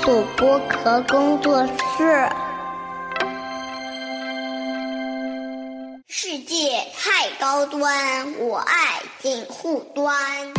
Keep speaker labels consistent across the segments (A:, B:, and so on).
A: 索剥壳工作室。世界太高端，我爱锦护端。
B: 哎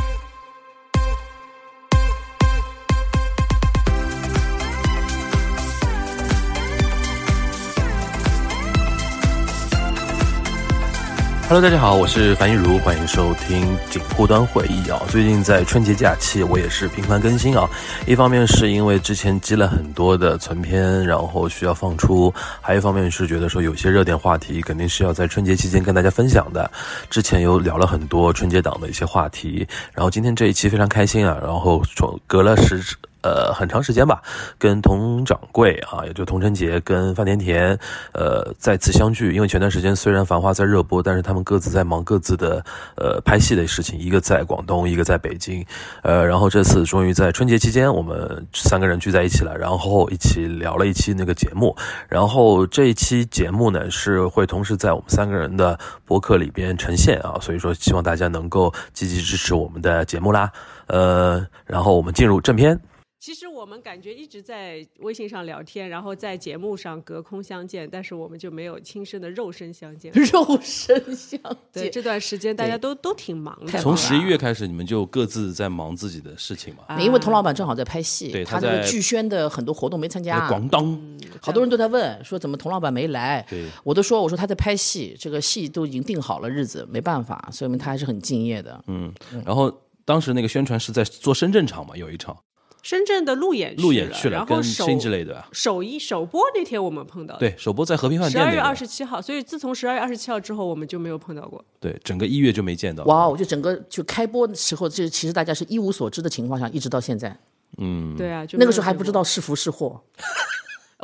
C: Hello，大家好，我是樊一茹，欢迎收听锦护端会议啊。最近在春节假期，我也是频繁更新啊。一方面是因为之前积了很多的存片，然后需要放出；还有一方面是觉得说有些热点话题肯定是要在春节期间跟大家分享的。之前有聊了很多春节档的一些话题，然后今天这一期非常开心啊，然后从隔了十呃很长时间吧，跟佟掌柜啊，也就佟晨杰跟范甜甜，呃再次相聚。因为前段时间虽然《繁花》在热播，但是他们各自在忙各自的呃拍戏的事情，一个在广东，一个在北京，呃，然后这次终于在春节期间我们三个人聚在一起了，然后一起聊了一期那个节目。然后这一期节目呢是会同时在我们三个人的博客里边呈现啊，所以说希望大家能够积极支持我们的节目啦。呃，然后我们进入正片。
D: 其实我们感觉一直在微信上聊天，然后在节目上隔空相见，但是我们就没有亲身的肉身相 见。
B: 肉身相
D: 对，
B: 见。
D: 这段时间大家都都挺忙的。
B: 太忙
C: 从
B: 了
C: 十一月开始，你们就各自在忙自己的事情嘛。
D: 啊
B: 因为佟老板正好在拍戏，
C: 对
B: 他
C: 他
B: 那个
C: 在哎
B: 剧宣的很多活动没参加，
C: 广当，
D: 嗯
B: 好多人都在问说怎么佟老板没来
C: 对，
B: 我都说我说他在拍戏，这个戏都已经定好了日子，没办法，所以我们他还是很敬业的。
C: 嗯
D: 嗯
C: 然后当时那个宣传是在做深圳场嘛，有一场
D: 深圳的路演
C: 路演去
D: 了，然后
C: 跟
D: 首
C: 新之类的，
D: 首一首播那天我们碰到的，
C: 对，首播在和平饭
D: 十
C: 店
D: 二
C: 那
D: 月
C: 个
D: 二十七号，所以自从十二月二十七号之后，我们就没有碰到过。
C: 对，整个一月就没见到。
B: 哇，哦，就整个就开播的时候，就其实大家是一无所知的情况下，一直到现在，
C: 嗯
D: 对啊，就没有
B: 那个时候还
D: 见
B: 不知
D: 过
B: 道是福是祸。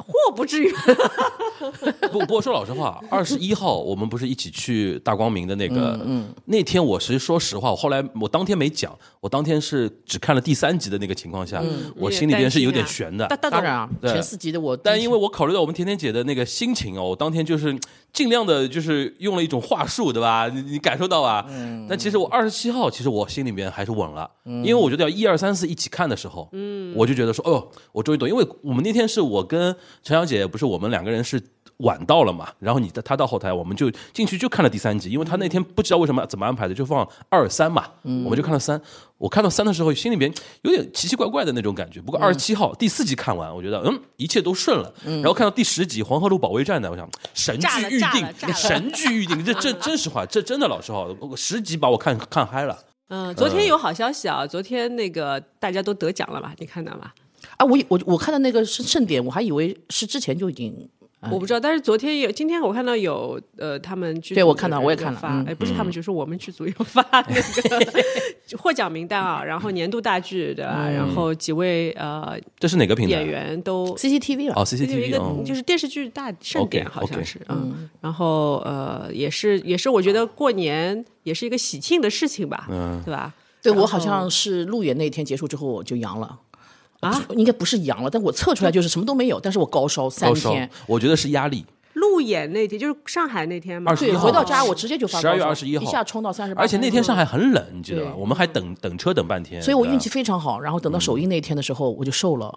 D: 祸不至于。
C: 不不过说老实话，二十一号我们不是一起去大光明的那个，
B: 嗯
C: 那天我是说实话，我后来我当天没讲，我当天是只看了第三集的那个情况下，
D: 嗯
C: 我心里边是有点悬的。
D: 大大
B: 当然啊，
C: 对
B: 前四集的我，
C: 但因为我考虑到我们甜甜姐的那个心情哦，我当天就是尽量的，就是用了一种话术，对吧？你你感受到吧？嗯。但其实我二十七号，其实我心里面还是稳了，因为我觉得要一二三四一起看的时候，嗯，我就觉得说，哦，我终于懂，因为我们那天是我跟陈小姐，不是我们两个人是。晚到了嘛，然后你她到后台，我们就进去就看了第三集，因为她那天不知道为什么怎么安排的，就放二三嘛，
B: 嗯
C: 我们就看了三。我看到三的时候，心里边有点奇奇怪怪的那种感觉。不过
B: 嗯
C: 二十七号、第四集看完，我觉得嗯一切都顺了。然后看到第十集《黄河路保卫战》呢，我想神剧
D: 炸了
C: 预
D: 炸
C: 定
D: 了炸，了
C: 神剧预定，这这真实话，这真的老实话，十集把我看看嗨了。
D: 嗯，昨天有好消息啊，昨天那个大家都得奖了吧？你看到吗？
B: 啊，我以我我看到那个是盛典，我还以为是之前就已经
D: 我不知道，但是昨天有，今天我看到有呃，他们剧组
B: 对我看到
D: 有人
B: 我也看了
D: 发
B: 嗯
D: 哎，不是他们，就是我们剧组有发那 个就获奖名单啊，然后年度大剧对吧？然后几位呃
B: 嗯
C: 这是哪个平台？
D: 演员都
B: CCTV 吧
C: 哦
D: 有一
C: ，CCTV
D: 个
C: 哦，
D: 就是电视剧大盛典
C: OK，
D: 好像
C: OK
D: 是嗯，然后呃也是也是我觉得过年也是一个喜庆的事情吧，嗯，对吧？
B: 对
D: 然
B: 我好
D: 后
B: 像是路演那天结束之后我就阳了
D: 啊，
B: 不应该不是阳了，但我测出来就是什么都没有，但是我高烧三
C: 高烧
B: 天。，
C: 我觉得是压力。
D: 路演那天就是上海那天嘛，
C: 21
B: 对，
C: 号
B: 回到家我直接就发高
C: 12
B: 烧，
C: 月21号
B: 一下冲到三十八，
C: 而且那天上海嗯很冷，你记得吧？
B: 对
C: 我们还等等车等半天。
B: 所以我
C: 对吧
B: 运气非常好。然后等到首
C: 嗯
B: 映那天的时候，我就瘦了。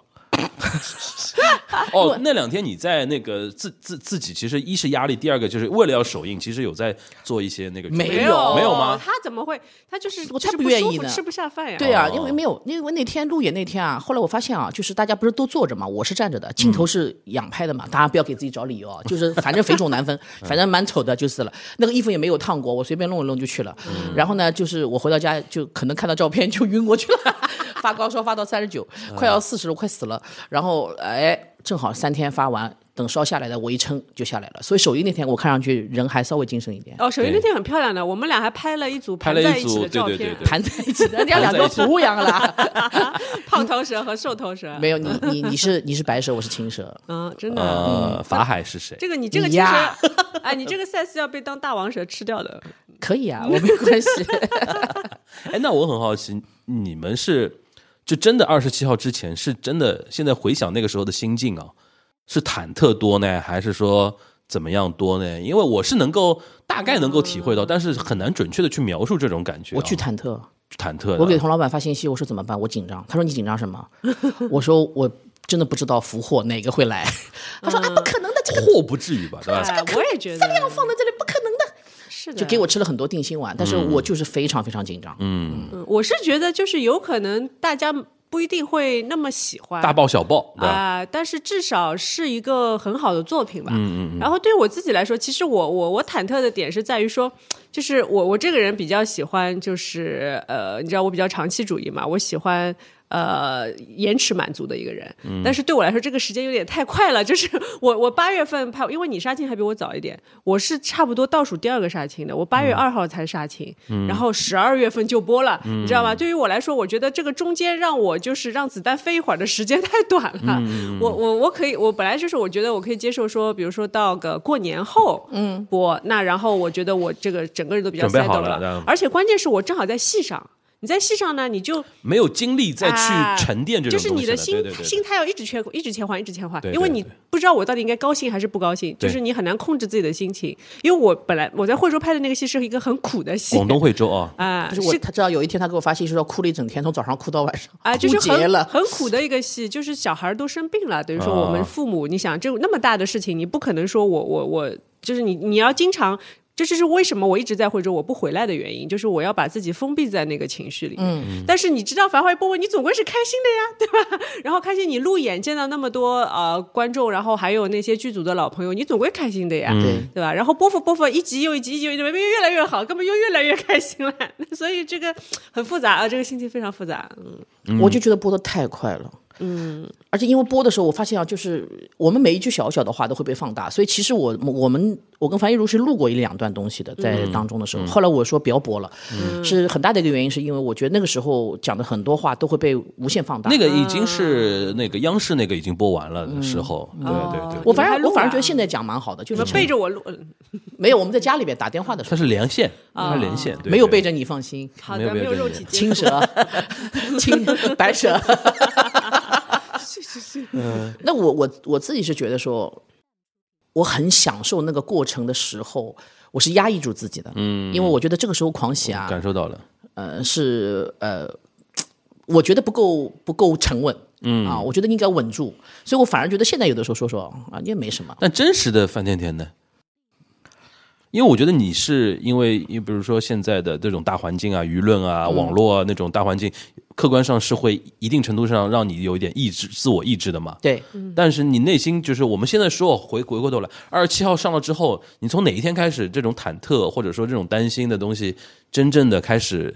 C: 哦，那两天你在那个自自自己，其实一是压力，第二个就是为了要首映，其实有在做一些那个
B: 没
D: 没
C: 没有吗？
D: 哎他怎么会？他就是就
B: 我才
D: 是
B: 不
D: 不
B: 愿
D: 舒
B: 意
D: 服
B: 呢
D: 吃不下饭呀。
B: 对啊，因为没有，因为那天路演那天啊，后来我发现啊，就是大家不是都坐着嘛，我是站着的，镜头是仰拍的嘛，大家不要给自己找理由啊，就是反正肥肿难 分，反正蛮丑的就是了。那个衣服也没有烫过，我随便弄一弄就去了。 然后呢，就是我回到家就可能看到照片就晕过去了，发高烧发到三十九，快要四十了，快死了。然后哎，正好三天发完。等烧下来的，我一称就下来了。所以首映那天我看上去人还稍微精神一点，
D: 哦，首映那天很漂亮的，我们俩还拍了一组
C: 拍
D: 盘
C: 了
D: 在
C: 一
D: 起
C: 组
D: 的照
C: 对对
D: 片，
C: 对
B: 盘在一 起的，人家两条图样了。
D: 胖头蛇和瘦头蛇。
B: 没有你，你你是你是白蛇，我是青蛇。
D: 嗯，真的，
C: 呃，法海是谁？
D: 这个你这个
B: 你
D: 其实
B: 呀，
D: 哎，你这个 size 要被当大王蛇吃掉的。
B: 可以啊，我没关系。
C: 哎，那我很好奇，你们是就真的二十七号之前是真的？现在回想那个时候的心境啊，是忐忑多呢，还是说怎么样多呢？因为我是能够大概能够体会到，但是很难准确的去描述这种感觉啊、
B: 我去忐忑，
C: 忐忑的，
B: 我给佟老板发信息，我说怎么办？我紧张。他说你紧张什么？我说我真的不知道福祸哪个会来。他说啊，不可能的，这个
C: 祸不至于吧，对 吧？
D: 哎我也觉得
B: 这样放在这里不可能的，
D: 是的，
B: 就给我吃了很多定心丸，但是我就是非常非常紧张。
C: 嗯，
D: 嗯，我是觉得就是有可能大家不一定会那么喜欢
C: 大爆小爆，对吧？
D: 啊、但是至少是一个很好的作品吧。嗯嗯然后对我自己来说，其实我我我忐忑的点是在于说，就是我我这个人比较喜欢就是呃，你知道我比较长期主义嘛，我喜欢。呃，延迟满足的一个人，但是对我来说，这个时间有点太快了。就是我，我八月份拍，因为你杀青还比我早一点，我是差不多倒数第二个杀青的，我八月二号才杀青，
C: 嗯
D: 然后十二月份就播了，你知道吗？对于我来说，我觉得这个中间让我就是让子弹飞一会儿的时间 太短了。
C: 嗯
D: 我我我可以，我本来就是我觉得我可以接受说，比如说到个过年后，嗯，播那然后我觉得我这个整个人都比较
C: 准备好
D: settle
C: 了对
D: 了，而且关键是我正好在戏上。你在戏上呢，你就
C: 没有精力再
D: 啊
C: 去沉淀这
D: 就
C: 种
D: 是
C: 东
D: 你
C: 西
D: 的
C: 了
D: 心
C: 对对对对
D: 心态要一直切一直切换，一直切换
C: 对，对
D: 因为你
C: 对
D: 不知道我到底应该高兴还是不高兴，就
C: 对
D: 是你很难控制自己的心情。因为我本来我在惠州拍的那个戏是一个很苦的戏
C: 广东惠州啊，
D: 啊，
B: 就是我，他知道有一天他给我发信息说哭了一整天，从早上哭到晚上，
D: 啊，就是
B: 枯竭
D: 很
B: 了。
D: 很苦的一个戏，就是小孩儿都生病了，等于说
C: 啊
D: 我们父母，你想这种那么大的事情，你不可能说我我我，就是你你要经常。这就是为什么我一直在惠州我不回来的原因，就是我要把自己封闭在那个情绪里面。
B: 嗯
D: 但是你知道《繁花一波纹》，你总归是开心的呀，对吧？ 然后开心你路演见到那么多呃观众，然后还有那些剧组的老朋友，你总归开心的呀。
B: 对，
D: 对吧？然后播放播放一集又一集，一集又一集，越来越好，根本就越来越开心了。 所以这个很复杂啊，这个心情非常复杂。嗯，
B: 我就觉得播的太快了。嗯，而且因为播的时候，我发现啊，就是我们每一句小小的话都会被放大，所以其实我我们我跟樊一茹是录过一两段东西的，
C: 嗯
B: 在当中的时候，后来我说不要播了，是很大的一个原因，是因为我觉得那个时候讲的很多话都会被无限放大。
C: 那个已经是那个央视那个已经播完了的时候，对对对
D: 哦
C: 对，
B: 我反
D: 你们还
B: 而
D: 录
B: 我
D: 啊
B: 反而觉得现在讲蛮好的，就是
D: 背着我录，嗯
B: 没有我们在家里边打电话的时
C: 它
B: 候
C: 是连线，
D: 哦
C: 它是连线，对
B: 没有背
C: 对
B: 着你放心，
D: 好
C: 没有
D: 的，
C: 没
D: 没
C: 有
D: 有肉
C: 这
D: 体
C: 个
D: 接
B: 青
D: 触。
B: 蛇，青 白蛇。那我我我自己是觉得说，我很享受那个过程的时候，我是压抑住自己的，嗯，因为我觉得这个时候狂喜啊，
C: 感受到
D: 哦
C: 了，
B: 呃，是呃，我觉得不够不够沉稳，嗯啊，我觉得应该稳住，所以我反而觉得现在有的时候说说啊也没什么，
C: 但真实的范甜甜呢？因为我觉得你是因为，你比如说现在的这种大环境啊、舆论啊、
D: 嗯
C: 网络啊那种大环境，客观上是会一定程度上让你有一点抑制、自我抑制的嘛。
B: 对，
C: 但是你内心就是，我们现在说回回过头来，二十七号上了之后，你从哪一天开始，这种忐忑或者说这种担心的东西，真正的开始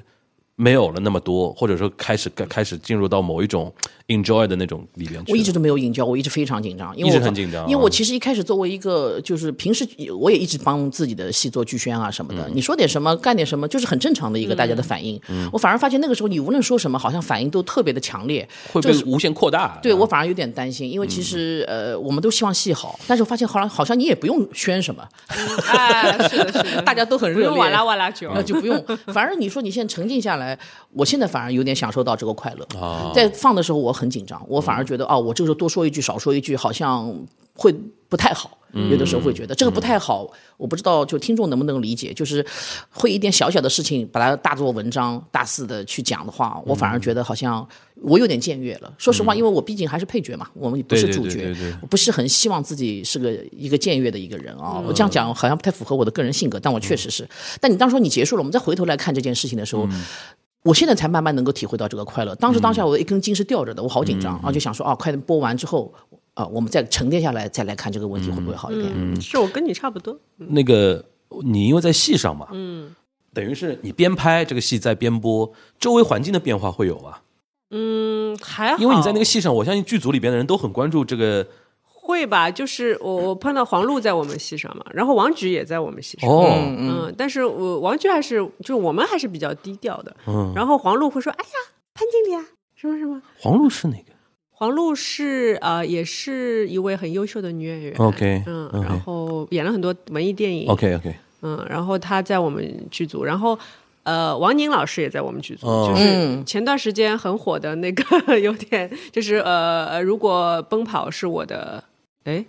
C: 没有了那么多，或者说开始开始进入到某一种 enjoy 的那种里边去了？
B: 我一直都没有引教，我一直非常紧张，因为
C: 一直
B: 我
C: 很紧张
B: 因为我
C: 啊
B: 其实一开始作为一个就是平时我也一直帮自己的戏做剧宣啊什么的，
C: 嗯
B: 你说点什么干点什么，就是很正常的一个大家的反应。我反而发现那个时候你无论说什么，好像反应都特别的强烈，
C: 会啊嗯被无限扩大。啊
B: 对我反而有点担心，因为其实、呃我们都希望戏好，但是我发现好像好像你也不用宣什么，
D: 哎，是的，是的，
B: 大家都很
D: 不
B: 热
D: 用
B: 烈，
D: 哇啦哇啦酒。
C: 嗯
B: 那就不用。反而你说你现在沉静下来，我现在反而有点享受到这个快乐。
C: 啊
B: 在放的时候我很紧张，我反而觉得哦，我这个时候多说一句少说一句，好像会不太好。有的时
C: 嗯
B: 候会觉得这个不太好，我不知道就听众能不能理解，就是会一点小小的事情把它大做文章、大肆的去讲的话，我
C: 嗯
B: 反而觉得好像我有点僭越了。说实话，因为我毕竟还是配角嘛，我们也不是
C: 对对
B: 主
C: 对对
B: 角
C: 对，
B: 我不是很希望自己是个一个僭越的一个人
C: 嗯
B: 啊。我这样讲好像不太符合我的个人性格，但我确实是。但你当说你结束了，我们再回头来看这件事情的时候，
C: 嗯
B: 我现在才慢慢能够体会到这个快乐。当时当
D: 嗯
B: 下我一根筋是吊着的，我好紧张啊，就想说啊，快点播完之后
D: 嗯
B: 啊，我们再沉淀下来，再来看这个问题会不会好一点。
C: 嗯
D: 嗯是我跟你差不多，
C: 那个你因为在戏上嘛，嗯，等于是你边拍这个戏在边播，周围环境的变化会有吧？
D: 嗯，还好。
C: 因为你在那个戏上，我相信剧组里边的人都很关注这个。
D: 会吧，就是我我碰到黄璐在我们戏上嘛，然后王菊也在我们戏上。
C: 哦
D: 嗯，但是我王菊还是就我们还是比较低调的。
C: 嗯
D: 然后黄璐会说：“哎呀，潘经理啊，什么什么。”
C: 黄璐是哪个
D: 黄璐是呃，也是一位很优秀的女演员。
C: OK，
D: 嗯
C: OK
D: 然后演了很多文艺电影。
C: ？OK OK，
D: 嗯，然后她在我们剧组，然后呃，王宁老师也在我们剧组，
C: 哦
D: 就是前段时间很火的那 个，有点就是呃，呃如果奔跑是我的，哎，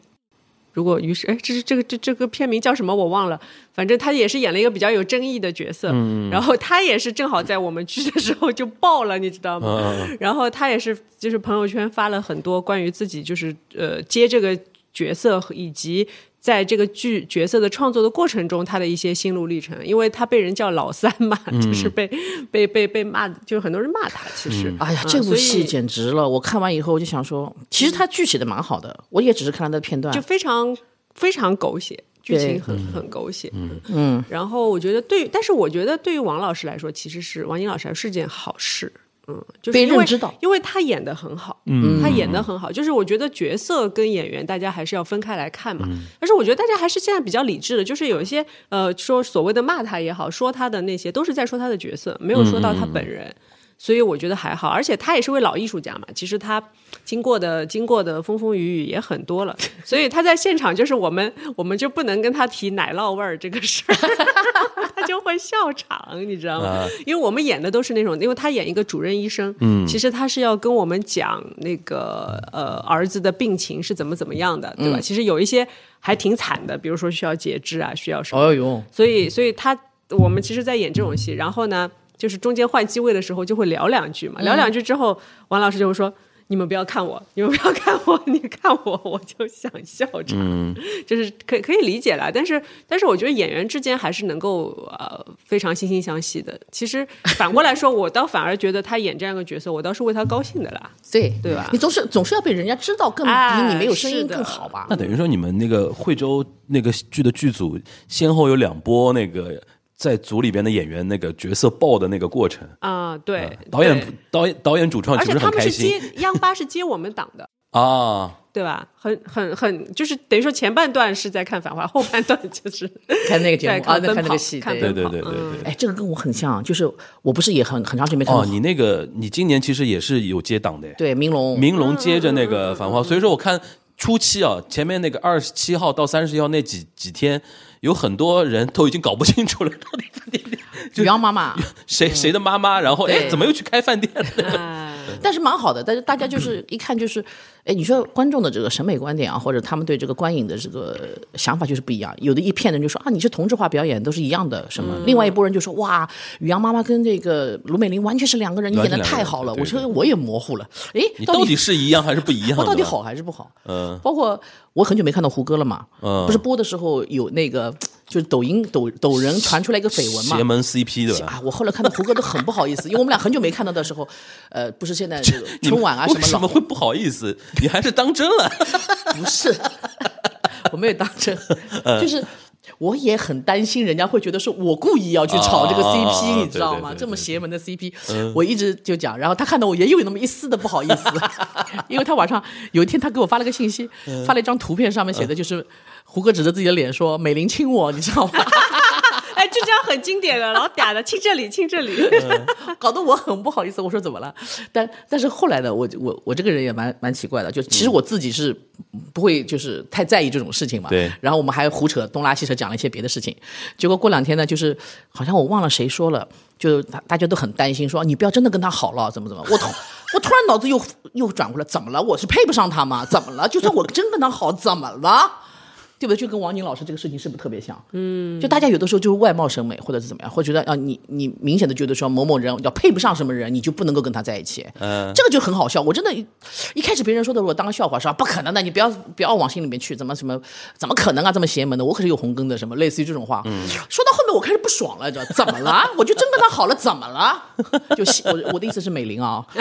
D: 如果于是，哎，这是这个这这个片名叫什么我忘了，反正他也是演了一个比较有争议的角
C: 嗯
D: 色，然后他也是正好在我们剧的时候就爆了，你知道吗？
C: 嗯嗯
D: 然后他也是就是朋友圈发了很多关于自己就是呃接这个角色以及。在这个剧角色的创作的过程中，他的一些心路历程，因为他被人叫老三嘛，
C: 嗯
D: 就是被被被被骂，就是很多人骂他。其实，
B: 哎呀，
D: 嗯
B: 这部
D: 所以
B: 戏简直了！我看完以后我就想说，其实它剧写的蛮好的，我也只是看了它的片段
D: 嗯就。非常非常狗血，剧情很很狗血。嗯嗯。然后我觉得对，但是我觉得对于王老师来说，其实是王英老师来说是件好事。嗯，就是
B: 被
D: 因为
B: 认知到
D: 因为他演的很好，嗯，他演的很好，就是我觉得角色跟演员大家还是要分开来看嘛。但是我觉得大家还是现在比较理智的，就是有一些呃说所谓的骂他也好，说他的那些都是在说他的角色，没有说到他本人。所以我觉得还好，而且他也是位老艺术家嘛，其实他经过的经过的风风雨雨也很多了，所以他在现场就是我们我们就不能跟他提奶酪味儿这个事儿， 他就会笑场，你知道吗？
C: 啊
D: 因为我们演的都是那种，因为他演一个主任医生，嗯，其实他是要跟我们讲那个呃儿子的病情是怎么怎么样的，对吧？其实有一些还挺惨的，比如说需要截肢啊，需要什么。
B: 哎呦，
D: 所以，所以他我们其实，在演这种戏，然后呢，就是中间换机位的时候就会聊两句嘛，聊
C: 嗯
D: 两句之后，王老师就会说：“你们不要看我，你们不要看我， 你看我，我就想笑场。
C: 嗯
D: 就是可以可以理解啦，但是但是我觉得演员之间还是能够呃非常惺惺相惜的。其实反过来说，我倒反而觉得他演这样一个角色，我倒是为他高兴的啦。
B: 对
D: 对吧
B: 你总是总是要被人家知道，更
D: 哎
B: 比你没有声
D: 是
B: 音
D: 的
B: 更好吧？
C: 那等于说你们那个惠州那个剧的剧组先后有两波那个在组里边的演员那个角色爆的那个过程，
D: 啊、对，
C: 嗯导演
D: 对
C: 不导演导演主创
D: 而
C: 是
D: 且
C: 不是
D: 他
C: 很
D: 们
C: 开
D: 是
C: 心
D: 接央八是接我们档的。
C: 啊？
D: 对吧？很很很，就是等于说前半段是在看《繁花》，后半段就是
B: 看那个节
D: 在
B: 目啊，
D: 看
B: 那
D: 奔
B: 看那个
D: 跑
B: 戏，
D: 看
C: 对
D: 奔
C: 对
D: 跑嗯
C: 对对对。
B: 哎，这个跟我很像，就是我不是也很很长时间没看到
C: 哦，你那个你今年其实也是有接档的诶，
B: 对明龙
C: 明龙接着那个《繁花》，所以说我看初期啊，前面那个二十七号到三十号那几几天，有很多人都已经搞不清楚了，到底
B: 于洋妈妈，
C: 谁谁的妈妈，然后哎，
B: 对
C: 怎么又去开饭店了？
D: 啊，
B: 但是蛮好的，但是大 家就是一看就是，哎，你说观众的这个审美观点啊，或者他们对这个观影的这个想法就是不一样。有的一片人就说啊，你是同质化表演，都是一样的什么；
C: 嗯
B: 另外一拨人就说哇，宇阳妈妈跟这个卢美玲完全是两个人，你
C: 完
B: 演
C: 全
B: 的
C: 两个
B: 太
C: 人
B: 好了。
C: 对
B: 我
C: 对
B: 说
C: 对
B: 我也模糊了，哎，
C: 你
B: 到
C: 到底是一样还是不一样
B: 我
C: 的？
B: 到底好还是不好？
C: 嗯，
B: 包括我很久没看到胡歌了嘛，
C: 嗯
B: 不是播的时候有那个就是抖音抖抖人传出来一个绯闻嘛
C: 邪。门 CP 对吧？
B: 啊！我后来看到胡歌都很不好意思，因为我们俩很久没看到的时候，呃，不是现在这个
C: 你
B: 春晚啊
C: 为
B: 什么
C: 什
B: 老
C: 么会不好意 思？你还是当真了？
B: 不是， 我没有当真，
C: 嗯
B: 就是我也很担心人家会觉得是我故意要去炒这个
C: 啊
B: CP，、
C: 对
B: 你知道
C: 对
B: 吗？
C: 对
B: 这么
C: 对嗯
B: 邪门的 CP，、我一直就讲，然后他看到我也有那么一丝的不好意 思，因为他晚上有一天他给我发了个信息，
C: 嗯
B: 发了一张图片，上面写的就是。胡歌指着自己的脸说：“美玲亲我，你知道吗？
D: 哎，这张很经典的，老嗲的，亲这里，亲这里。
C: 嗯
B: 搞得我很不好意思。”我说：“怎么了？”但但是后来呢，我我我这个人也蛮蛮奇怪的，就其实我自己是不会就是太在意这种事情嘛。
C: 对
B: 然后我们还胡扯东拉西扯讲了一些别的事情，结果过两天呢，就是好像我忘了谁说了，就大大家都很担心说你不要真的跟他好了，怎么怎么，我突我突然脑子又又转过来，怎么了？我是配不上他吗？怎么了？就算我真跟他好，怎么了？对不对？就跟王宁老师这个事情是不是特别像？嗯，就大家有的时候就是外貌审美，或者是怎么样，或者觉得啊，你你明显的觉得说某某人要配不上什么人，你就不能够跟他在一起。
C: 嗯，
B: 这个就很好笑。我真的一，一开始别人说的我当个笑话说啊不可能的，你不要不要往心里面去，怎么什么怎么可能啊，这么邪门的，我可是有红根的，什么类似于这种话。说到后面我开始不爽了，知道怎么了？我就真跟他好了，怎么了？就我我的意思是美玲啊、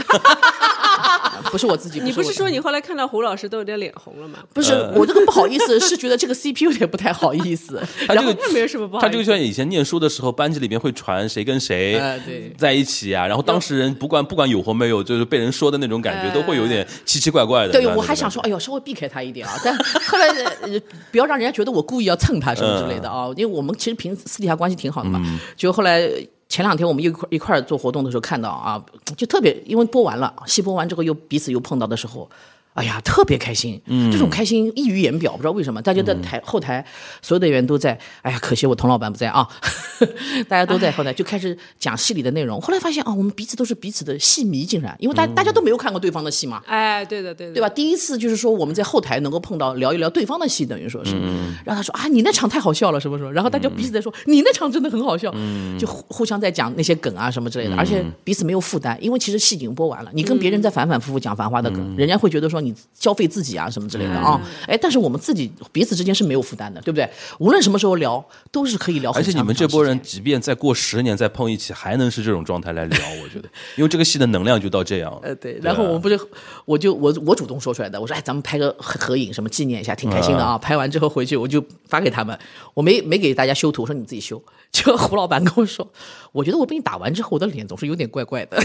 B: 不是我自己。
D: 你不
B: 我
D: 是说你后来看到胡老师都有点脸红了吗？
B: 不是我这个不好意思，是觉得这个 CP 有点不太好意思。
C: 他这
B: 然后
C: 个
D: 那没有什么不好意思
C: 他这个就像以前念书的时候，班级里面会传谁跟谁
B: 哎对
C: 在一起啊，然后当事人不管不管有或没有，就是被人说的那种感觉，都会有点奇奇怪怪的。
B: 哎对，
C: 吧
B: 我还想说，，哎呦，稍微避开他一点啊，但后来呃不要让人家觉得我故意要蹭他什么之类的啊，因为我们其实平私底下关系挺好的嘛。就后来前两天我们又一块一块儿做活动的时候看到啊，就特别因为播完了，戏播完之后又彼此又碰到的时候。哎呀，特别开心。嗯，这嗯种开心溢于言表，不知道为什么，大家在台后台所有的演员都在，哎呀，可惜我童老板不在啊， 大家都在后台就开始讲戏里的内容。后来发现啊，我们彼此都是彼此的戏迷，竟然，因为大大家都没有看过对方的戏嘛。
D: 哎，对的，对的，
B: 对吧？？第一次就是说我们在后台能够碰到聊一聊对方的戏，等于说是，
C: 嗯
B: 然后他说啊，你那场太好笑了，什么什么，然后大家彼此在说、你那场真的很好笑，
C: 嗯
B: 就互互相在讲那些梗啊什么之类的，而且彼此没有负担，因为其实戏已经播完了，你跟别人在反反复复讲《繁花》的
C: 嗯
B: 梗，人家会觉得说你消费自己啊什么之类的啊，哎，但是我们自己彼此之间是没有负担的，对不对？无论什么时候聊都是可以聊很
C: 而
B: 长
C: 且
B: 很长时间，
C: 你们这波人，即便再过十年再碰一起，还能是这种状态来聊，我 觉得，因为这个戏的能量就到这样了。
B: 呃，对，然后我们不是，我就我我主动说出来的，我说哎，咱们拍个合合影什么纪念一下，挺开心的啊。拍完之后回去我就发给他们，我没没给大家修图，我说你自己修。 结果胡老板跟我说，我觉得我被你打完之后，我的脸总是有点怪怪的。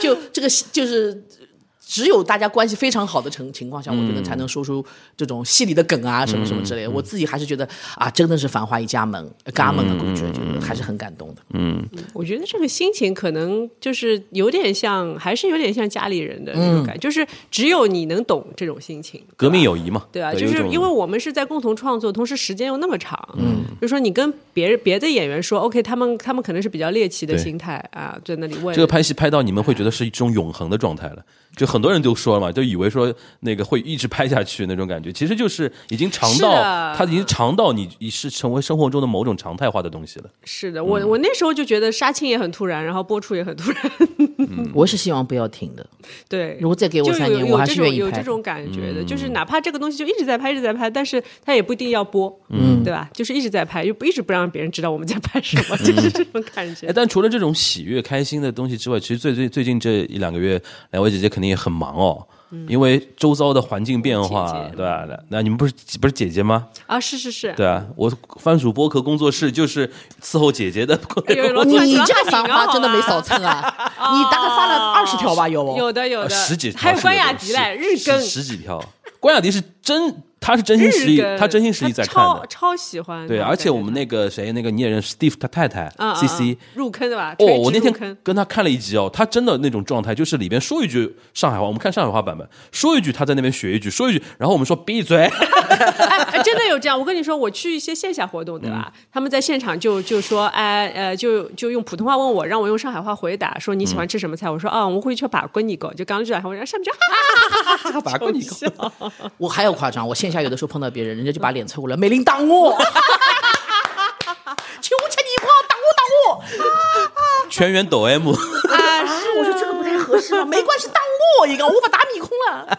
B: 就这个就是。只有大家关系非常好的情情况下，我觉得才能说出这种戏里的梗啊，什么什么之类的。我自己还是觉得啊，真的是繁花一家门，家门的感觉，就是还是很感动的。
D: 我觉得这个心情可能就是有点像，还是有点像家里人的那
B: 嗯
D: 种感觉，就是只有你能懂这种心情。
C: 革命友谊嘛，
D: 对啊，
C: 有
D: 就
C: 一
D: 是
C: 种
D: 因为我们是在共同创作，同时时间又那么长，嗯，就说你跟别人别的演员说，OK，他们他们可能是比较猎奇的
C: 对
D: 心态啊，在那里问
C: 这个拍戏拍到你们会觉得是一种永恒的状态了，就很多人都说了嘛，就以为说那个会一直拍下去那种感觉，其实就是已经尝
D: 是
C: 到
D: 的
C: 它已经尝到你已是成为生活中的某种常态化的东西了。
D: 是的，
C: 嗯
D: 我我那时候就觉得杀青也很突然，然后播出也很突然，
B: 我是希望不要停的。
D: 对，
B: 如果再给我
D: 就
B: 三
D: 有
B: 年，
D: 有
B: 我还
D: 这
B: 是
D: 种
B: 愿意
D: 有
B: 拍
D: 这。种感觉的，
C: 嗯
D: 就是哪怕这个东西就一直在拍，一直在拍，但是它也不一定要播，嗯，对吧？就是一直在拍，又不一直不让别人知道我们在拍什么， 就是这种感觉
C: 哎，。但除了这种喜悦、开心的东西之外，其实最最最近这一两个月，两位姐姐肯定也很忙哦，因为周遭的环境变化，
D: 嗯姐姐
C: 对吧、那你们不是不是姐姐吗？
D: 啊，是是是，
C: 对啊，我番薯剥壳工作室就是伺候姐姐的。
D: 哎呦罗
B: 你
D: 突然
B: 你
D: 想到
B: 这
D: 汉
B: 个繁
D: 饼了
B: 花真的没
D: 好吧
B: 少蹭 啊！你大概发了二十条吧，有不？
D: 有的有
C: 呃
D: 的，
C: 十几条
D: 还有
C: 是
D: 关
C: 有的
D: 雅迪嘞，
C: 十
D: 日更
C: 十十几条。 关雅迪是真，他是真心实
D: 日
C: 意
D: 更，，
C: 他真心实意在看
D: 超
C: 的。
D: 超喜欢。
C: 对，
D: 他
C: 而且我
D: 感
C: 们
D: 觉
C: 那个谁，那个你也认识 Steve 他太太
D: 啊啊啊
C: C C。
D: 入坑的吧？
C: 哦，
D: 垂
C: 我
D: 直
C: 那天
D: 入坑
C: 跟他看了一集哦，他真的那种状态，就是里边说一句上海话，我们看上海话版本，说一句他在那边学一句，说一句，然后我们说闭 嘴，
D: 哎，哎真的有这样。我跟你说，我去一些线下活动，对吧？
C: 嗯
D: 他们在现场就就说，哎呃，就就用普通话问我，让我用上海话回答，说你喜
C: 嗯
D: 欢吃什么菜？我说啊，我会吃把棍尼狗，就刚出来，我让上面 就哈
C: 把过你搞
D: 哈哈笑。
B: 我还要夸张，我线下有的时候碰到别人，人家就把脸凑过来，美玲 打我，求求你不要打我打我！
C: 全员抖 M，
D: 啊，
B: 我说这个不太合适吧，没关系，打我一个，我把打你空 了。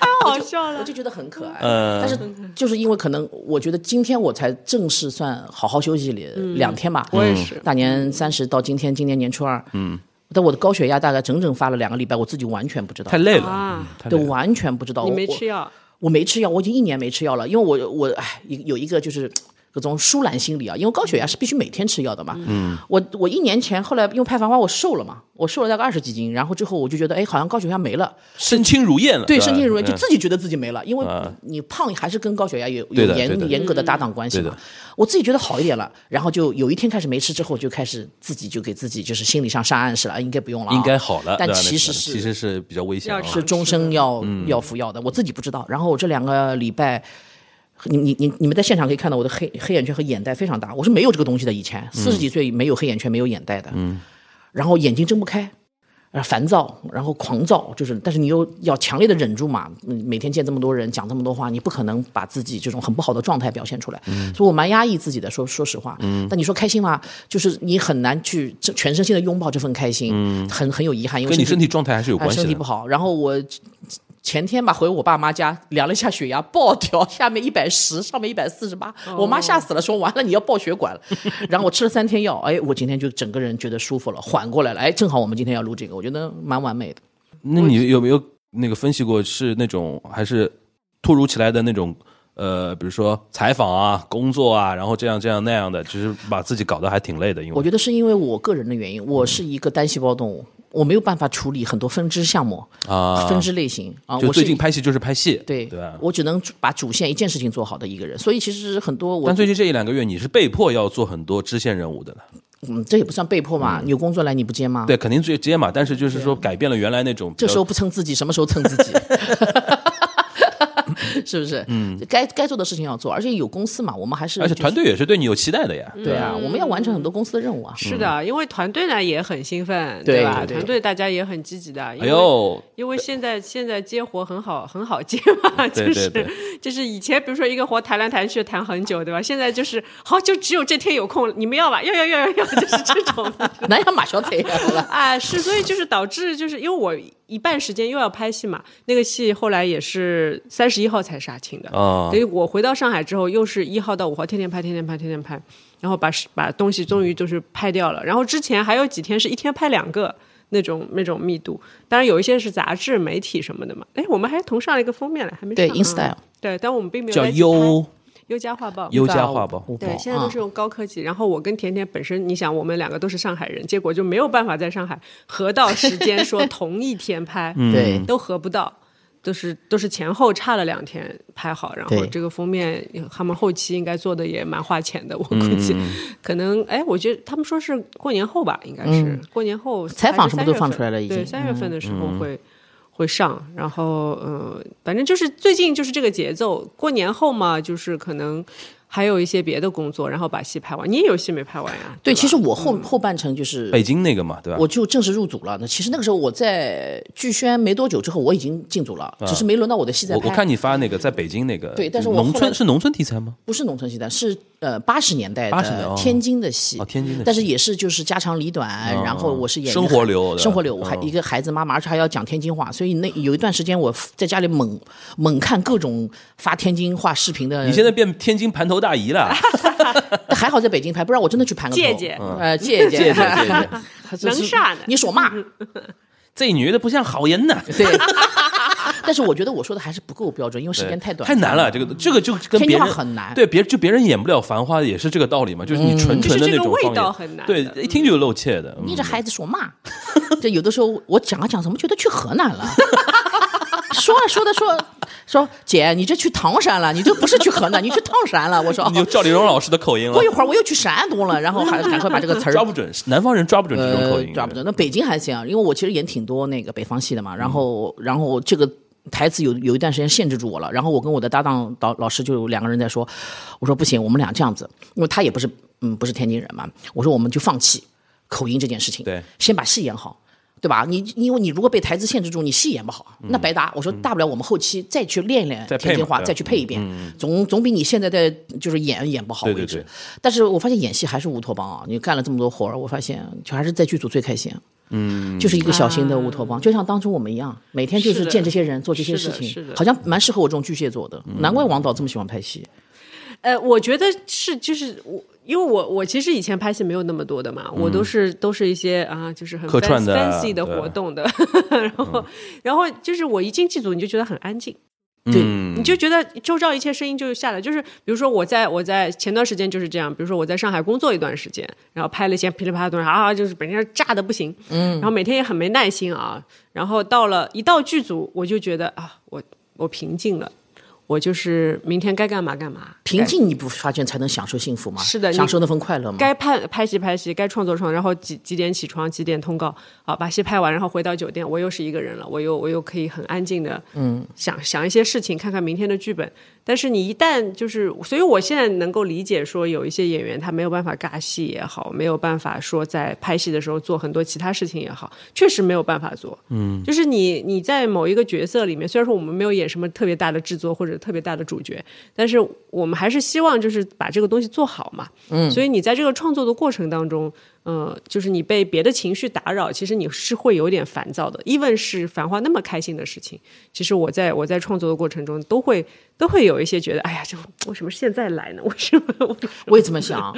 D: 太好笑
B: 我
D: 了。
B: 就觉得很可爱，
C: 嗯
B: 但是就是因为可能我觉得今天我才正式算好好休息了两天吧，
D: 嗯我也
C: 嗯
D: 是，
B: 大年三十到今天，今年年初二，嗯，但我的高血压大概整整发了两个礼拜，我自己完全不知道
C: 太，累了，
D: 啊
C: 嗯太
B: 对，
C: 累了。
B: 完全不知道，
D: 你
B: 我
C: 嗯
D: 没
B: 我
D: 吃药，
B: 我没吃药，我已经一年没吃药了，因为我我哎有有一个就是。各种疏懒心理啊，因为高血压是必须每天吃药的嘛。嗯，我我一年前后来因为拍《繁花》，我瘦了嘛，我瘦了大概二十几斤，然后之后我就觉得，哎，好像高血压没了，
C: 身轻如燕了，
B: 对，
C: 吧
B: 身轻如燕，就
C: 嗯
B: 自己觉得自己没了，因为
C: 啊
B: 你胖还是跟高血压有
C: 对
B: 有
C: 的对的
B: 严严格的搭档关系
C: 对
B: 嘛
C: 的。
B: 我自己觉得好一点了，然后就有一天开始没吃之后，就开始自己就给自己就是心理上上暗示了，啊应该不用了啊，
C: 应该好了，
B: 但
C: 对吧
B: 其
C: 那是
B: 实是
C: 其实是比较危险啊
D: 要，吃
B: 是终身要要服药的，我自己不知道。然后我这两个礼拜。你你你你们在现场可以看到我的黑黑眼圈和眼袋非常大，我是没有这个东西的。以前四十几岁没有黑眼圈，没有眼袋的。嗯，然后眼睛睁不开，呃烦躁，然后狂躁，就是，但是你又要强烈的忍住嘛。嗯每天见这么多人，讲这么多话，你不可能把自己这种很不好的状态表现出来，所以我蛮压抑自己的。说说实话，但你说开心吗？就是你很难去这全身心的拥抱这份开心，很很有遗憾，因为
C: 跟你
B: 甚至
C: 身体状态还是有
B: 哎，
C: 关系
D: 啊
B: 身体
C: 的
B: 不。好。然后我前天吧回我爸妈家量了一下血压，爆掉，下面一百十，上面一百四十八，我妈吓死了，说完了你要爆血管了。 然后我吃了三天药，哎，我今天就整个人觉得舒服了，缓过来了。哎，正好我们今天要录这个，我觉得蛮完美的。
C: 那你有没有那个分析过是那种还是突如其来的那种呃，比如说采访啊、工作啊，然后这样这样那样的，就是把自己搞得还挺累的，因
B: 我
C: 为
B: 觉得是因为我个人的原因，我是一个单细胞动物。我没有办法处理很多分支项目、
C: 啊，
B: 分支类型啊，
C: 就
B: 我是
C: 最近拍戏就是拍戏，
B: 对
C: 对吧？
B: 我只能把主线一件事情做好的一个人，所以其实很多我
C: 但最近这一两个月，你是被迫要做很多支线任务的了，
B: 嗯，这也不算被迫嘛，
C: 嗯
B: 有工作来你不接吗？
C: 对，肯定最接嘛，但是就是说改变了原来那种比较。
B: 啊这时候不蹭自己，什么时候蹭自 己？是不是？嗯，该该做的事情要做，而且有公司嘛，我们还是
C: 而且
B: 就是
C: 团队也是对你有期待的呀。
B: 对
D: 嗯
B: 啊，我们要完成很多公司的任务啊。
D: 是的，
C: 嗯
D: 因为团队呢也很兴奋，
B: 对
D: 吧？
B: 对对
D: 团队大家也很积极的，因
C: 哎
D: 为、
C: 呦，
D: 因为现在现在接活很好很好接嘛，
C: 对
D: 就
C: 对
D: 是
C: 对
D: 就是以前比如说一个活谈来谈去谈很久，对吧？现在就是好，就只有这天有空，你们要吧？要要要要要，就是这种。
B: 南阳马小贼啊
D: 啊，是，所以就是导致就是因为我一半时间又要拍戏嘛，那个戏后来也是三十一号才杀青的，
C: 啊
D: 所以我回到上海之后，又是一号到五号天天拍，天天拍，天天拍，然后把是把东西终于就是拍掉了。然后之前还有几天是一天拍两个那种那种密度，当然有一些是杂志、媒体什么的嘛。哎，我们还同上了一个封面了，还没
B: 对
D: 上啊
B: ，InStyle
D: 对，但我们并没有
C: 叫
D: 在一起
C: 优
D: 拍优家画报。
C: 优家画报，
D: 对，现在都是用高科技。然后我跟甜甜本身，你想我们两个都是上海人，结果就没有办法在上海合到时间，说同一天拍，
B: 啊对
C: 嗯
D: 都合不到，都是都是前后差了两天拍好。然后
B: 对
D: 这个封面他们后期应该做的也蛮花钱的，我估计、
B: 嗯
D: 可能哎，我觉得他们说是过年后吧，应该是、过年后
B: 嗯采访什么都
D: 还是
B: 放
D: 三月份
B: 出来了已
D: 对，
B: 经嗯
D: 三月份的时候会。会上，然后呃，反正就是最近就是这个节奏，过年后嘛，就是可能还有一些别的工作，然后把戏拍完。你也有戏没拍完呀？
B: 对，
D: 吧
B: 其实我
D: 嗯
B: 后后半程就是
C: 北京那个嘛，对吧？
B: 我就正式入组了。那其实那个时候我在剧宣没多久之后，我已经进组了，只是没轮到我的戏在
C: 啊我
B: 拍。
C: 我看你发那个在北京那个，
B: 对但是我
C: 农
B: 后
C: 村
B: 来
C: 是农村题材吗？
B: 不是农村戏的，是呃八十年代
C: 80年代哦
B: 的天津的戏
C: 哦，天津的戏哦
B: 但是也是就是家长里短，然后我是演一个
C: 生活流的
B: 生活流，我还
C: 嗯
B: 一个孩子妈妈，而且还要讲天津话，所以那有一段时间我在家里猛猛看各种发天津话视频的。
C: 你现在变天津盘头大姨
B: 嗯
C: 了，
B: 还好在北京拍，不然我真的去盘个头
D: 借鉴
B: 呃 借
C: 借
B: 鉴
C: 鉴借鉴，
B: 就是
D: 能啥呢
B: 你说嘛？
C: 这女的不像好人呐。
B: 对。 但是我觉得我说的还是不够标准，因为时间太短，
C: 太难了，这个这个就跟别
B: 天津
C: 人
B: 话很难嗯
C: 对别就别人演不了《繁花》也是这个道理嘛，就是你纯纯的那种
D: 就是这个味
C: 方言
D: 道很难
C: 对，
D: 的
C: 一听就露怯的。嗯
B: 你这孩子说嘛？这有的时候我讲啊讲，怎么觉得去河南了？ 说啊说的说说姐，你这去唐山了，你这不是去河南，你去 唐山了。我说，
C: 你有
B: 哦
C: 赵丽蓉老师的口音了
B: 过一，会儿我又去山东了，然后还赶快把这个词
C: 抓
B: 儿
C: 不准，南方人抓嗯不准这种口
B: 呃
C: 音，
B: 抓不准。那北京还行，啊因为我其实演挺多那个北方戏的嘛，然后然后这个。台词有有一段时间限制住我了，然后我跟我的搭档导老师就两个人在说，我说不行，我们俩这样子，因为他也不是嗯不是天津人嘛，我说我们就放弃口音这件事情，
C: 对
B: 先把戏演好，对吧？你因为你如果被台词限制住，你戏演不好，那白搭。我说大不了我们后期再去练一练
C: 嗯再配
B: 天津
C: 嘛
B: 话，
C: 对
B: 再去配一遍，总总比你现在在就是演演不好
C: 嗯对
B: 为
C: 对
B: 止。
C: 对
B: 但是我发现演戏还是乌托邦啊！你干了这么多活儿，我发现就还是在剧组最开心。嗯，就是一个小型的乌托邦，就像当初我们一样，每天就是是
D: 啊的
B: 见这些人，做这些
D: 是
B: 事
D: 的
B: 情
D: 是的，
B: 好像蛮适合我这种巨蟹座的。
C: 嗯
B: 难怪王导这么喜欢拍戏。
D: 呃，我觉得是，就是我，因为我我其实以前拍戏没有那么多的嘛，我都是都是一些啊，就是
C: 嗯
D: 很
C: 客串
D: fancy-
C: 的
D: fancy 的
C: 对嗯
D: 活动 的，然后、然后就是我一进剧组，你就觉得很安静。
B: 对
C: 嗯
D: 你就觉得周遭一切声音就下来，就是比如说我在我在前段时间就是这样，比如说我在上海工作一段时间，然后拍了一些噼里啪啦的东西啊，就是本身炸的不行，嗯，然后每天也很没耐心啊，然后到了一到剧组，我就觉得啊，我我平静了，我就是明天该干嘛干嘛，
B: 平静，你不发现才能享受幸福吗？
D: 哎是的你
B: 享受那份快乐吗？
D: 该拍拍戏拍戏，该创作创作，然后几几点起床，几点通告，好把戏拍完，然后回到酒店，我又是一个人了，我又我又可以很安静的，嗯，想想一些事情，看看明天的剧本。但是你一旦就是，所以我现在能够理解说，有一些演员他没有办法尬戏也好，没有办法说在拍戏的时候做很多其他事情也好，确实没有办法做。嗯，就是你你在某一个角色里面，虽然说我们没有演什么特别大的制作或者特别大的主角，但是我们还是希望就是把这个东西做好嘛。嗯，所以你在这个创作的过程当中，呃，就是你被别的情绪打扰，其实你是会有点烦躁的。even 是繁花那么开心的事情，其实我在我在创作的过程中都会都会有一些觉得，哎呀，这为什么现在来呢？为什么？
B: 我也这么想，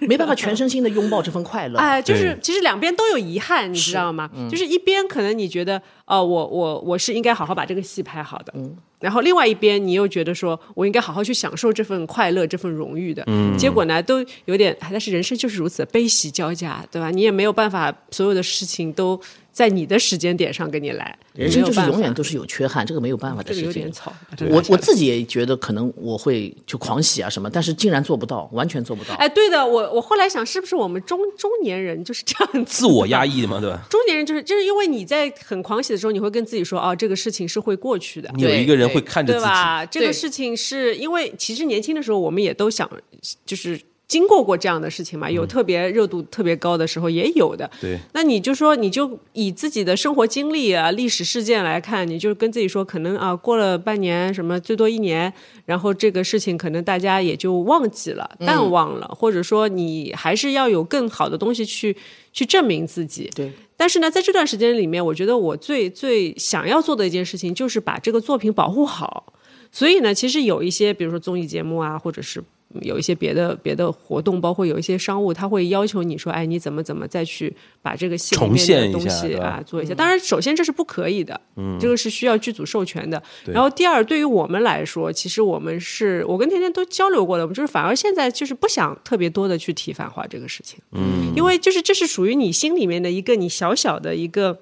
B: 没办法全身心的拥抱这份快乐。
D: 哎，就
C: 对
D: 是其实两边都有遗憾，你
B: 嗯嗯
D: 知道吗？就是一边可能你觉得，哦、我我我是应该好好把这个戏拍好的，然后另外一边你又觉得说我应该好好去享受这份快乐、这份荣誉的，嗯，结果呢都有点，哎但是人生就是如此，悲喜交加，对吧？你也没有办法所有的事情都在你的时间点上给你来，
B: 人生
D: 没有
B: 就是
D: 办法
B: 永远都是有缺憾，这个没有办法的
D: 这个
B: 事
D: 有
B: 情
D: 点。草。
B: 我我自己也觉得可能我会就狂喜啊什么，但是竟然做不到，完全做不到。
D: 哎，对的，我我后来想，是不是我们中中年人就是这样子？
C: 自我压抑嘛，对吧？
D: 中年人就是就是因为你在很狂喜的时候，你会跟自己说，哦，这个事情是会过去的，
C: 你有一个人会看着
D: 对
C: 自己，
D: 吧？这个
B: 对
D: 事情是因为其实年轻的时候，我们也都想就是。经过过这样的事情嘛，有特别热度特别高的时候也有的。
C: 嗯对，
D: 那你就说，你就以自己的生活经历啊、历史事件来看，你就跟自己说，可能啊，过了半年，什么最多一年，然后这个事情可能大家也就忘记了、
C: 嗯
D: 淡忘了，或者说你还是要有更好的东西去去证明自己。
B: 对，
D: 但是呢，在这段时间里面，我觉得我最最想要做的一件事情，就是把这个作品保护好。所以呢，其实有一些，比如说综艺节目啊，或者是嗯有一些别的别的活动，包括有一些商务，他会要求你说，哎，你怎么怎么再去把这个戏里
C: 重现
D: 面的
C: 一下
D: 东西
C: 对吧
D: 啊做一下。当然，首先这是不可以的，嗯，这个是需要剧组授权的。然后第二，对于我们来说，其实我们是我跟甜甜都交流过了，我们就是反而现在就是不想特别多的去提反华这个事情，嗯，因为就是这是属于你心里面的一个你小小的一个。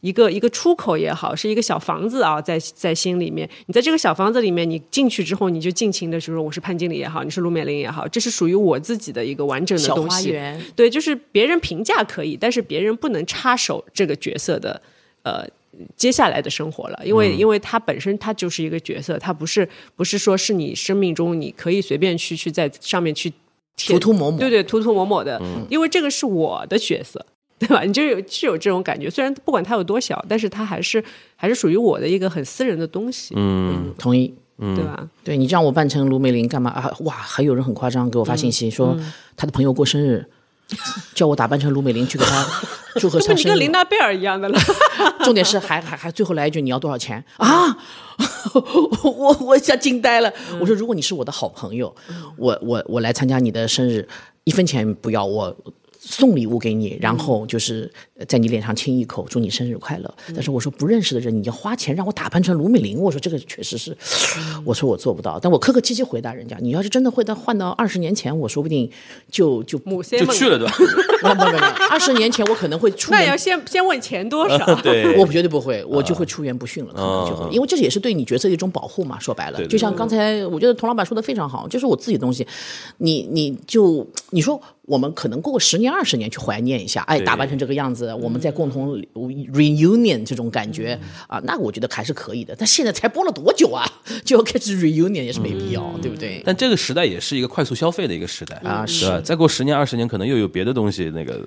D: 一个一个出口也好，是一个小房子啊，在在心里面，你在这个小房子里面，你进去之后，你就尽情的去说我是潘经理也好，你是陆美玲也好，这是属于我自己的一个完整的
B: 小
D: 东
B: 花
D: 西。
B: 园，
D: 对，就是别人评价可以，但是别人不能插手这个角色的呃接下来的生活了，因为、
B: 嗯
D: 因为他本身他就是一个角色，他不是不是说是你生命中你可以随便去去在上面去
B: 涂涂抹抹，
D: 对对，涂涂抹抹的，
C: 嗯
D: 因为这个是我的角色，对吧？你就有是有这种感觉，虽然不管它有多小，但是它还是还是属于我的一个很私人的东西，
C: 嗯，
B: 同意。
D: 对吧？
B: 对你让我扮成卢美玲干嘛啊？哇，还有人很夸张，给我发信
D: 嗯
B: 息说他的朋友过生日，叫我打扮成卢美玲去给他祝 贺
D: 这
B: 他
D: 不你
B: 生
D: 跟
B: 日
D: 琳。达贝尔一样的 了，
B: 重点是还还还最后来一句你要多少钱啊？我我一下惊呆了。我说如果你是我的好朋友，
D: 嗯
B: 我我我来参加你的生日，一分钱不要我。送礼物给你，
D: 嗯
B: 然后就是在你脸上亲一口，祝你生日快乐。
D: 嗯
B: 但是我说不认识的人，你要花钱让我打扮成卢美玲，我说这个确实是，
D: 嗯
B: 我说我做不到。但我客客气气回答人家，你要是真的会到换到二十年前，我说不定就就不
D: 母
C: 就
D: 先问
C: 去了，对吧？
B: 不不不，二十年前我可能会出
D: 那
B: 门
D: 也要先先问钱多少。
C: 对，啊
B: 我绝对不会，我就会出言不逊了，可能就
C: 嗯嗯
B: 会，因为这也是对你角色的一种保护嘛。说白了，
C: 对对
B: 就像刚才我觉得童老板说的非常好，就是我自己的东西，你你就你说我们可能过个十年二十年去怀念一下，哎，
C: 对嗯
B: 打扮成这个样子，我们再共同 reunion 这种感觉啊，那我觉得还是可以的。但现在才播了多久啊， 就要开始 reunion 也是没必要，对不对？
C: 嗯但这个时代也是一个快速消费的一个时代
B: 啊是
C: 对吧？再过十年二十年，可能又有别的东西那个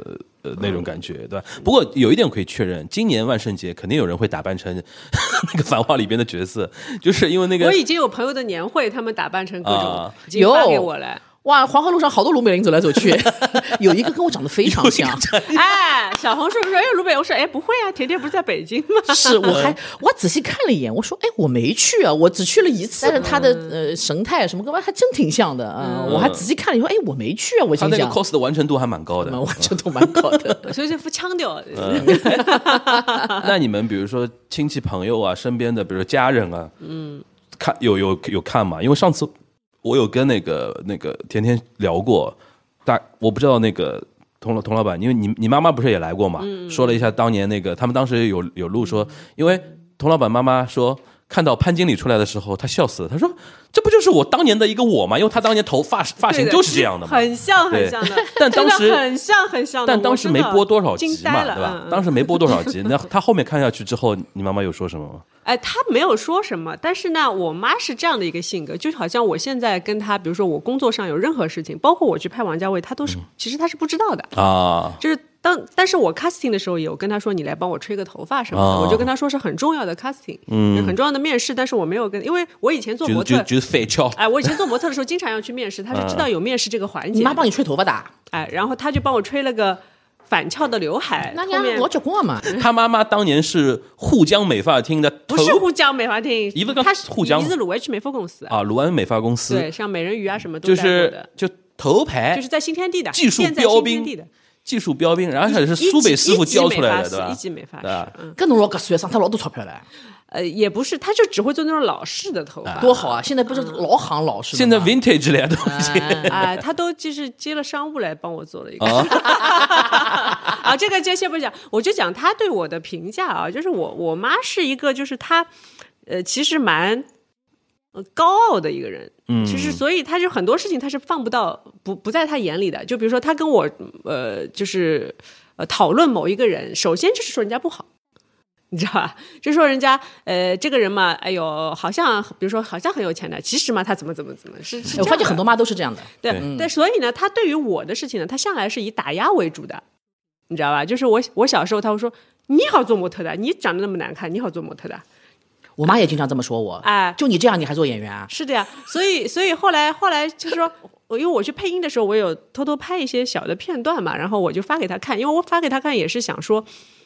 C: 呃那种感觉，对吧？不过有一点可以确认，今年万圣节肯定有人会打扮成 那个《繁花》里边的角色，就是因为那个
D: 我已经有朋友的年会，他们打扮成各种
C: 啊，
D: 已经发
B: 有
D: 给我了。
B: 哇，黄河路上好多卢美玲走来走去， 有一个跟我长得非常像，
D: 哎，小红书说，哎，卢北，我说，哎，不会啊，甜甜不是在北京 吗？
B: 是，我还我仔细看了一眼，我说，哎，我没去啊，我只去了一次。但是他的呃神态什么各方面还真挺像的啊，我还仔细看了一眼，说，哎，我没去啊，我
C: 他那
B: 心
C: 个
B: 想，
C: cos 的完成度还蛮高的。
B: 我这都蛮搞的。
D: 所以这副腔调，
C: 嗯 那你们比如说亲戚朋友啊，身边的比如说家人啊，嗯，看有有有看嘛？因为上次我有跟那个那个甜甜聊过，大我不知道那个童老童老板，因为你你妈妈不是也来过嘛，
D: 嗯
C: 说了一下当年那个他们当时有有录说，因为童老板妈妈说。看到潘经理出来的时候，她笑死了。她说：“这不就是我当年的一个我吗？因为她当年头发发
D: 对
C: 型
D: 的
C: 就是这样的嘛。”
D: 很像
C: 对
D: 很像的。
C: 但
D: 真的
C: 当时
D: 很像很像的，
C: 但当
D: 我
C: 时
D: 真
C: 没
D: 的
C: 播多少集
D: 惊呆
C: 嘛，
D: 了
C: 对吧
D: 嗯？嗯
C: 当时没播多少集，那他后面看下去之后，你妈妈有说什么吗？
D: 哎，他没有说什么，但是呢，我妈是这样的一个性格，就好像我现在跟她，比如说我工作上有任何事情，包括我去拍王家卫，她都
C: 嗯
D: 是、其实她是不知道的，
C: 啊，
D: 就是当但是我 casting 的时候有跟她说你来帮我吹个头发什么的，
C: 哦
D: 我就跟她说是很重要的 casting，嗯，很重要的面试，但是我没有跟，因为我以前做
C: 就
D: 模
C: 是就
D: 特
C: 是。就是废翘，
D: 哎，我以前做模特的时候，经常要去面试，她
C: 啊
D: 是知道有面试这个环节的。
B: 你妈帮你吹头发的啊，
D: 哎，然后她就帮我吹了个反翘的刘海，
B: 那
D: 后面
B: 你老结棍啊嘛。
C: 他妈妈当年是沪江美发厅的头
D: 不是沪江美发厅，
C: 一个跟
D: 它是
C: 沪江
D: 一是鲁威去美肤公司，
C: 啊，卢安美发公司
D: 对，像美人鱼啊什么都
C: 就
D: 带过
C: 是
D: 的，
C: 就头牌
D: 就是在新天地的
C: 技术
D: 现在
C: 标
D: 新
C: 兵
D: 天地的，
C: 技术标兵，然后还是
D: 一
C: 苏北师傅
D: 一级
C: 教出来的，
D: 美发师
C: 对吧？
D: 一级美发师
C: 对啊吧
D: 嗯
B: 搿侬老搿岁数上脱老多钞票唻，
D: 呃，也不是，他就只会做那种老式的头发
C: 哎
B: 多好啊！现在不是老行老
D: 嗯
B: 式了
C: 现在
B: 吗哎
C: vintage 了呀，都已经。
D: 啊，他都就是接了商务来帮我做了一个。
C: 啊，
D: 啊，这个这先不讲，我就讲他对我的评价啊，就是我我妈是一个，就是她，呃，其实蛮。呃，高傲的一个人，嗯，其实所以她就很多事情她是放不到不不在她眼里的。就比如说她跟我呃，就是呃讨论某一个人，首先就是说人家不好， 你知道吧？就说人家呃这个人嘛，哎呦，好像比如说好像很有钱的，其实嘛他怎么怎么怎么是是
B: 哎我
D: 这样
B: 发现
D: 的
B: 很多妈都是这样的，
D: 对，
C: 对
D: 但所以呢，他对于我的事情呢，他向来是以打压为主的，你知道吧？就是我我小时候，他会说你好做模特的，你长得那么难看，你好做模特的，
B: 我妈也经常这么说我。
D: 哎
B: 就你这样，你还做演员啊？
D: 是的呀。所以所以后来后来就是说。 我因为我去配音的时候，我有偷偷拍一些小的片段嘛，然后我就发给他看，因为我发给他看也是想说，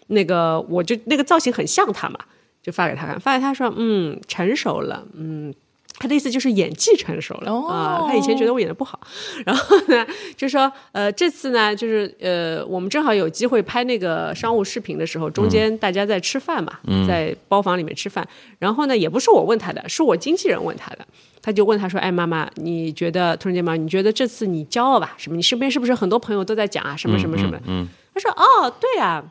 D: 那个我就那个造型很像他嘛，就发给他看，发给他说，嗯，成熟了，嗯，他的意思就是演技成熟了、啊，他以前觉得我演的不好，然后呢，就说呃，这次呢，就是呃，我们正好有机会拍那个商务视频的时候，中间大家在吃饭嘛，在包房里面吃饭。然后呢，也不是我问他的，是我经纪人问他的。他就问他说：“哎，妈妈，你觉得突然间妈，你觉得这次你骄傲吧？什么？你身边是不是很多朋友都在讲啊？
C: 嗯
D: 什么什么什么？”他说：“哦，对啊，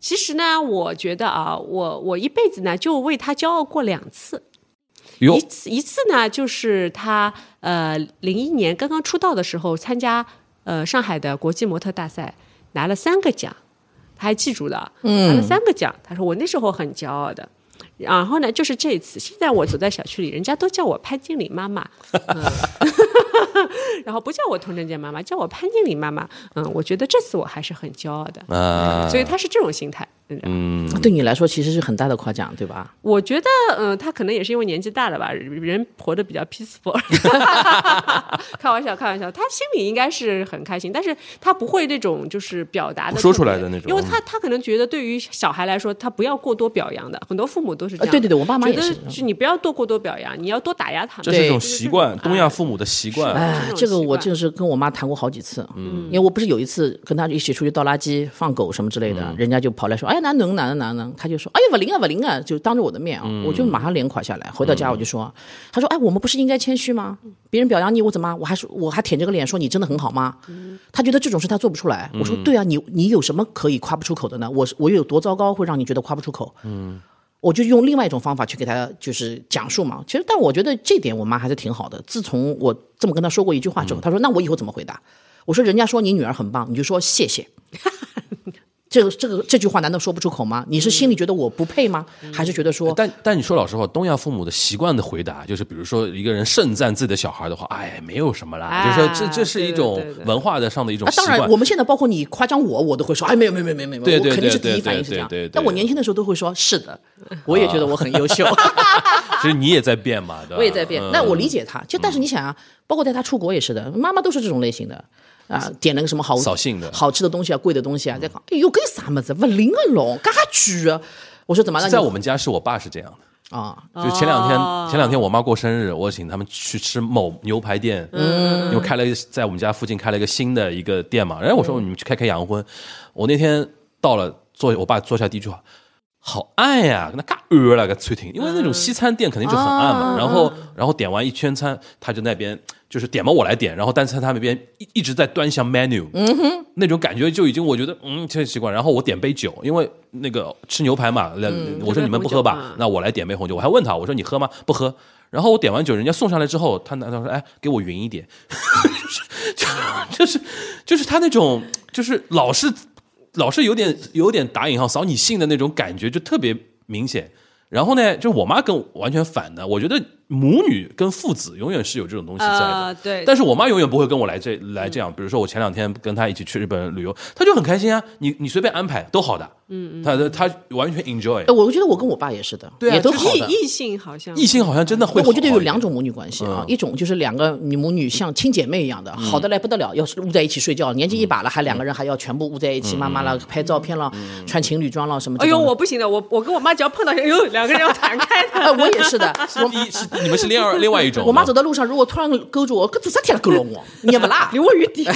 D: 其实呢，我觉得啊，我我一辈子呢就为他骄傲过两次。”
C: 哟
D: 一，次一次呢，就是他呃零一年刚刚出道的时候，参加呃上海的国际模特大赛，拿了三个奖，他还记住了，拿了三个奖。他说我那时候很骄傲的。然后呢，就是这一次，现在我走在小区里，人家都叫我潘经理妈妈，嗯、 然后不叫我童真健妈妈，叫我潘经理妈妈。嗯，我觉得这次我还是很骄傲的，
C: 啊，
D: 所以他是这种心态。嗯，
B: 对你来说其实是很大的夸奖，对吧？
D: 我觉得，嗯、他可能也是因为年纪大了吧，人活得比较 peaceful。开玩笑，开玩笑，他心里应该是很开心，但是他不会那种就是表达的
C: 说出来的那种嗯
D: 因为他他可能觉得对于小孩来说，他不要过多表扬的，很多父母都是这
B: 呃
D: 样。
B: 对对对我爸妈
D: 觉
B: 也是
D: 得就你不要多过多表扬，你要多打压他们。
C: 这是一种
D: 就是啊
C: 习惯，
D: 种
C: 东亚父母的习惯。
B: 哎，
D: 这
B: 这
D: 种
B: 个
D: 习
B: 我
D: 惯
B: 就是跟我妈谈过好几次，嗯，因为我不是有一次跟她一起出去倒垃圾、放狗什么之类的，人家就跑来说，哎呀，哪能哪能哪能，她就说，哎呀，不灵啊不灵啊，就当着我的面啊，我就马上脸垮下来。回到家我就说，她说，哎，我们不是应该谦虚吗？别人表扬你，我怎么我还说我还舔着个脸说你真的很好吗？
D: 嗯
B: 她觉得这种事她做不出来。我说，对啊，你你有什么可以夸不出口的呢？我是我有多糟糕会让你觉得夸不出口？我就用另外一种方法去给他就是讲述嘛。其实，但我觉得这点我妈还是挺好的。自从我这么跟她说过一句话
C: 嗯
B: 之后，她说：“那我以后怎么回答？”我说：“人家说你女儿很棒，你就说谢 谢。”这个这个这句话难道说不出口吗？你是心里觉得我不配吗？还是觉得说
C: 嗯哎但但你说老实话，东亚父母的习惯的回答就是，比如说一个人盛赞自己的小孩的话，哎，没有什么啦，
D: 哎
C: 就是说这这是一种
D: 对对对对
C: 文化的上的一种
B: 啊，
C: 习
B: 当
C: 惯。
B: 然，我们现在包括你夸奖我，我都会说，哎，没有没有没有没有没有，
C: 对对
B: 我肯定是
C: 对
B: 第一
C: 对
B: 反应是
C: 对
B: 这样
C: 对对。啊
B: 但我年轻的时候都会说，是的，我也觉得我很优秀。
C: 其实你也在变嘛，对吧？
B: 我也在变。那我理
C: 解。
B: 解他，就但是你想啊，包括带他出国也是的，妈妈都是这种类型的。啊，点了个什么好
C: 扫兴的嗯
B: 好吃的东西啊，贵的东西啊，在讲，哎呦，搿啥么子，不灵个龙，噶贵啊！我说怎么了？
C: 在
B: 你
C: 我们家是我爸是这样的。
B: 啊，
C: 就前两天，
D: 哦
C: 前两天我妈过生日，我请他们去吃某牛排店，嗯，因为开了一个在我们家附近开了一个新的一个店嘛。然后我
B: 嗯
C: 说你们去开开洋荤，我那天到了坐，我爸坐下第一句话，好暗呀，那嘎呃了个餐厅，因为那种西餐店肯定就很暗嘛。然后然后点完一圈餐，他就那边就是点嘛我来点，然后单餐他那边一一直在端详 menu，那种感觉就已经我觉得嗯，这习惯。然后我点杯酒，因为那个吃牛排嘛，那我说你嗯们不喝
D: 红酒
C: 吧
D: 啊，
C: 那我来点杯红酒。我还问他，我说你喝吗？不喝。然后我点完酒，人家送上来之后，他拿他说哎，给我匀一点，就是就是就是他那种就是老是老是有点有点打引号扫你兴的那种感觉，就特别明显。然后呢，就我妈跟我完全反的，我觉得母女跟父子永远是有这种东西在的。
D: 啊对
C: 但是我妈永远不会跟我来这来
B: 嗯
C: 这样。比如说我前两天跟她一起去日本旅游，她就很开心啊，你你随便安排都好的，嗯嗯，她她完全 enjoy
B: 哎。我觉得我跟我爸也是的，
C: 对啊
B: 也都
C: 就
B: 好的。
D: 异异性好像
C: 异性好像嗯真的会，
B: 我觉得有两。种母女关系啊，一种就是两个女母女像亲姐妹一样
C: 嗯
B: 的，好的来不得了，要是捂在一起睡觉，年纪一把了，还两个人还要全部捂在一
C: 嗯
B: 起，妈妈了拍照片了，穿情侣装了什么这
D: 哎呦，
B: 种 的。
D: 我不行的，我我跟我妈只要碰到，哎呦，两个人要弹开的。
B: 哎，我也是的，
C: 是第一是第你们是另外另外一种吗。
B: 我妈走到路上，如果突然勾住我，搿做啥体了勾了我，你也不拉，
D: 离我远点。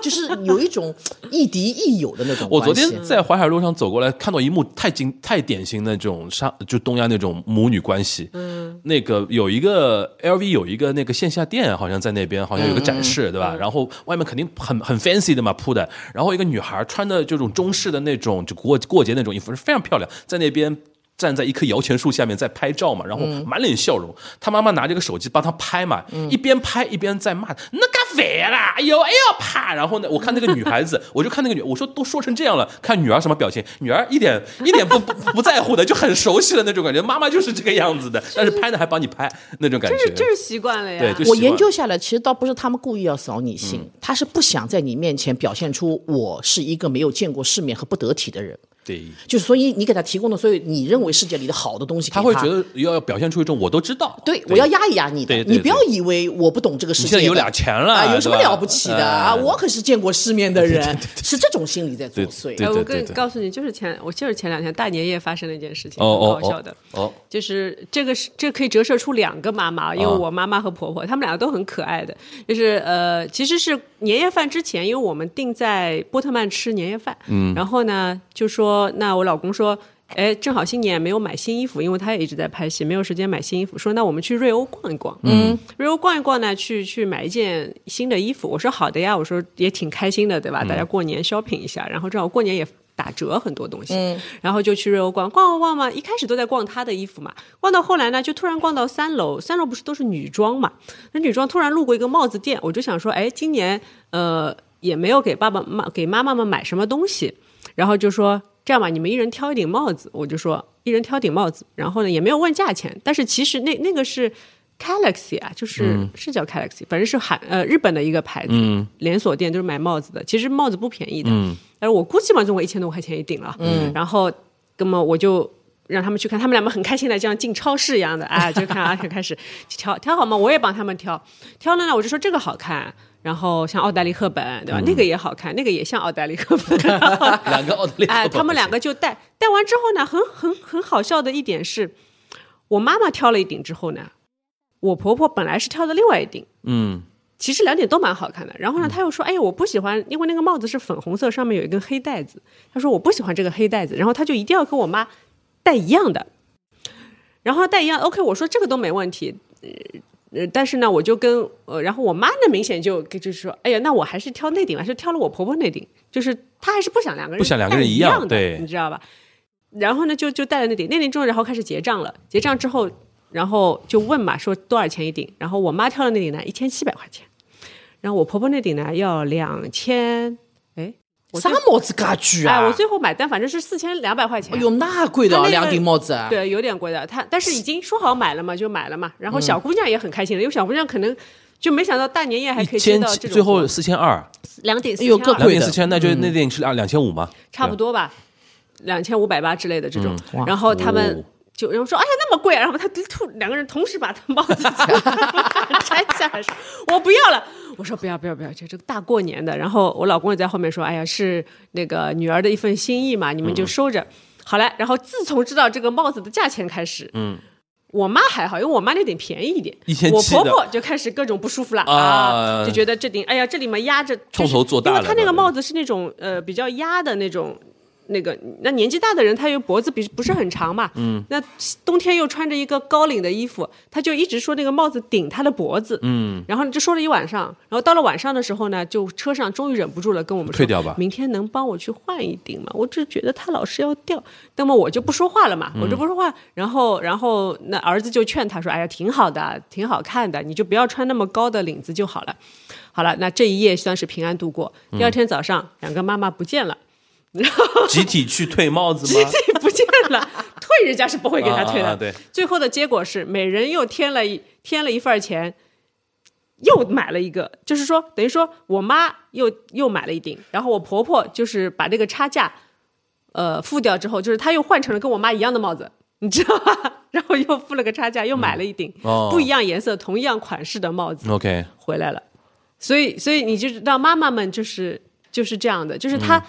B: 就是有一种亦敌亦友的那种关系。
C: 我昨天在淮海路上走过来，看到一幕太经太典型的这种上就东亚那种母女关系。嗯，那个有一个 LV 有一个那个线下店，好像在那边好像有个
B: 嗯
C: 展示，对吧？然后外面肯定很很 fancy 的嘛铺的，然后一个女孩穿的这种中式的那种就过过节那种衣服，非常漂亮，在那边。站在一棵摇钱树下面在拍照嘛，然后
D: 嗯
C: 满脸笑容。他妈妈拿这个手机帮他拍嘛，一边拍一边在骂：“那干肥啦，哎呦哎呦啪！”然后呢，我看那个女孩子， 我就看那个女，我说都说成这样了，看女儿什么表情？女儿一点一点不不不在乎的，就很熟悉的那种感觉。妈妈就是这个样子的，但是拍呢还帮你拍那种感
D: 就
C: 觉
D: 是。就是习惯了呀。
C: 对就嗯
B: 我研究下来，其实倒不是他们故意要扫你兴，他是不想在你面前表现出我是一个没有见过世面和不得体的人。
C: 对，
B: 就是所以你给他提供的，所有你认为世界里的好的东西给
C: 他
B: 他，
C: 会觉得要要表现出一种我都知道，
B: 对我要压一压你的
C: 对，对
B: 你不要以为我不懂这个世
C: 你
B: 界
C: 现
B: 的。
C: 在有俩钱了
B: 啊，有什么
C: 对吧
B: 了不起的啊？
C: 哎
B: 我可是见过世面的人，是这种心理在作
C: 对
B: 祟。
C: 对
D: 哎，
C: 对
D: 我
C: 对
D: 跟
C: 对。
D: 告诉你，就是前我就是前两天大年夜发生了一件事情，
C: 哦哦
D: 很搞笑
C: 哦
D: 的。
C: 哦，
D: 就是这个是这可以折射出两个妈妈，因为
C: 啊
D: 我妈妈和婆婆，她们两个都很可爱的。就是呃，其实是年夜饭之前，因为我们定在波特曼吃年夜饭，嗯，然后呢就说，那我老公说。哎，正好新年没有买新衣服，因为他也一直在拍戏，没有时间买新衣服。说那我们去瑞欧逛一逛，嗯，瑞欧逛一逛呢，去去买一件新的衣服。我说好的呀，我说也挺开心的，对
C: 嗯
D: 吧？大家过年 shopping 一下，然后正好过年也打折很多东西，然后就去瑞欧逛逛逛逛嘛，一开始都在逛她的衣服嘛，逛到后来呢，就突然逛到三楼，三楼不是都是女装嘛，那女装突然路过一个帽子店，我就想说，哎，今年呃也没有给爸爸妈给妈妈们买什么东西，然后就说这样吧，你们一人挑一顶帽子，我就说一人挑顶帽子，然后呢也没有问价钱，但是其实那那个是。Galaxy 啊，就是、是叫 Galaxy，反正是韩呃日本的一个牌子，连锁店都是买帽子的。其实帽子不便宜的，但是我估计嘛，中国一千多块钱一顶了。然后，那么我就让他们去看，他们两个很开心的，像进超市一样的 啊，就看啊，就开始挑挑好嘛，我也帮他们挑，挑了呢，我就说这个好看。然后像奥黛丽·赫本，对吧？那个也好看，那个也像嗯 奥黛丽·赫本。然后
C: 哦两个奥 地利
D: 哎，他们两
C: 个
D: 个就戴戴完之后呢，很很很好笑的一点是，我妈妈挑了一顶之后呢，我婆婆本来是挑的另外一顶，
C: 嗯
D: 其实两点都蛮好看的。然后呢，她又说：“哎呀，我不喜欢，因为那个帽子是粉红色，上面有一根黑带子。”她说：“我不喜欢这个黑带子。”然后她就一定要跟我妈戴一样的，然后戴一样。OK，我说这个都没问题。呃，呃但是呢，我就跟呃，然后我妈呢，明显就就是说：“哎呀，那我还是挑那顶吧，还是挑了我婆婆那顶。”就是她还是不想两个人
C: 不想两个人
D: 戴
C: 一
D: 一
C: 样
D: 的，
C: 对
D: 你知道吧？然后呢，就就戴了那顶，那顶之后，然后开始结账了。结账之后，然后就问嘛，说多少钱一顶？然后我妈挑的那顶呢，一千七百块钱，然后我婆婆那顶呢要两千，哎，我
B: 啥
D: 最
B: 帽子噶举啊？
D: 哎，我最后买单反正是四千两百块钱。
B: 哎呦，那贵的
D: 他那
B: 啊
D: 个
B: 两顶帽子啊！
D: 对，有点贵的，她但是已经说好买了嘛，就买了
B: 嗯
D: 嘛。然后小姑娘也很开心了，因为小姑娘可能就没想到大年夜还可
C: 一
D: 以接
C: 千
D: 到
C: 七，
D: 这种
C: 最后四千二，
D: 两顶四
B: 哎呦
D: 千
B: 各
D: 二，
C: 两
B: 贵
C: 点
B: 的嗯
C: 四千，那就那电影是啊两两千五吗？
D: 差不多吧，两千五百八之类的这种。
B: 哇
D: 然后他
C: 哦
D: 们就然后说：“哎呀，那么贵、啊！”然后他突两个人同时把他帽 子从摘下来说：“我不要了。”我说：“不要，不要，不要！这这个大过年的。”然后我老公也在后面说：“哎呀，是那个女儿的一份心意嘛，你们就收着。好嘞，然后自从知道这个帽子的价钱开始，嗯。我妈还好，因为我妈那顶便宜一点，
C: 1700
D: 我婆婆就开始各种不舒服了
C: 啊
D: 就觉得这顶，哎呀，这里面压着，
C: 冲头做大了
D: 因为她那个
C: 对吧
D: 帽子是那种呃比较压的那种，那个那年纪大的人，他又脖子比不是很长嘛，嗯，那冬天又穿着一个高领的衣服，他就一直说那个帽子顶他的脖子，嗯，然后就说了一晚上，然后到了晚上的时候呢，就车上终于忍不住了，跟我们说
C: 退掉吧
D: 明天能帮我去换一顶吗？我只觉得他老是要掉，那么我就不说话了嘛，我
C: 嗯
D: 就不说话，然后然后那儿子就劝他说，哎呀，挺好的，挺好看的，你就不要穿那么高的领子就好了。好了，那这一夜算是平安度过。第
C: 嗯
D: 二天早上，两个妈妈不见了。
C: 集体去退帽子 吗？
D: 这不见了， 退人家是不会给他退的。
C: 啊啊啊对
D: 最后的结果是每人又添了一添了一份钱，又买了一个，就是说等于说我妈又又买了一顶，然后我婆婆就是把这个差价呃付掉之后，就是她又换成了跟我妈一样的帽子，你知道吧？ 然后又付了个差价，又买了一顶、
C: 哦
D: 不一样颜色、同一样款式的帽子。
C: OK，
D: 回来了。所以，所以你就知道妈妈们就是就是这样的，就是她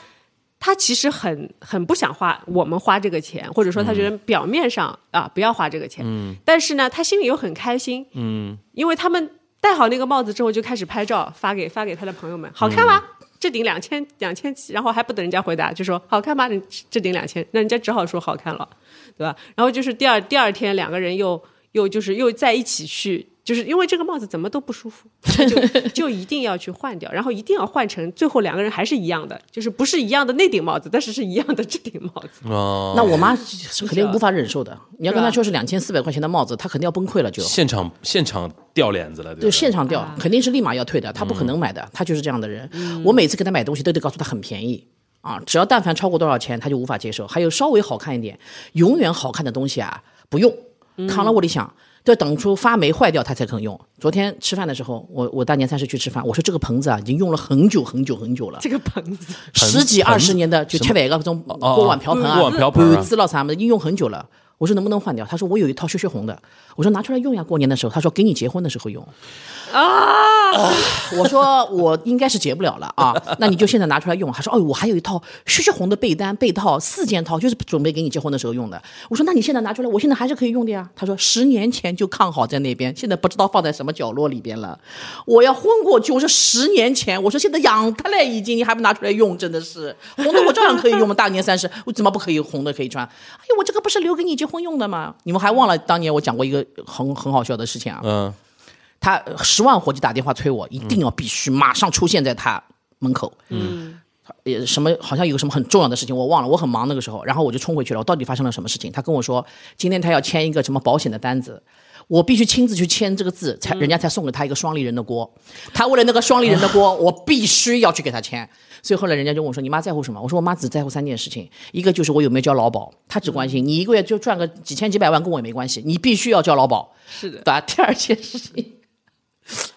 D: 他其实很很不想花我们花这个钱，或者说他觉得表面上、啊不要花这个钱，但是呢，他心里又很开心，嗯，因为他们戴好那个帽子之后就开始拍照发给发给他的朋友们，好看吗？这顶两千两千七，然后还不等人家回答，就说好看吗？你这顶两千，那人家只好说好看了，对吧？然后就是第二第二天两个人又又就是又在一起去，就是因为这个帽子怎么都不舒服，就就一定要去换掉，然后一定要换成最后两个人还是一样的，就是不是一样的那顶帽子，但是是一样的这顶帽子。
C: 哦，
B: 那我妈是啊肯定无法忍受的。你要跟她说是两千四百块钱的帽子，她肯定要崩溃了就。
C: 现场现场掉脸子了，对
B: 就
C: 吧？
B: 现场掉，肯定是立马要退的，他不可能买的，他就是这样的人。我每次给他买东西都得告诉他很便宜啊，只要但凡超过多少钱，他就无法接受。还有稍微好看一点，永远好看的东西啊，不用扛到我里想，都要等出发霉坏掉他才肯用。昨天吃饭的时候，我我大年三十去吃饭，我说这个盆子啊已经用了很久很久很久了，
D: 这个盆子，
B: 十几二十年的就吃饭一个种
C: 哦
B: 锅碗瓢盆啊，
C: 锅碗瓢盆啊
B: 盘子了啥么的，已经用很久了。我说能不能换掉？他说我有一套血血红的，我说拿出来用呀，过年的时候。他说给你结婚的时候用。 啊！我说我应该是结不了了啊， 那你就现在拿出来用。他说哦，我还有一套血血红的被单、被套四件套，就是准备给你结婚的时候用的。我说那你现在拿出来，我现在还是可以用的呀。他说十年前就看好在那边，现在不知道放在什么角落里边了。我要昏过去，我说十年前，我说现在养它了已经，你还不拿出来用，真的是红的我照样可以用嘛，大年三十 我怎么不可以红的可以穿？哎呦，我这个不是留给你结婚用的吗？你们还忘了当年我讲过一个很很好笑的事情啊，
C: 嗯，
B: 他呃十万火急打电话催我，一定要必须马上出现在他门口。嗯。也什么好像有什么很重要的事情，我忘了，我很忙那个时候，然后我就冲回去了。我到底发生了什么事情？他跟我说，今天他要签一个什么保险的单子，我必须亲自去签这个字，才人家才送给他一个双立人的锅。他为了那个双立人的锅，我必须要去给他签。所以后来人家就问我说：“你妈在乎什么？”我说：“我妈只在乎三件事情，一个就是我有没有交劳保，她只关心你一个月就赚个几千几百万，跟我也没关系，你必须要交劳保。”
D: 是的，
B: 把第二件事情，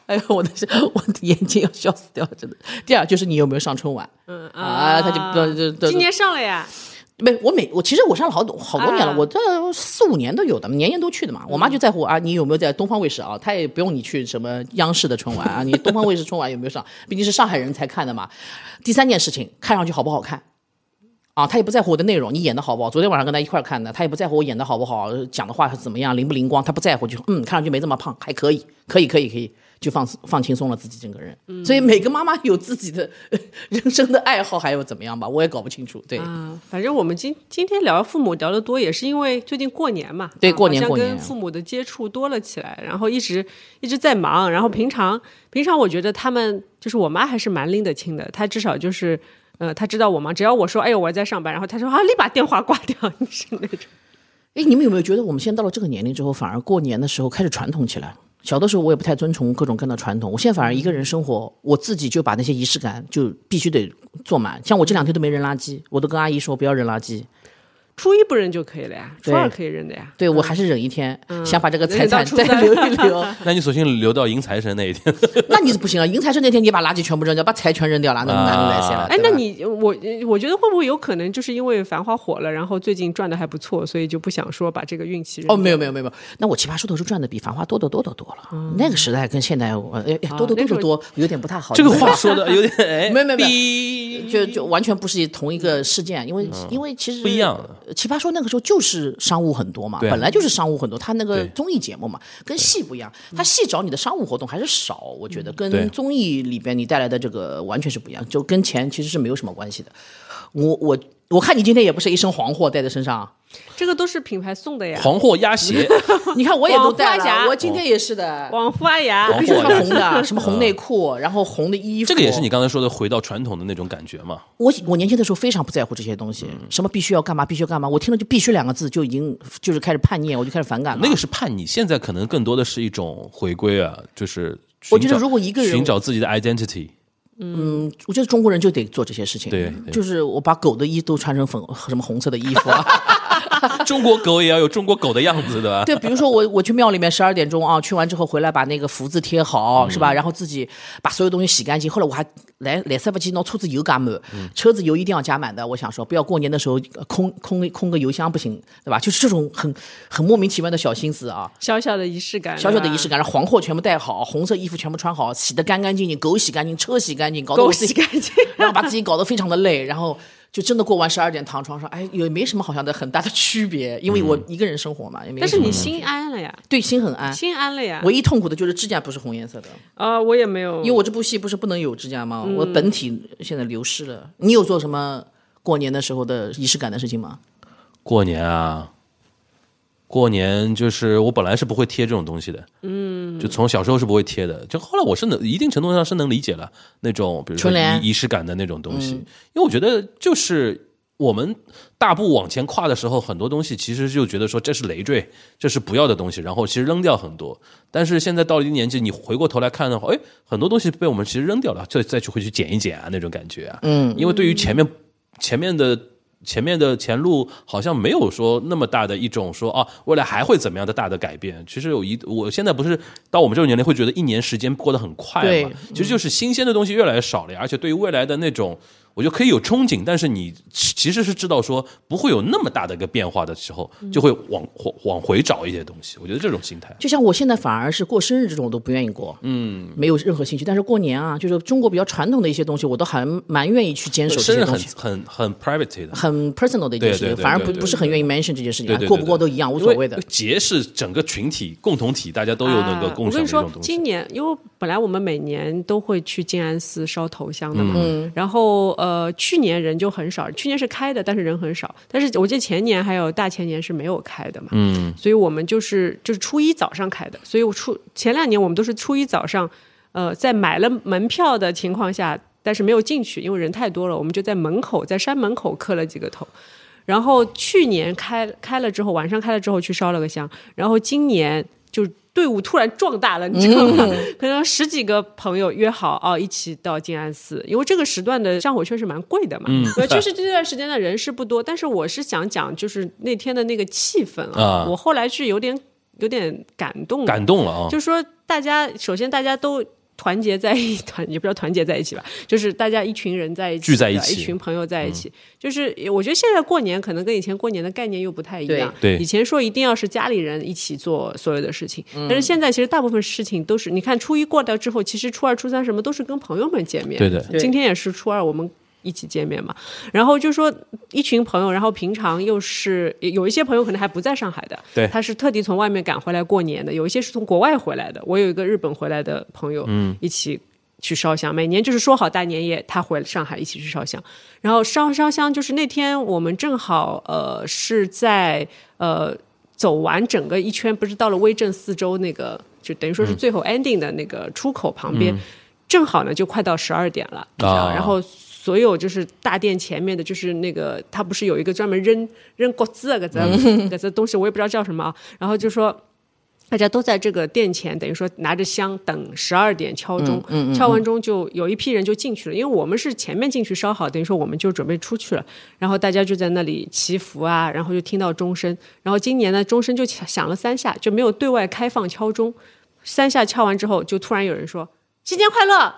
B: 哎呦，我的我的眼睛要笑死掉，真的。第二就是你有没有上春晚？
D: 嗯
B: 啊他就不就就
D: 今年上了呀，
B: 没，我每我其实我上了好多好多年了，
D: 啊嗯
B: 我这四五年都有的，年年都去的嘛。我妈就在乎啊，你有没有在东方卫视啊？她也不用你去什么央视的春晚啊，你东方卫视春晚有没有上？ 毕竟是上海人才看的嘛。第三件事情，看上去好不好看。啊，她也不在乎我的内容，你演的好不好？昨天晚上跟她一块儿看的，她也不在乎我演的好不好，讲的话是怎么样，灵不灵光，她不在乎，就嗯，看上去没这么胖，还可以，可以，可以，可以，就放放轻松了自己整个人。
D: 嗯
B: 所以每个妈妈有自己的 呃人生的爱好，还有怎么样吧，我也搞不清楚。对，
D: 啊，反正我们今今天聊父母聊得多，也是因为最近过年嘛，
B: 对
D: 啊
B: 过年
D: 好像
B: 过年
D: 跟父母的接触多了起来，然后一直一直在忙，然后平常平常我觉得他们就是我妈还是蛮拎得清的，她至少就是。呃，她知道我忙，只要我说哎呦我在上班，然后她说啊，立马电话挂掉，你是那种
B: 哎，你们有没有觉得我们现在到了这个年龄之后，反而过年的时候开始传统起来？小的时候我也不太遵从各种各样的传统，我现在反而一个人生活，我自己就把那些仪式感就必须得做满。像我这两天都没扔垃圾，我都跟阿姨说不要扔垃圾。
D: 初一不扔就可以了呀，初
B: 对
D: 二可以扔的呀。
B: 对我还是忍一天，想把这个财
D: 忍到
B: 产
D: 初
B: 再
D: 三
B: 留一留。
C: 那你索性留到迎财神那一 天，
B: 那你是不行啊！迎财神那天你把垃圾全部扔掉，把财全扔掉了，那
C: 啊
B: 难得来塞了。
D: 哎，
B: 对
D: 那
B: 吧
D: 你我我觉得会不会有可能就是因为《繁花》火了，然后最近赚的还不错，所以就不想说把这个运气扔
B: 哦，没有没有没有没有，那我奇葩说的时候赚的比《繁花》多得多得多了。那个时代跟现在，我哎哎多得多
D: 那时
B: 得
D: 候
B: 多有点不太好。
C: 这个话说的有点哎，
B: 没有没有没有
C: 逼
B: 就就完全不是同一个事件，啊因为、因为其实
C: 嗯
B: 呃
C: 不一样的。
B: 奇葩说那个时候就是商务很多嘛，
C: 对啊
B: 本来就是商务很多，它那个
C: 对
B: 综艺节目嘛，跟戏不一样，它戏找你的商务活动还是少，我觉得
D: 嗯
C: 对
B: 跟综艺里边你带来的这个完全是不一样，就跟钱其实是没有什么关系的。我我我看你今天也不是一身黄货带在 身上，
D: 这个都是品牌送的呀。
C: 黄货鸭 血，
B: 你看我也都
D: 黄
B: 带
D: 花
B: 了，
D: 甲
B: 我今天也是的，
D: 往发芽，
C: 黄
B: 必须
C: 货嗯
B: 穿红的，什么红内裤，然后红的衣服，
C: 这个也是你刚才说的回到传统的那种感觉嘛？
B: 我我年轻的时候非常不在乎这些东西，
C: 嗯
B: 什么必须要干嘛，必须要干嘛，我听了就“必须”两个字就已经就是开始叛逆，我就开始反感了。
C: 那个是叛逆，现在可能更多的是一种回归啊，就是
B: 我觉
C: 寻
B: 得
C: 找
B: 如果一个人
C: 寻找自己的 identity，
B: 我觉得中国人就得做这些事情，
C: 对对
B: 就是我把狗的衣都穿成粉什么红色的衣服、啊，
C: 中国狗也要有中国狗的样子，对吧？
B: 对，比如说我我去庙里面十二点钟啊，去完之后回来把那个福字贴
C: 嗯
B: 好，是吧？然后自己把所有东西洗干净。后来我还来来塞不及拿车子油加满，
C: 嗯
B: 车子油一定要加满的。我想说，不要过年的时候呃空空空个油箱不行，对吧？就是这种很很莫名其妙的小心思啊。
D: 小小的仪式感，
B: 小小的
D: 对吧啊
B: 仪式。感，让黄货全部带好，红色衣服全部穿好，洗得干干净净，狗洗干净，车洗干净，搞得
D: 狗
B: 我自己
D: 洗干净
B: 然后把自己搞得非常的累，然后就真的过完十二点躺床上，哎，也没什么好像的很大的区别，因为我一个人生活嘛，也没有
D: 但
B: 什
D: 是
B: 么。
D: 你心安了呀，
B: 对心很安。
D: 心安了呀。
B: 唯一痛苦的就是指甲不是红颜色的，
D: 啊，我也没有，
B: 因为我这部戏不是不能有指甲吗？我
D: 嗯
B: 本体现在流失了。你有做什么过年的时候的仪式感的事情吗？
C: 过年啊，过年就是我本来是不会贴这种东西的，嗯，就从小时候是不会贴的，就后来我是能一定程度上是能理解了那种，比如说
B: 春联嗯
C: 仪仪式感的那种东西，因为我觉得就是。我们大步往前跨的时候，很多东西其实就觉得说这是累赘，这是不要的东西，然后其实扔掉很多。但是现在到了一定年纪，你回过头来看的话，哎，很多东西被我们其实扔掉了，再再去回去捡一捡啊，那种感觉啊。嗯，因为对于前面前面的前面的前路好像没有说那么大的一种说啊，未来还会怎么样的大的改变。其实有一，我现在不是到我们这种年龄会觉得一年时间过得很快
B: 对
C: 嘛，其实就是新鲜的东西越来越少了呀，而且对于未来的那种。我觉得可以有憧憬，但是你其其实是知道说不会有那么大的一个变化的时候，
D: 嗯
C: 就会往往往回找一些东西。我觉得这种心态，
B: 就像我现在反而是过生日这种我都不愿意过，嗯，没有任何兴趣。但是过年啊，就是中国比较传统的一些东西，我都还蛮愿意去坚守这
C: 生
B: 些
C: 日
B: 东
C: 很
B: 西。
C: 很很 private 的，
B: 很 personal 的一件事
C: 对对
B: 情，
C: 对
B: 反而不
C: 对对
B: 不是很愿意 mention 这件事情，
C: 对
B: 啊
C: 对对
B: 过不过都一样，无所谓的
C: 因为。节是整个群体共同体，大家都有能够
D: 啊
C: 共
D: 我
C: 享的
D: 跟你
C: 一种
D: 说，
C: 东西。
D: 今年因为本来我们每年都会去静安寺烧头香的嘛，
B: 嗯
D: 然后呃，去年人就很少，去年是开的，但是人很少。但是我记得前年还有大前年是没有开的嘛，嗯，所以我们就是就是初一早上开的，所以我初前两年我们都是初一早上，呃，在买了门票的情况下，但是没有进去，因为人太多了，我们就在门口在山门口磕了几个头。然后去年开开了之后，晚上开了之后去烧了个香，然后今年就队伍突然壮大了，你知道吗？ 可能十几个朋友约好哦，一起到静安寺，因为这个时段的香火确实蛮贵的嘛。嗯， 确实这段时间的人是不多，但是我是想讲，就是那天的那个气氛啊，
C: 啊
D: 我后来是有点有点感动的，
C: 感动了啊！
D: 就是说大家首先大家都。团结在一团， 也不知道团结在一起吧，就是大家一群人在一起，
C: 聚在一起嗯
D: 一群朋友在一起。就是呃我觉得现在过年可能跟以前过年的概念又不太一样。
C: 对对
D: 以前说一定要是家里人一起做所有的事情，
C: 嗯
D: 但是现在其实大部分事情都是，你看初一过掉之后，其实初二、初三什么都是跟朋友们见面。
C: 对的
D: 今天也是初二，我们一起见面嘛。然后就说一群朋友，然后平常又是有一些朋友可能还不在上海的，
C: 对
D: 他是特地从外面赶回来过年的，有一些是从国外回来的。我有一个日本回来的朋友，嗯，一起去烧香，每年就是说好大年夜他回上海一起去烧香，然后烧烧香就是那天我们正好呃是在呃走完整个一圈，不是到了威震四周那个就等于说是最后 ending 的那个出口旁边，正好呢就快到十二点了，你知道
C: 啊
D: 然后。所有就是大殿前面的，就是那个他不是有一个专门扔扔果子啊，个这 个这东西，我也不知道叫什么啊。然后就说大家都在这个殿前，等于说拿着香等十二点敲钟，敲完钟就有一批人就进去了，因为我们是前面进去烧好，等于说我们就准备出去了，然后大家就在那里祈福啊，然后就听到钟声，然后今年呢钟声就响响了三下，就没有对外开放敲钟，三下敲完之后，就突然有人说新年快乐，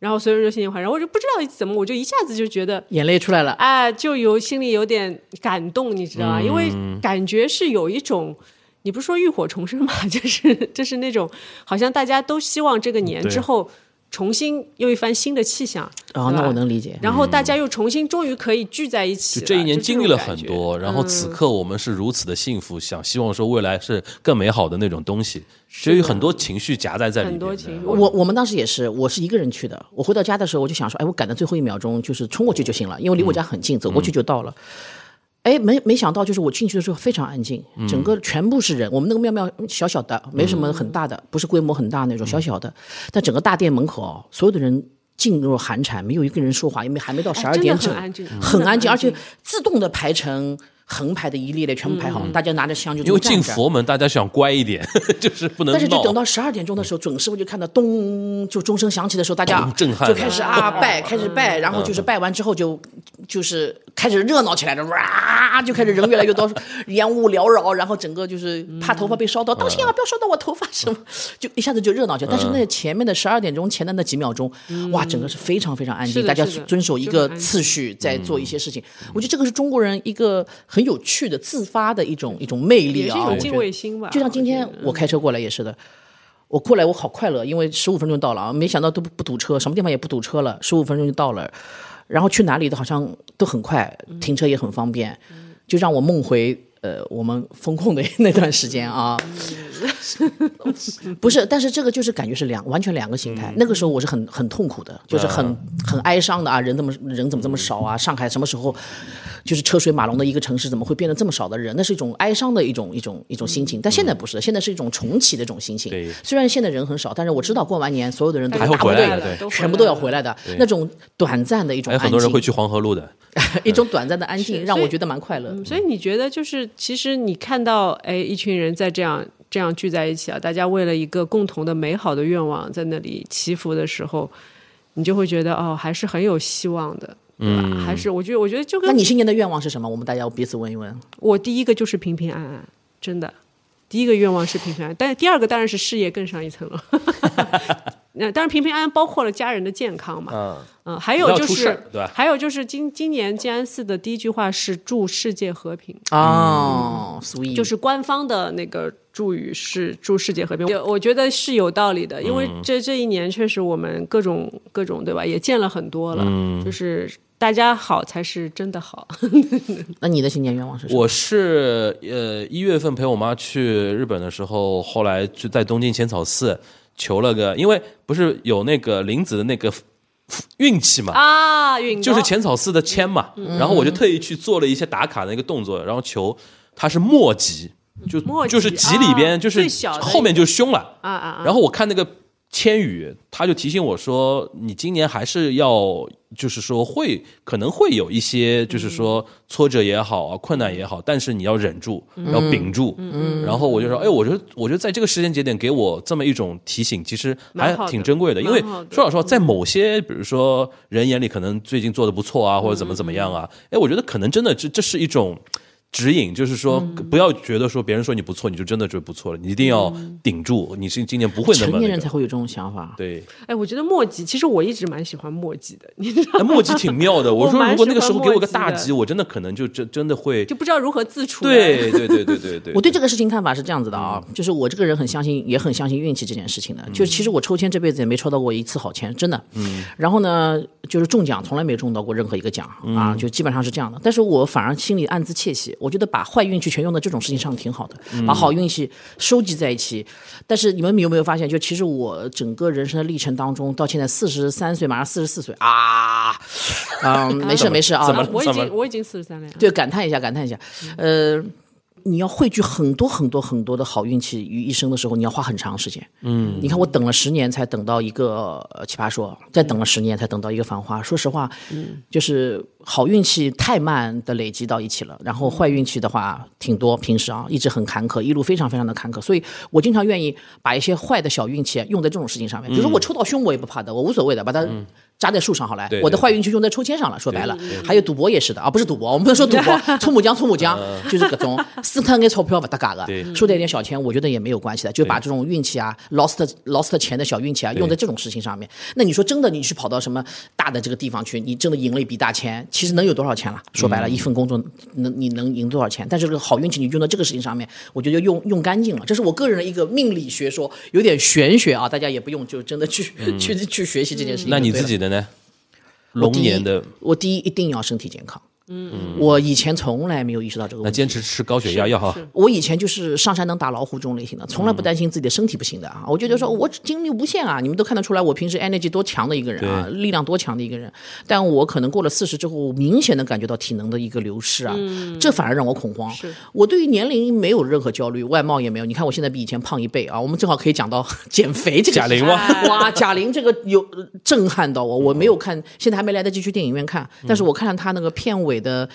D: 然后所有人就新年快乐，然后我就不知道怎么，我就一下子就觉得
B: 眼泪出来了，
D: 哎，就有心里有点感动，你知道
C: 嗯
D: 吗？因为感觉是有一种，你不是说浴火重生嘛， 就是就是那种好像大家都希望这个年
C: 对
D: 之后重新又一番新的气象，对
B: 哦，
D: 吧
C: 啊
B: 那我能理解。
D: 然后大家又重新终于可以聚在一起
C: 就
D: 了。
C: 这一年
D: 就
C: 经
D: 种
C: 历了
D: 感
C: 很
D: 觉
C: 多，然后此刻我们是如此的幸福，想希望说未来是更美好的那种东西，所以有很多情绪夹在在里
D: 很
C: 面的。
D: 多情绪，
B: 我我们当时也是，我是一个人去的。我回到家的时候，我就想说，哎，我赶到最后一秒钟，就是冲过去就行了，因为离我家很近，走
D: 嗯
B: 过去就到了。哎，没没想到，就是我进去的时候非常安静，
D: 嗯
B: 整个全部是人。我们那个庙庙小小的，没什么很大的，不是规模很大那种，
D: 嗯
B: 小小的。但整个大殿门口啊，所有的人噤若寒蝉，没有一个人说话，因为还没到十二
D: 哎真的
B: 点
D: 很
B: 整，
D: 安静嗯
B: 很安
D: 很安
B: 静，而且
D: 静
B: 自动的排成横排的一列列，全部排
D: 嗯
B: 好，大家拿着香就这
C: 因
B: 么
C: 为
B: 站着
C: 进佛门，大家想乖一点， 就是不能
B: 但是就等
C: 闹。
B: 到十二点钟的
D: 嗯
B: 时候，准时我就看到咚，就钟声响起的时候，大家
C: 咚震撼
B: 就开始啊拜，开始拜，然后
D: 嗯
B: 就是拜完之后就就是开始热闹起来了，哇，就开始人越来越多，烟雾缭绕，然后整个就是
D: 嗯
B: 怕头发被烧到，当心啊，不要烧到我头发什么，就一下子就热闹起
D: 嗯
B: 来。但是那前面的十二点钟前的那几秒钟，哇，整个是非常非常安
D: 是
B: 静，
D: 的
B: 大家
D: 是的
B: 遵守一
D: 就
B: 个
D: 很安静嗯
B: 次序在做一些事情。我觉得这个是中国人一个很有趣的自发的一种一种魅力
D: 也
B: 啊，
D: 是一
B: 我
D: 种
B: 觉
D: 敬
B: 得
D: 畏心吧。
B: 就像今
D: 我
B: 天
D: 觉得嗯
B: 我开车过来也是的，我过来我好快乐，因为十五分钟到了啊，没想到都不不堵车，什么地方也不堵车了，十五分钟就到了。然后去哪里都好像都很快，
D: 嗯
B: 停车也很方便，就让我梦回呃我们风控的 那段时间啊。
D: 嗯
B: 不是，但是这个就是感觉是两完全两个心态。那个时候我是很很痛苦的，就是
D: 嗯
B: 很很哀伤的啊，人怎么人怎么这么少啊？上海什么时候就是车水马龙的一个城市，怎么会变得这么少的人？那是一种哀伤的一种一种一种心情。但现在不是的，现在是一种重启的一种心情
C: 嗯对。
B: 虽然现在人很少，但是我知道过完年所有的人都
C: 还
B: 是
C: 会
B: 大部
C: 回来
B: 队
C: 的
B: 的
D: 对，
B: 全部都要回来的那种短暂的一种
C: 还有
B: 安
C: 哎很多人会
B: 静，
C: 去黄河路的，
B: 一种短暂的安静，
D: 是
B: 让
D: 所以嗯
B: 我觉得蛮快乐。
D: 所以你觉得就是，其实你看到哎，一群人在这样这样聚在一起啊，大家为了一个共同的美好的愿望在那里祈福的时候，你就会觉得哦，还是很有希望的，对吧？还
C: 嗯
D: 是我觉得，我觉得就
B: 那
D: 跟
B: 你新年的愿望是什么？我们大家彼此问一问。
D: 我第一个就是平平安安，真的，第一个愿望是平平安安，但第二个当然是事业更上一层 楼。那当然，平平安安包括了家人的健康嘛，
C: 嗯，
D: 嗯，还
C: 不
D: 有
C: 要
D: 就
C: 出事儿
D: 是
C: 对吧，
D: 还有就是今今年静安寺的第一句话是祝世界和平，
C: 嗯
B: 哦，所以
D: 就是官方的那个祝语是祝世界和平，我我觉得是有道理的，因为这这一年确实我们各种各种对吧，也见了很多了，就是大家好才是真的好，
B: 那你的新年愿望是什么？
C: 我是呃一月份陪我妈去日本的时候，后来就在东京浅草寺求了个，因为不是有那个林子的那个运气嘛，
D: 啊，运动
C: 就是浅草寺的签嘛，
D: 嗯
C: 然后我就特意去做了一些打卡的一个动作，然后求它是末级，就
D: 末级
C: 就是级里边
D: 啊
C: 就是
D: 最小的
C: 后面就凶了。
D: 啊啊啊，
C: 然后我看那个千语，他就提醒我说，你今年还是要，就是说会可能会有一些，
D: 嗯
C: 就是说挫折也好啊，困难也好，但是你要忍住，
D: 嗯
C: 要屏住。然后我就说，哎，我觉得我觉得在这个时间节点给我这么一种提醒，其实还
D: 蛮好的
C: 挺珍贵的，因为
D: 蛮好的
C: 说老实话，在某些比如说人眼里，可能最近做的不错啊，或者怎么怎么样啊，哎，我觉得可能真的这这是一种。指引就是说，不要觉得说别人说你不错，你就真的觉得不错了，你一定要顶住。你是今年不会那么、那
B: 成年人
C: 个
B: 才会有这种想法。
C: 对，
D: 哎，我觉得墨迹，其实我一直蛮喜欢墨迹的，你知道，
C: 那墨迹挺妙的。我
D: 我
C: 说
D: 蛮
C: 如果
D: 喜
C: 那个时
D: 欢
C: 候给我
D: 墨
C: 个
D: 迹
C: 大
D: 的
C: 吉，我真的可能就真真的会。
D: 就不知道如何自处。
C: 对对对对对对， 嗯
B: 我对这个事情看法是这样子的啊，就是我这个人很相信，也很相信运气这件事情的。就是其实我抽签这辈子也没抽到过一次好签，真的。嗯。然后呢，就是中奖从来没有中到过任何一个奖
C: 嗯
B: 啊，就基本上是这样的。但是我反而心里暗自窃喜，我觉得把坏运气全用在这种事情上挺好的，
C: 嗯
B: 把好运气收集在一起。但是你们有没有发现，就其实我整个人生的历程当中，到现在四十三岁，马上四十四岁啊， 嗯，没事没事啊，
C: 怎么
D: 啊 我已
C: 怎么
D: 经我已经四十三了呀。
B: 对，感叹一下，感叹一下。
C: 嗯
B: 呃，你要汇聚很多很多很多的好运气于一身的时候，你要花很长时间。嗯，你看我等了十年才等到一个呃奇葩说，再等了十年才等到一个繁花。说实话，
C: 嗯
B: 就是好运气太慢的累积到一起了，然后坏运气的话挺多，平时啊一直很坎坷，一路非常非常的坎坷。所以我经常愿意把一些坏的小运气啊用在这种事情上面，比如
C: 嗯
B: 说我抽到凶我也不怕的，我无所谓的，把它扎在树上好了。
C: 对
B: 我的
C: 对
B: 坏运气用在抽签上了，说白了，还有赌博也是的啊，不是赌博，我们不能说赌 博，搓麻将搓麻将就是各种四看眼钞票不搭嘎的
C: 嗯对，
B: 输掉一点小钱，我觉得也没有关系的，就把这种运气啊，lost lost 钱的小运气啊，用在这种事情上面。那你说真的，你去跑到什么大的这个地方去，你真的赢了一笔大钱，其实能有多少钱了？啊说
C: 嗯
B: 白了，一份工作能你能赢多少钱？但是这个好运气你用到这个事情上面，我觉得用用干净了，这是我个人的一个命理学说，有点玄学啊，大家也不用就真的去去去学习这件事
C: 嗯
B: 情就对了。
C: 那你自己的呢？龙年的
B: 我第一一定要身体健康。嗯，我以前从来没有意识到这个
C: 那
B: 问题。
C: 坚持吃高血压药哈，
B: 我以前就是上山能打老虎这种类型的，从来不担心自己的身体不行的啊。我就觉得说我精力无限啊，你们都看得出来我平时 energy 多强的一个人啊，力量多强的一个人。但我可能过了四十之后，我明显的感觉到体能的一个流失啊，这反而让我恐慌。我对于年龄没有任何焦虑，外貌也没有。你看我现在比以前胖一倍啊，我们正好可以讲到 减肥这个
C: 贾
B: 事情
C: 玲吗？
B: 哇，贾玲这个有呃震撼到我，我没有看，现在还没来得及去电影院看，但是我看了她那个片尾的《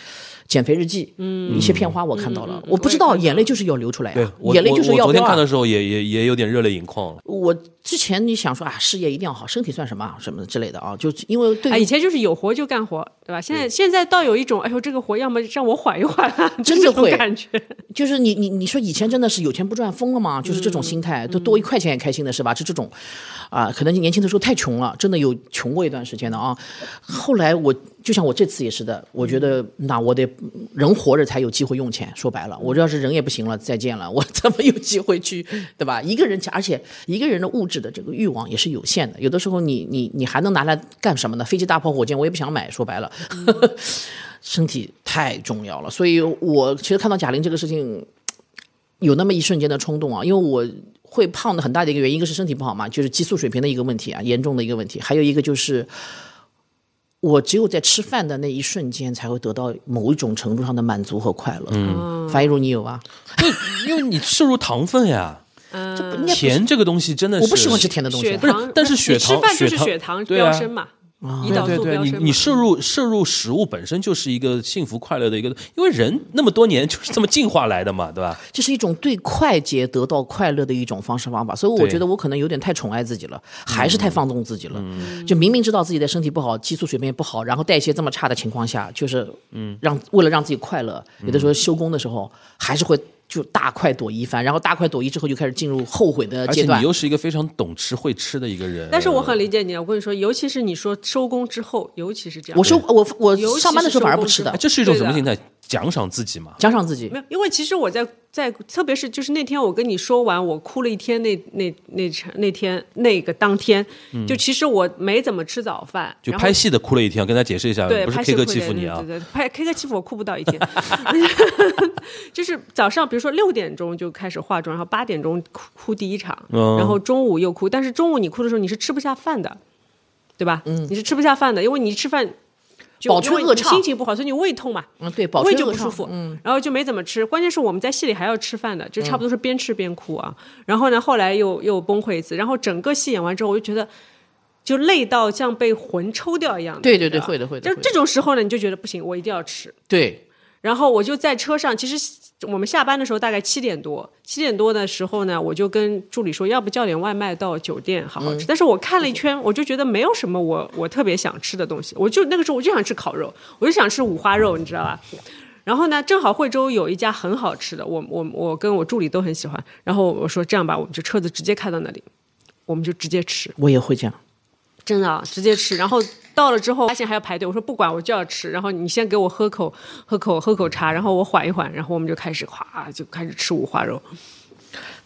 B: 减肥日记》，嗯，一些片花我看到了，我不知道眼泪就是要流出来呀、
C: 我
B: 眼泪
C: 我
B: 就是要
C: 我昨
B: 飙
C: 天
B: 啊
C: 看的时候也也也有点热泪盈眶了。
B: 我之前你想说啊，事业一定要好，身体算什么啊，什么之类的啊，就因为对
D: 啊，
B: 于
D: 以前就是有活就干活，对吧？现在现在倒有一种，哎呦，这个活要么让我缓一缓、啊，
B: 真
D: 这
B: 的
D: 种
B: 会
D: 感觉。
B: 就是你你你说以前真的是有钱不赚疯了吗？就是这种心态，都多一块钱也开心的是吧？就这种，啊、可能年轻的时候太穷了，真的有穷过一段时间的啊。后来我就像我这次也是的，我觉得那我得人活着才有机会用钱。说白了，我要是人也不行了，再见了， 我怎么有机会去，对吧？一个人，而且一个人的物质的这个欲望也是有限的，有的时候你你你还能拿来干什么呢？飞机、大炮、火箭，我也不想买。说白了，身体太重要了。所以我其实看到贾玲这个事情，有那么一瞬间的冲动啊，因为我会胖的很大的一个原因，一个是身体不好嘛，就是激素水平的一个问题啊，严重的一个问题，还有一个就是。我只有在吃饭的那一瞬间，才会得到某一种程度上的满足和快乐。嗯，樊一茹，你有啊？
C: 因为你摄入糖分呀。
B: 这不应该不是
C: 甜这个东西真的是，
B: 我不喜欢吃甜的东西
D: 血
B: 啊。
D: 糖，
C: 但是血糖
D: 你吃饭就是
C: 血
D: 血
C: 糖
D: 糖
C: 对啊
D: 飙升嘛，胰岛
C: 对
D: 素
C: 对对，
D: 飙
C: 你
D: 升嘛。
C: 你摄入摄入食物本身就是一个幸福快乐的一个，因为人那么多年就是这么进化来的嘛，对吧？
B: 这是一种对快捷得到快乐的一种方式方法，所以我
C: 对嗯
B: 觉得我可能有点太宠爱自己了，还是太放纵自己了。就明明知道自己的身体不好，激素水平也不好，然后代谢这么差的情况下，就是嗯，让为了让自己快乐，
C: 嗯
B: 有的时候休工的时候还是会就大快朵颐一番，然后大快朵颐之后就开始进入后悔的
C: 而
B: 阶
C: 且你
B: 段。
C: 又是一个非常懂吃会吃的一个人，
D: 但是我很理解你，啊我跟你说，尤其是你说收工之后，尤其是这样。
B: 我收我我
D: 尤其是
B: 上班的时候反而不吃的
C: 哎，这是一种
D: 对
C: 什
D: 的
C: 么心态？奖赏自己嘛。
B: 奖赏自己
D: 没。有，因为其实我在在，特别是就是那天我跟你说完，我哭了一天那那那场那天那个当天，就其实我没怎么吃早饭，
C: 就
D: 然后
C: 拍戏的哭了一天，跟他解释一下，
D: 对，
C: 不是
D: 拍
C: K
D: 戏
C: 哥
D: 会
C: 欺
D: 的
C: 负你啊
D: 对，对对，拍 K 哥欺负我哭不到一天， 就是早上比如说六点钟就开始化妆，然后八点钟哭哭第一场，
C: 嗯
D: 然后中午又哭，但是中午你哭的时候你是吃不下饭的，对吧？嗯，你是吃不下饭的，因为你一吃饭。就
B: 饱吹
D: 因为
B: 饿
D: 你
B: 畅
D: 心情不好，所以你胃痛嘛，
B: 嗯，对，保
D: 胃
B: 持
D: 就不
B: 热
D: 舒
B: 畅
D: 服，
B: 嗯，
D: 然后就没怎么吃。关键是我们在戏里还要吃饭的，就差不多是边吃边哭啊。然后呢，后来又又崩溃一次，然后整个戏演完之后，我就觉得就累到像被魂抽掉一样的。
B: 对对对
D: 吧
B: 会的会的
D: 就
B: 会的
D: 这种时候呢，你就觉得不行，我一定要吃。
B: 对，
D: 然后我就在车上，其实我们下班的时候大概七点多，七点多的时候呢，我就跟助理说，要不叫点外卖到酒店好好吃。但是我看了一圈，我就觉得没有什么我我特别想吃的东西，我就那个时候我就想吃烤肉，我就想吃五花肉，你知道吧？然后呢，正好惠州有一家很好吃的，我我我跟我助理都很喜欢。然后我说这样吧，我们就车子直接开到那里，我们就直接吃。
B: 我也会这样。
D: 真的啊、直接吃。然后到了之后发现还要排队，我说不管，我就要吃。然后你先给我喝口喝口喝口茶，然后我缓一缓，然后我们就开始咵就开始吃五花肉，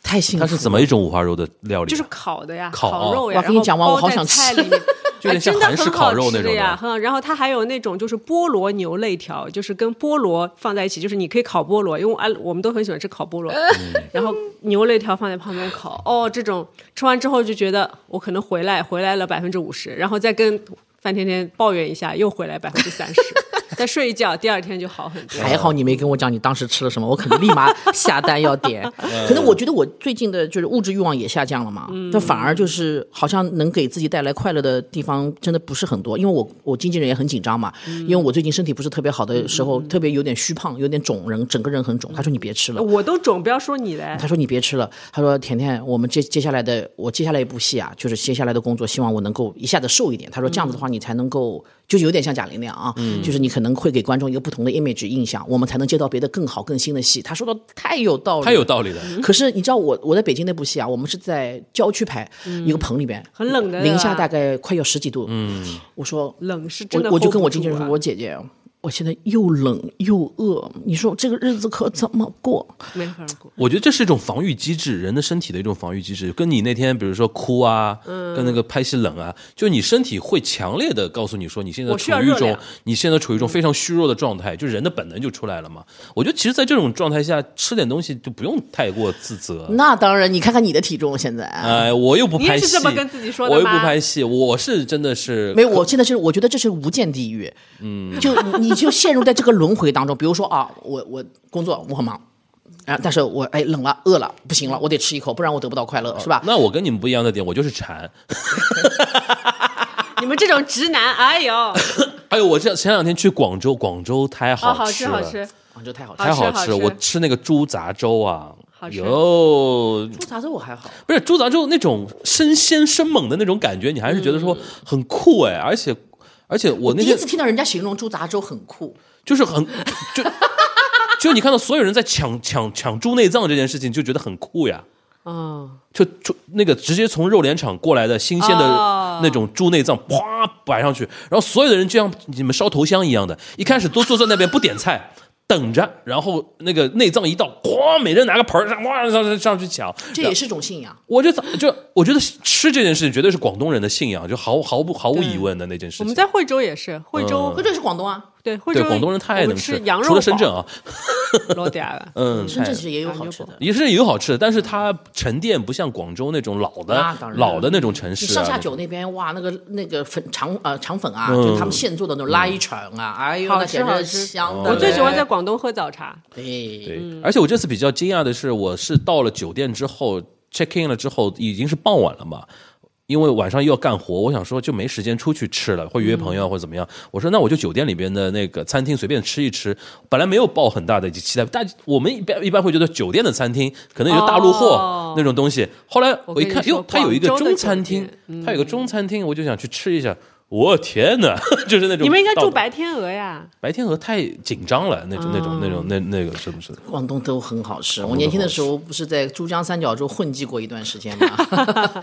B: 太幸
C: 它
B: 福了，
C: 是怎么一种五花肉的料理啊？
D: 就是烤的呀，
C: 烤
D: 烤
C: 啊
D: 肉呀。
B: 哇跟你讲完
D: 然后
B: 我好想
D: 包在菜
B: 吃
D: 里面
C: 就有点像
D: 哎真的
C: 韩式
D: 很
C: 烤
D: 好
C: 肉那
D: 吃的
C: 种的
D: 呀，哈。然后它还有那种就是菠萝牛肋条，就是跟菠萝放在一起，就是你可以烤菠萝，因为啊我们都很喜欢吃烤菠萝，
C: 嗯
D: 然后牛肋条放在旁边烤。哦，这种吃完之后就觉得我可能回来回来了百分之五十，然后再跟范甜甜抱怨一下，又回来百分之三十， 再睡一觉，第二天就好很多。
B: 还好你没跟我讲你当时吃了什么，我可能立马下单要点。可能我觉得我最近的就是物质欲望也下降了嘛，但反而就是好像能给自己带来快乐的地方真的不是很多。因为我我经纪人也很紧张嘛，因为我最近身体不是特别好的时候，特别有点虚胖，有点肿人，整个人很肿。他说你别吃了。
D: 我都肿，不要说你嘞
B: 他。说：“你别吃了。”他说：“甜甜，我们接接下来的我接下来一部戏啊，就是接下来的工作，希望我能够一下子瘦一点。”他说：“这样
D: 嗯
B: 子的话，你才能够，就有点像贾玲那样啊，就是你可能会给观众一个不同的 image 印象，我们才能接到别的更好更新的戏。”他说的太有道理，
C: 太有。道理了。
B: 可是你知道我我在北京那部戏啊，我们是在郊区拍，一个棚里边，
D: 嗯很冷的
B: 零下
D: 啊
B: 大概快要十几度。嗯，我说
D: 冷是真的
B: 我我就跟我
D: hold 不
B: 经纪人
D: 住
B: 说，
D: 啊
B: 我姐姐，我现在又冷又饿，你说我这个日子可怎么过？
D: 没法过。
C: 我觉得这是一种防御机制，人的身体的一种防御机制，跟你那天比如说哭啊，
D: 嗯
C: 跟那个拍戏冷啊，就你身体会强烈的告诉你说你现在
D: 我
C: 处
D: 需要
C: 于一
D: 热
C: 种
D: 量嗯
C: 你现在处于一种非常虚弱的状态，就人的本能就出来了嘛。我觉得其实，在这种状态下，吃点东西就不用太过自责。
B: 那当然，你看看你的体重现在，啊
C: 哎，我又不
D: 嗯你也
C: 拍戏，
D: 是这么跟自己说的
C: 我又不
D: 吗
C: 拍戏，我是真的是
B: 没有，我现在是我觉得这是无间地狱，嗯，就你就陷入在这个轮回当中。比如说啊，我我工作我很忙。啊！但是我哎冷了，饿了，不行了，我得吃一口，不然我得不到快乐，是吧？
C: 那我跟你们不一样的点，我就是馋。
D: 你们这种直男，哎呦，
C: 哎呦，我这前两天去广州，广州太
D: 哦好
C: 好
D: 吃
C: 了，嗯
D: 好吃。
B: 广啊州太好吃了，
C: 太好吃
D: 好
C: 了。
D: 吃好吃
C: 我吃那个猪杂粥啊，
D: 好吃
C: 有
B: 猪杂粥我还好，
C: 不是猪杂粥那种生鲜生猛的那种感觉，你还是觉得说很酷哎，而且而且我那
B: 第一
C: 天
B: 次听到人家形容猪杂粥很酷，
C: 就是 很就就你看到所有人在抢抢抢猪内脏这件事情，就觉得很酷呀。
D: 嗯，
C: 就就那个直接从肉联厂过来的新鲜的
D: 哦
C: 那种猪内脏，啪摆上去，然后所有的人就像你们烧头香一样的，一开始都坐在那边不点菜。等着，然后那个内脏一到，哐，每人拿个盆儿上，哇，上上上去抢。
B: 这也是种信仰。
C: 我就就我觉得吃这件事情绝对是广东人的信仰，就毫毫不毫无疑问的那件事
D: 我
C: 情
D: 们。在惠州也是，惠州
B: 不，这是广东啊，
D: 对惠
C: 嗯对
D: 州，
C: 广东人太
D: 我
C: 能
D: 们
C: 吃，
D: 羊肉，
C: 除了深 圳，啊，
D: 老嗲 了。
C: 嗯，
B: 深圳
C: 太
B: 其实也有好吃的。
C: 也是有好吃的，但是它沉淀不像广州那种老的、
B: 那当然
C: 老的那种城市、
B: 你
C: 啊。
B: 上下九那边哇，那个那个粉肠呃肠粉啊，就是他们现做的那种拉一肠啊，哎呦，
D: 好
B: 那
D: 吃
B: 简
D: 好
B: 直
D: 吃
B: 香的。
D: 我最喜欢在广东喝早茶，
B: 对，
C: 对，
D: 嗯
C: 而且我这次比较惊讶的是，我是到了酒店之后 check in 了之后，已经是傍晚了嘛。因为晚上又要干活，我想说就没时间出去吃了，或约
D: 嗯
C: 朋友啊或者怎么样。我说那我就酒店里边的那个餐厅随便吃一吃。本来没有抱很大的期待，但我们一般一般会觉得酒店的餐厅可能有大陆货
D: 哦
C: 那种东西。后来
D: 我
C: 我一
D: 跟你
C: 看，
D: 说
C: 哟，它有一个
D: 广州的
C: 中餐
D: 酒
C: 厅
D: 店，嗯
C: 它有个中餐厅，我就想去吃一下。我天哪， 就是那种
D: 你们应该
C: 到
D: 住
C: 了
D: 白嗯天鹅呀。
C: 白天鹅太紧张了，那种那种那种那那个是不是？
B: 广东都很好吃。
C: 东
B: 我年轻
C: 都
B: 的
C: 好吃
B: 时候不是在珠江三角洲混迹过一段时间 吗？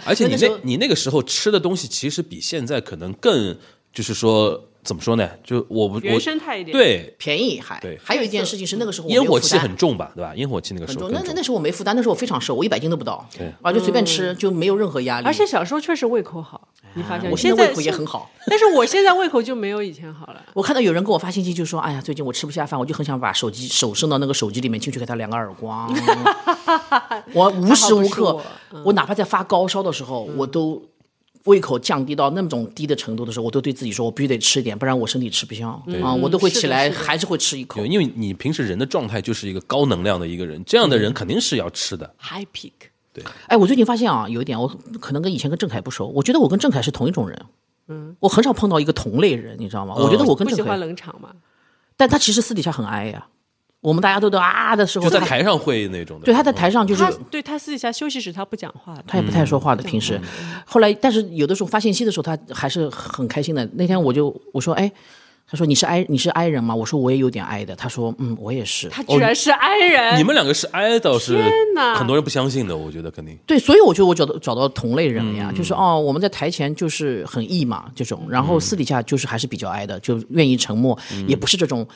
C: 而且你
B: 那个时
C: 那
B: 候，
C: 你那个时候吃的东西，其实比现在可能更，就是说怎么说呢？就我不
D: 原
C: 我
D: 生态一点，，
C: 对
B: 便宜还
C: 对
B: 还有一件事情是那个时候我没有
C: 烟火
B: 负
C: 气
B: 担
C: 很重吧，对吧？烟火气那个时
B: 很
C: 候
B: 重，
C: 更
B: 那那
C: 重
B: 那时候我没负担，那时候我非常瘦，我一百斤都不到，啊，就随便吃，就没有任何压力。
D: 嗯而且小时候确实胃口好，
C: 哎
D: 你发现
B: 我
D: 现
B: 现
D: 在
B: 胃口也很，好。
D: 但是我现在胃口就没有以前好 了。
B: 我看到有人给我发信息，就说：“哎呀，最近我吃不下饭，我就很想把手机手伸到那个手机里面进去给他两个耳 光。”我无时无刻
D: 还好不是我，
B: 我哪怕在发高烧的时候，我都胃口降低到那种低的程度的时候，我都对自己说，我必须得吃一点，不然我身体吃不消啊，我都会
D: 是的
B: 起来
D: 是的
B: 还是会吃一口
C: 对，。因为你平时人的状态就是一个高能量的一个人，这样
B: 嗯
C: 的人肯定是要吃的。
D: High peak，
B: 哎，我最近发现啊，有一点，我可能跟以前跟郑恺不熟，我觉得我跟郑恺是同一种人。嗯，我很少碰到一个同类人，你知道吗？我觉
C: 哦
B: 得我跟
D: 不
B: 郑
D: 喜欢
B: 恺，
D: 冷场 嘛？
B: 但他其实私底下很哀呀、我们大家都都啊的时候，
C: 就在
B: 他
C: 台上会那种的，嗯
B: 对他在台上就是
D: 他对他私底下休息室他不讲话
C: 哦
D: 的，
B: 他也不太说话的，平时。后来，但是有的时候发信息的时候，他还是很开心的。那天我就我说，哎，他说你是 I 你是 I 人吗？我说我也有点 I 的。他说，嗯，我也是。
D: 他居然是 I 人，
C: 你们两个是挨到是
D: 天哪
C: 很多人不相信的，我觉得肯定。
B: 对，所以我觉得我找到找到同类人了呀，就是哦，我们在台前就是很 E 嘛这种，然后私底下就是还是比较 I 的，就愿意沉默，也不是这种。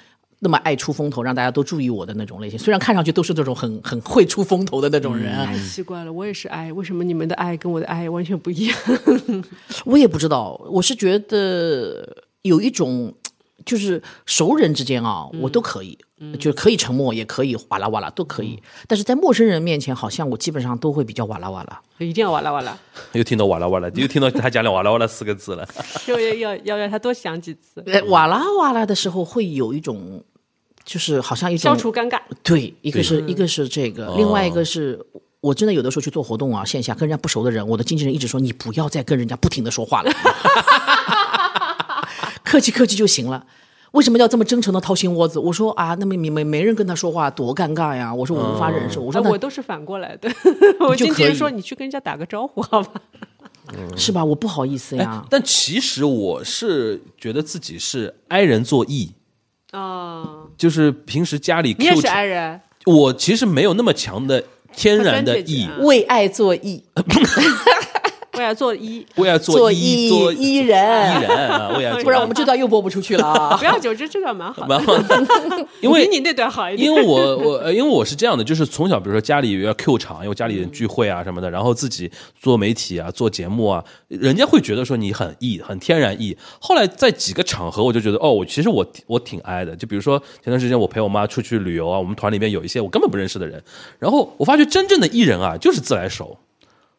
B: 那么爱出风头，让大家都注意我的那种类型，虽然看上去都是这种很很会出风头的那种人，啊
D: 太奇怪了，我也是 I，为什么你们的 I 跟我的 I 完全不一样？
B: 我也不知道，我是觉得有一种。就是熟人之间啊，
D: 嗯
B: 我都可以，就是可以沉默，也可以哇啦哇啦都可以。
D: 嗯
B: 但是在陌生人面前，好像我基本上都会比较哇啦哇啦。
D: 一定要哇啦哇啦，
C: 又听到哇啦哇啦，又听到他讲了哇啦哇啦四个 字了。
D: 要要要要让他多想几次，
B: 呃哇啦哇啦的时候，会有一种，就是好像一种
D: 消除尴尬。
B: 对，一个是一个是这个，另外一
C: 哦
B: 个是。我真的有的时候去做活动啊，线下跟人家不熟的人，我的经纪人一直说你不要再跟人家不停的说话了，客气客气就行了。为什么要这么真诚的掏心窝子？我说啊，那么你没没人跟他说话，多尴尬呀！我说我无法忍受。我
D: 啊
B: 说
D: 我
B: 那
D: 都是反过来 的，我
B: 就
D: 经纪
B: 可
D: 人
B: 以
D: 说你去跟人家打个招呼好吧？
B: 是吧？我不好意思呀。
C: 但其实我是觉得自己是挨人作艺，
D: 啊，
C: 就是平时家里
D: 你也
C: Q
D: 是
C: 成
D: I 人，
C: 我其实没有那么强的天然的意
D: 和，
B: 为爱作艺，
D: 我要 做一，
C: 为爱做一做
B: 啊艺
C: 人
B: 人，
C: 啊，为爱做
B: 不然我们这段又播不出去了啊
D: 不。要久，这这段蛮好的，
C: 蛮好 的， 因为
D: 比你那段好一点。
C: 因为我我呃因为我是这样的，就是从小比如说家里要 Q 场，因为家里人聚会啊什么的，然后自己做媒体啊、做节目啊，人家会觉得说你很 E，很天然 E。后来在几个场合，我就觉得哦，我其实我我挺 I 的。就比如说前段时间我陪我妈出去旅游啊，我们团里面有一些我根本不认识的人，然后我发觉真正的艺人啊，就是自来熟。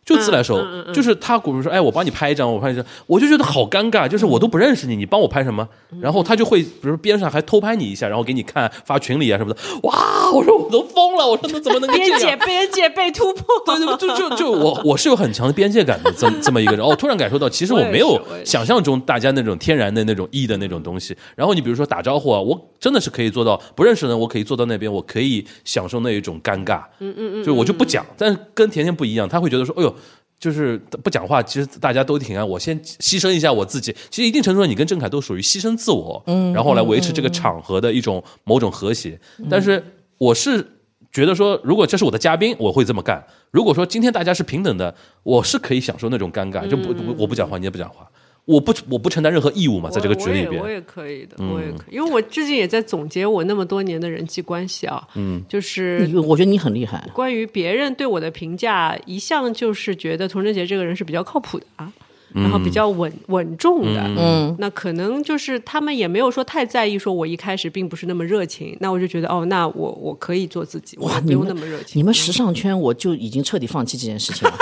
C: 就自
D: 嗯
C: 来熟，就是他，比如说，哎，我帮你拍一张，我拍一张，我就觉得好尴尬，就是我都不认识你，你帮我拍什么？
D: 嗯
C: 然后他就会，比如说边上还偷拍你一下，然后给你看发群里啊什么的。 哇，我说我都疯了，我说那怎么能够这
D: 边 界
C: 样？
D: 边界被突破，
C: 对对，对就就就我我是有很强的边界感的，这么这么一个人。哦，突然感受到，其实我没
D: 我
C: 有
D: 也是我也是
C: 想象中大家那种天然的那种 E 的那种东西。然后你比如说打招呼啊，我真的是可以做到，不认识的人我可以坐到那边，我可以享受那一种尴尬。嗯嗯嗯，就我就不讲，但是跟甜甜不一样，她会觉得说，哎呦。就是不讲话，其实大家都挺爱我，先牺牲一下我自己。其实一定程度上，你跟郑恺都属于牺牲嗯嗯自我，嗯，然后来维持这个场合的一种某种和谐。但是我是觉得说，如果这是我的嘉宾，我会这么干。如果说今天大家是平等的，我是可以享受那种尴尬，就不不我不讲话，你也不讲话，我不我不承担任何义务嘛，在这个局里
D: 我也
C: 边，
D: 我
C: 嗯
D: 也可以的，我也可以，因为我最近也在总结我那么多年的人际关系啊，嗯，就是
B: 你 我觉得你很厉害，
D: 关于别人对我的评价，一向就是觉得童晨杰这个人是比较靠谱的啊，然后比较稳稳重的，
B: 嗯，
D: 那可能就是他们也没有说太在意，说我一开始并不是那么热情，那我就觉得哦，那我我可以做自己，我
B: 哇，
D: 不
B: 你
D: 用
B: 们
D: 那么热情。嗯
B: 你们 时尚圈我就已经彻底放弃这件事情了，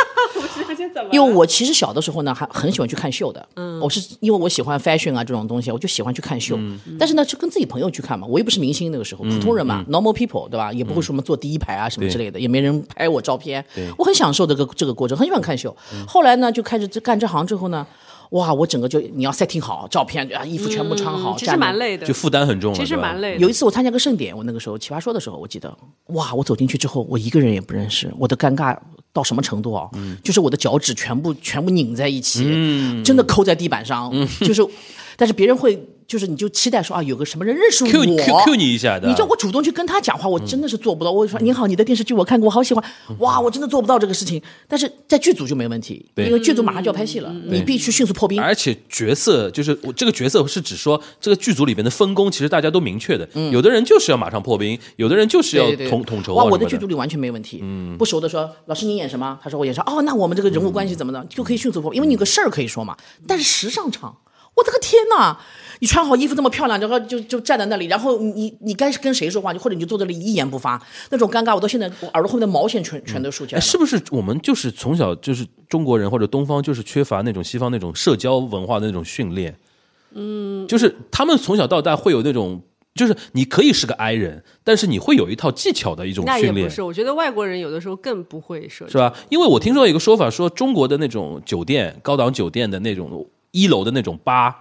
D: 怎么
B: 因为我其实小的时候呢，还很喜欢去看秀的。嗯，我是因为我喜欢 fashion 啊这种东西，我就喜欢去看秀。但是呢，就跟自己朋友去看嘛，我又不是明星，那个时候普通人嘛、n o r m a l people，对吧？也不会什么坐第一排啊什么之类的，也没人拍我照片。我很享受这个这个过程，很喜欢看秀。后来呢，就开始这干这行之后呢。哇，我整个就你要 setting 好照片啊，衣服全部穿好，
D: 嗯其
B: 站
D: 实
B: 着
D: 蛮累的
C: 就，负担很重了，
D: 其实
C: 对吧
D: 蛮累的。
B: 有一次我参加个盛典，我那个时候奇葩说的时候，我记得，哇，我走进去之后，我一个人也不认识，我的尴尬到什么程度啊？
C: 嗯
B: 就是我的脚趾全部全部拧在一起，真的抠在地板上，就是，
C: 嗯
B: 但是别人会。就是你就期待说啊，有个什么人认识我
C: Q 你啊 Q Q 你一下的，
B: 你叫我主动去跟他讲话，我真的是做不到。我
C: 嗯
B: 说您好，你的电视剧我看过，我好喜欢。哇，我真的做不到这个事情。但是在剧组就没问题，
C: 对嗯
B: 因为剧组马上就要拍戏了，你必须迅速破冰。
C: 而且角色就是我这个角色是指说这个剧组里边的分工，其实大家都明确的。有的人就是要马上破冰，有的人就是要
B: 对对对
C: 统统筹啊
B: 嗯哇，
C: 什么嗯
B: 我的剧组里完全没问题。不熟的说，老师你演什么？他说我演啥？哦，那我们这个人物关系怎么的，就可以迅速破，因为你有个事儿可以说嘛。但是时尚场，我的个天呐！你穿好衣服这么漂亮，然后就就站在那里，然后你你该跟谁说话，或者你就坐在那里一言不发，那种尴尬，我到现在我耳朵后面的毛线全全都竖起来
C: 哎，
B: 了。
C: 是不是我们就是从小就是中国人或者东方就是缺乏那种西方那种社交文化的那种训练？嗯，就是他们从小到大会有那种，就是你可以是个 I 人，但是你会有一套技巧的一种
D: 那也
C: 训
D: 不
C: 练，
D: 是，我觉得外国人有的时候更不会社
C: 是
D: 交。
C: 吧？因为我听说有一个说法，说中国的那种酒店、高档酒店的那种一楼的那种吧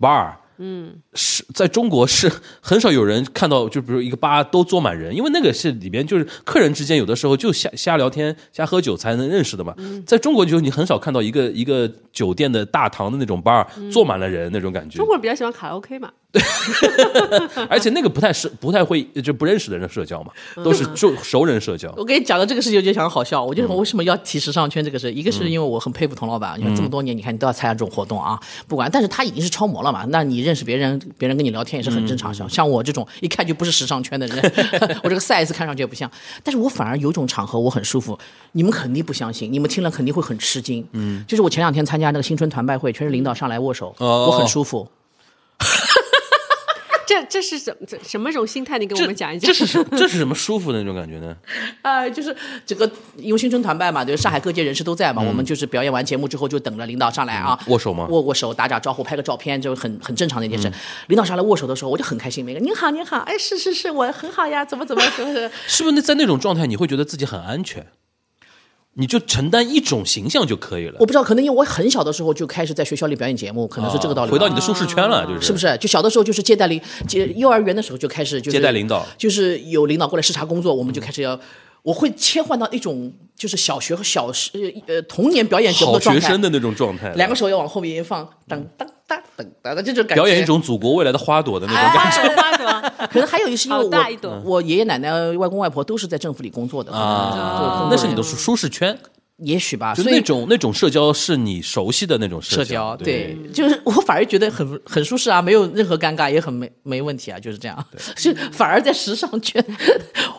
C: bar，嗯，是在中国是很少有人看到，就比如一个吧都坐满人，因为那个是里边就是客人之间有的时候就瞎瞎聊天、瞎喝酒才能认识的嘛。
D: 嗯
C: 在中国就你很少看到一个一个酒店的大堂的那种 bar 坐满了人那种感觉
D: 嗯中，国人比较喜欢卡拉 OK 嘛，
C: 而且那个不太是不太会就不认识的人社交嘛，
D: 嗯
C: 都是就熟人社交。
B: 我跟你讲到这个事情，我就想到好笑。我就
C: 嗯
B: 想我为什么要提时尚圈这个事？一个是因为我很佩服童老板，你看这么多年，你看你都要参加这种活动啊，不管，但是他已经是超模了嘛，那你认识别人，别人跟你聊天也是很正常。
C: 嗯
B: 像像我这种一看就不是时尚圈 的人，我这个 size 看上去也不像，但是我反而有种场合我很舒服。你们肯定不相信，你们听了肯定会很吃惊。嗯，就是我前两天参加那个新春团拜会，全是领导上来握手，
C: 哦
B: 我很舒服。
D: 这这是什这什么种心态？你给我
C: 这
D: 们讲一讲。
C: 这是什这是什么舒服的那种感觉呢？
B: 哎，就是整个因为新春团拜嘛，就是上海各界人士都在嘛，我们就是表演完节目之后就等着领导上来啊，
C: 嗯握手吗
B: 握握手，打打招呼，拍个照片，就很很正常的一件事。领导上来握手的时候，我就很开心，每个人您好您好，哎是是是，我很好呀，怎么怎么怎么 怎么，
C: 是不是那在那种状态，你会觉得自己很安全，你就承担一种形象就可以了
B: 我，不知道，可能因为我很小的时候就开始在学校里表演节目，可能是这个道理
C: 啊
B: 吧。啊
C: 回到你的舒适圈了，就是
B: 是不？是？就小的时候就是接待领接幼儿园的时候就开始就是
C: 接待领导
B: 就是有领导过来视察工作，我们就开始要，我会切换到一种就是小学和小时呃呃童年表演节目
C: 好
B: 的状
C: 学
B: 态，
C: 生的那种状态，
B: 两个手要往后面一放，噔噔噔噔噔噔，这种感觉。
C: 表演一种祖国未来的花朵的
D: 哎
C: 那种
B: 哎
C: 感 觉。
D: 花花朵，
B: 可能还有一是因为
D: 好大一
B: 我
D: 朵
B: 我爷爷奶奶、外公外婆都是在政府里工作的
C: 啊，
B: 对
C: 那是你的舒舒适圈，
B: 也许吧，
C: 就
B: 所
C: 那
B: 以
C: 种那种社交是你熟悉的那种
B: 社
C: 交，
B: 交对，就是我反而觉得很很舒适啊，没有任何尴尬，也很没没问题啊，就是这样。 是反而在时尚圈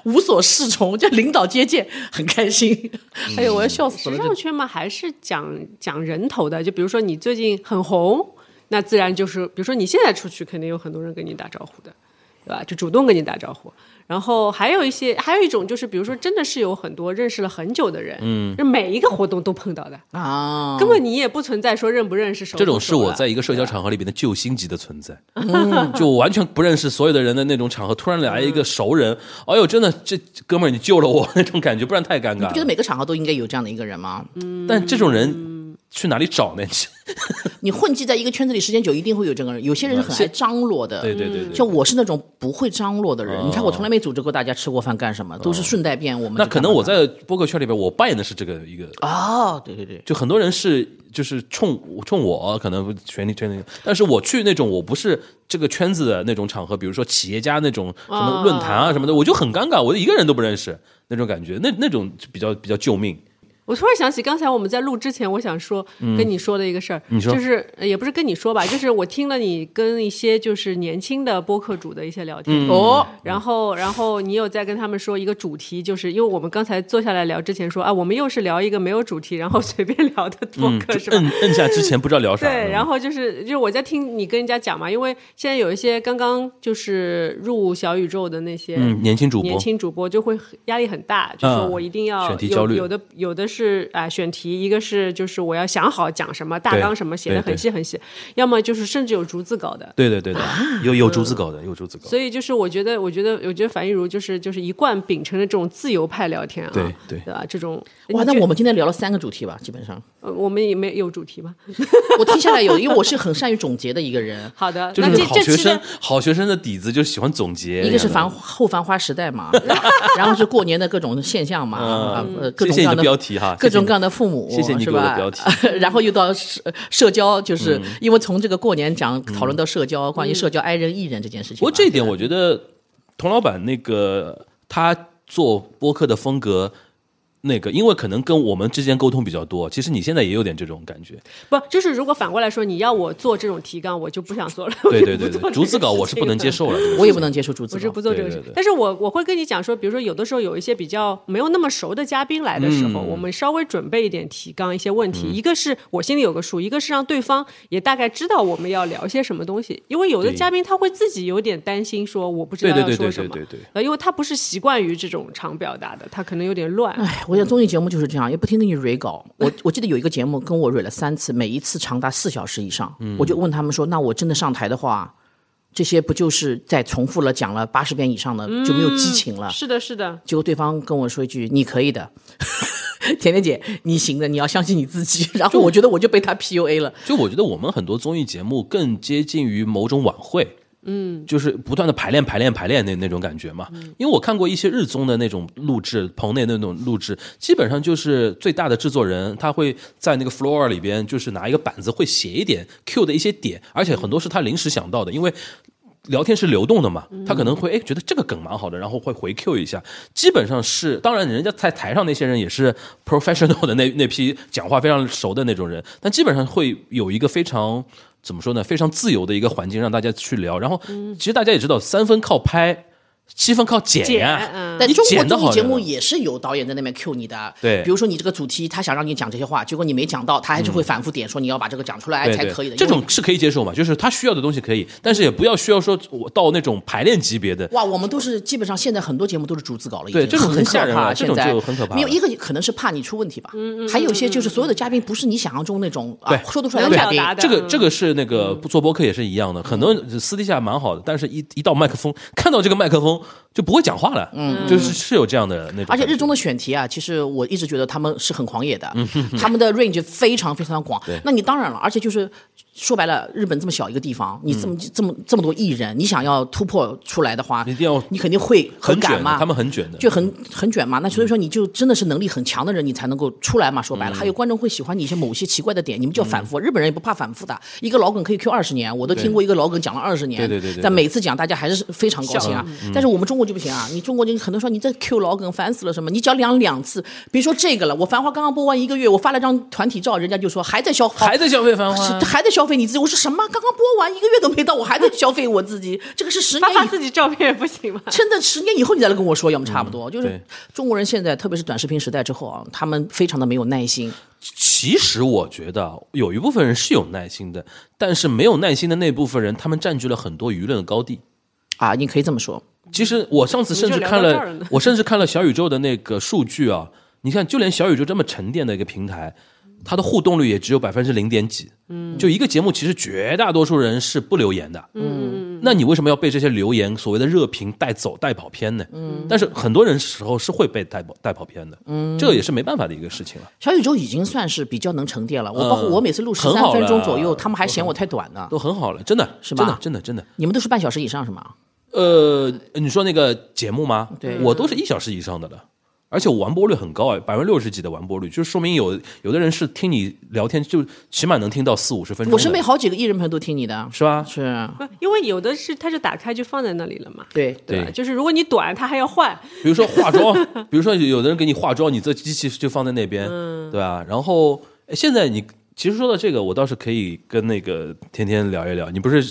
B: 无所适从，就领导接见很开 心。
C: 嗯
B: 哎呦，我要笑死
D: 时
B: 了！
D: 尚圈嘛，还是讲讲人头的。就比如说你最近很红，那自然就是，比如说你现在出去，肯定有很多人跟你打招呼的，对吧？就主动跟你打招呼。然后还有一些，还有一种就是，比如说真的是有很多认识了很久的人，嗯，就每一个活动都碰到的，
B: 这啊，
D: 根本你也不存在说认不认识熟不
C: 嗯这
D: 熟
C: 种是我
D: 了
C: 在一个社交场合里边的救星级的存在，
B: 啊
C: 嗯就我完全不认识所有的人的那种场合，突然来一个熟
B: 嗯
C: 人，哎呦，真的，这这哥们 儿你救了我那种感觉，不然太尴尬
B: 觉得
C: 了。
B: 每个场合都应该有这样的一个人吗？
D: 嗯
C: 但这种人去哪里找呢？
B: 你混迹在一个圈子里时间久，一定会有这个人。有些人很爱张罗的，
C: 嗯
B: 嗯
C: 对对对对
B: 像我是那种不会张罗的人。
C: 哦
B: 你看，我从来没组织过大家吃过饭干什么，都是顺带便。我们
C: 那
B: 就
C: 可能
B: 干嘛
C: 我在播客圈里边，我扮演的是这个一个，
B: 哦，对对对，
C: 就很多人是就是冲冲我可能全力全力，但是我去那种我不是这个圈子的那种场合，比如说企业家那种什
D: 哦
C: 么论坛啊什么的，我就很尴尬，我一个人都不认识那种感觉，那那种就比较比较救命。
D: 我突然想起刚才我们在录之前，我想说跟你说的一个事儿，
C: 嗯你说
D: 就是呃也不是跟你说吧，就是我听了你跟一些就是年轻的播客主的一些聊
C: 嗯
D: 天，
B: 哦，
D: 然后然后你有在跟他们说一个主题，就是因为我们刚才坐下来聊之前说啊，我们又是聊一个没有主题，然后随便聊的播
C: 嗯，
D: 客、是
C: 就
D: 吧？
C: 摁摁下之前不知道聊啥。嗯
D: 对，然
C: 后
D: 后就是就是我在听你跟人家讲嘛，因为现在有一些刚刚就是入小宇宙的那些
C: 嗯，年轻主播
D: 年，轻主播就会很压力很大，就说
C: 嗯
D: 我一定要有、
C: 选题焦虑
D: 有的有的是啊、选题，一个是就是我要想好讲什么，大纲什么写的
C: 对对
D: 很细很细，要么就是甚至有逐字稿的。
C: 对对对对，有有竹子狗的，有竹子狗。
D: 啊嗯所以就是我觉得，我觉得，我觉得樊玉茹就是就是一贯秉承着这种自由派聊天啊，
C: 对对
D: 吧？这种
B: 哇，
D: 你
B: 那
D: 觉
B: 我们今天聊了三个主题吧，基本上。
D: 呃我们也没有主题吗？
B: 我听下来有，因为我是很善于总结的一 个人。
D: 好的，
C: 就
D: 那
C: 是
D: 这
C: 好
D: 这
C: 学
D: 期
C: 生
D: 的，
C: 好学生的底子就喜欢总结。
B: 一个是
C: 然后
B: 繁后繁花时代嘛，然后是过年的各种现象嘛，啊呃，各
C: 嗯谢
B: 种
C: 谢
B: 各
C: 你
B: 样
C: 的
B: 的
C: 标题哈，
B: 各
C: 谢
B: 种
C: 谢
B: 各样的父母，
C: 谢谢你
B: 是
C: 给我的
B: 吧
C: 标题。 嗯
B: 然后又到社社交，就是因为从这个过年讲讨论到社交，关于社交爱人艺人这件事情嘛。
C: 不过这一点，我觉得童老板那个他做播客的风格。那个，因为可能跟我们之间沟通比较多，其实你现在也有点这种感觉，
D: 不就是如果反过来说，你要我做这种提纲，我就不想做了。 我
C: 对
D: 就
C: 对对
D: 不做
C: 对，
D: 这
C: 竹
D: 个
C: 子稿
D: 事
C: 我是
D: 情
C: 不能
D: 了
C: 接受了，这个
B: 我也不能接受竹子
D: 我是
B: 稿，
D: 不做
C: 对
D: 这个
C: 对
D: 事情
C: 对，
D: 但是我我会跟你讲说，比如说有的时候有一些比较没有那么熟的嘉宾来的时
C: 嗯
D: 候，我们稍微准备一点提纲、一些问题，一个是我心里有个数，一个是让对方也大概知道我们要聊些什么东西，因为有的
C: 对
D: 嘉宾他会自己有点担心，说我不知
C: 对
D: 道
C: 对
D: 要
C: 对
D: 说
C: 对
D: 什
C: 对
D: 么，
C: 对对，
D: 呃，因为他不是习惯于这种长表达的，他可能有点乱。
C: 嗯
B: 哎，我想综艺节目就是这样，也不停给你蕊稿。我我记得有一个节目跟我蕊了三次，每一次长达四小时以上。
C: 嗯
B: 我就问他们说，那我真的上台的话，这些不就是在重复了讲了八十遍以上的，就没有激情了？
D: 是的，是的，
B: 结果对方跟我说一句：“你可以的， 甜甜姐，你行的，你要相信你自己。” 然后我觉得我就被他 PUA 了。
C: 就我觉得我们很多综艺节目更接近于某种晚会，嗯，就是不断的排练、排练、排练那那种感觉嘛。因为我看过一些日综的那种录制，棚内那种录制，基本上就是最大的制作人他会在那个 floor 里边，就是拿一个板子会写一点 Q 的一些点，而且很多是他临时想到的，因为。聊天是流动的嘛，
D: 嗯
C: 他可能会哎觉得这个梗蛮好的，然后会回 Q 一下。基本上是，当然人家在台上那些人也是 professional 的那那批讲话非常熟的那种人，但基本上会有一个非常怎么说呢，非常自由的一个环境让大家去聊。然后
D: 嗯
C: 其实大家也知道，三分靠拍，七分靠剪呀、
D: 剪嗯
B: 但
C: 你
B: 中国
C: 剪得
B: 综艺
C: 好
B: 节
C: 着呢
B: 目也是有导演在那边 cue 你的，
C: 对
B: 比如说你这个主题，他想让你讲这些话，结果你没讲到，他还是会反复点说你要把这个讲出来
C: 嗯对
B: 才
C: 对
B: 可以的。
C: 这
B: 因为
C: 种是可以接受嘛，就是他需要的东西可以，但是也不要需要说我到那种排练级别的。
B: 哇，我们都是基本上现在很多节目都是逐字稿了，已
C: 对
B: 经
C: 这种很
B: 很
C: 吓人
B: 可怕
C: 了这种
B: 现在
C: 就很可怕
B: 没有
C: 了
B: 一个可能是怕你出问题吧，
D: 嗯
B: 还有一些就是所有的嘉宾不是你想象中那种啊嗯
C: 对
B: 说得出来的
D: 能
B: 嘉
D: 表
B: 宾，
D: 达的
C: 这个这个是那个做播客也是一样的，很多人私底下蛮好的，但是一一到麦克风，看到这个麦克风就不会讲话了，嗯，就是是有这样的那种感觉，
B: 而且日综的选题啊，其实我一直觉得他们是很狂野的，
C: 嗯
B: 他们的 range 非常非常的广。那你当然了，而且就是说白了，日本这么小一个地方，你这么、这么这么多艺人，你想要突破出来的话，
C: 嗯一定要
B: 你肯定会
C: 很卷
B: 敢
C: 的
B: 嘛，
C: 他们很卷的嗯
B: 就很很卷嘛。那所以说，你就真的是能力很强的人，你才能够出来嘛。说
C: 嗯
B: 白了，还有观众会喜欢你一些某些奇怪的点，你们就要反复。日本人也不怕反复的，一个老梗可以 Q 二十年，我都听过一个老梗讲了二十年，
C: 对对对对嗯对
B: 但每次讲大家还是非常高兴啊。但是我们中国就不行啊，你中国就很多说你这 Q 老梗烦死了什么，你只要两两次，别说这个了，我《繁花》刚刚播完一个月，我发了张团体照，人家就说还在消耗
C: 还在消费繁花
B: 是，还在消费你自己，我说什么？刚刚播完一个月都没到，我还在消费我自己，这个是十
D: 发
B: 年
D: 发
B: 以
D: 自己照片也不行吗？
B: 真的十年以后你再来跟我说，要么差不多。就是
C: 嗯对
B: 中国人现在，特别是短视频时代之后啊，他们非常的没有耐
C: 嗯
B: 心。
C: 其实我觉得有一部分人是有耐心的，但是没有耐心的那部分人，他们占据了很多舆论的高地。
B: 啊，你可以这么说，
C: 其实我上次甚至看
D: 我们就聊到这儿
C: 了
D: 了，
C: 我甚至看了小宇宙的那个数据啊，你看，就连小宇宙这么沉淀的一个平台，它的互动率也只有百分之零点几。嗯，就一个节目，其实绝大多数人是不留言的。嗯，那你为什么要被这些流言、所谓的热评带走、带跑偏呢？嗯，但是很多人时候是会被带跑、带跑偏的，嗯，这个也是没办法的一个事情了，
B: 小宇宙已经算是比较能沉淀了。我包括
C: 嗯
B: 我每次录十
C: 很
B: 三
C: 好
B: 分钟
C: 了
B: 左右，他们还嫌我太短呢。
C: 都很好了，真的
B: 是
C: 真的
B: 吧
C: 真的真的。
B: 你们都是半小时以上是吗？
C: 呃，你说那个节目吗？
B: 对
C: 我都是一小时以上的了。而且完播率很高哎，百分之六十几的完播率，就说明有有的人是听你聊天，就起码能听到四五十分钟的。
B: 我身边好几个艺人朋友都听你的，
C: 是吧？
B: 是，啊
D: 不因为有的是它是打开就放在那里了嘛，
B: 对，
D: 对吧？
C: 对
D: 就是如果你短，它还 要换，
C: 比如说化妆，比如说有的人给你化妆，你这机器就放在那边，
D: 嗯
C: 对吧？然后哎现在你其实说到这个，我倒是可以跟那个天天聊一聊。你不是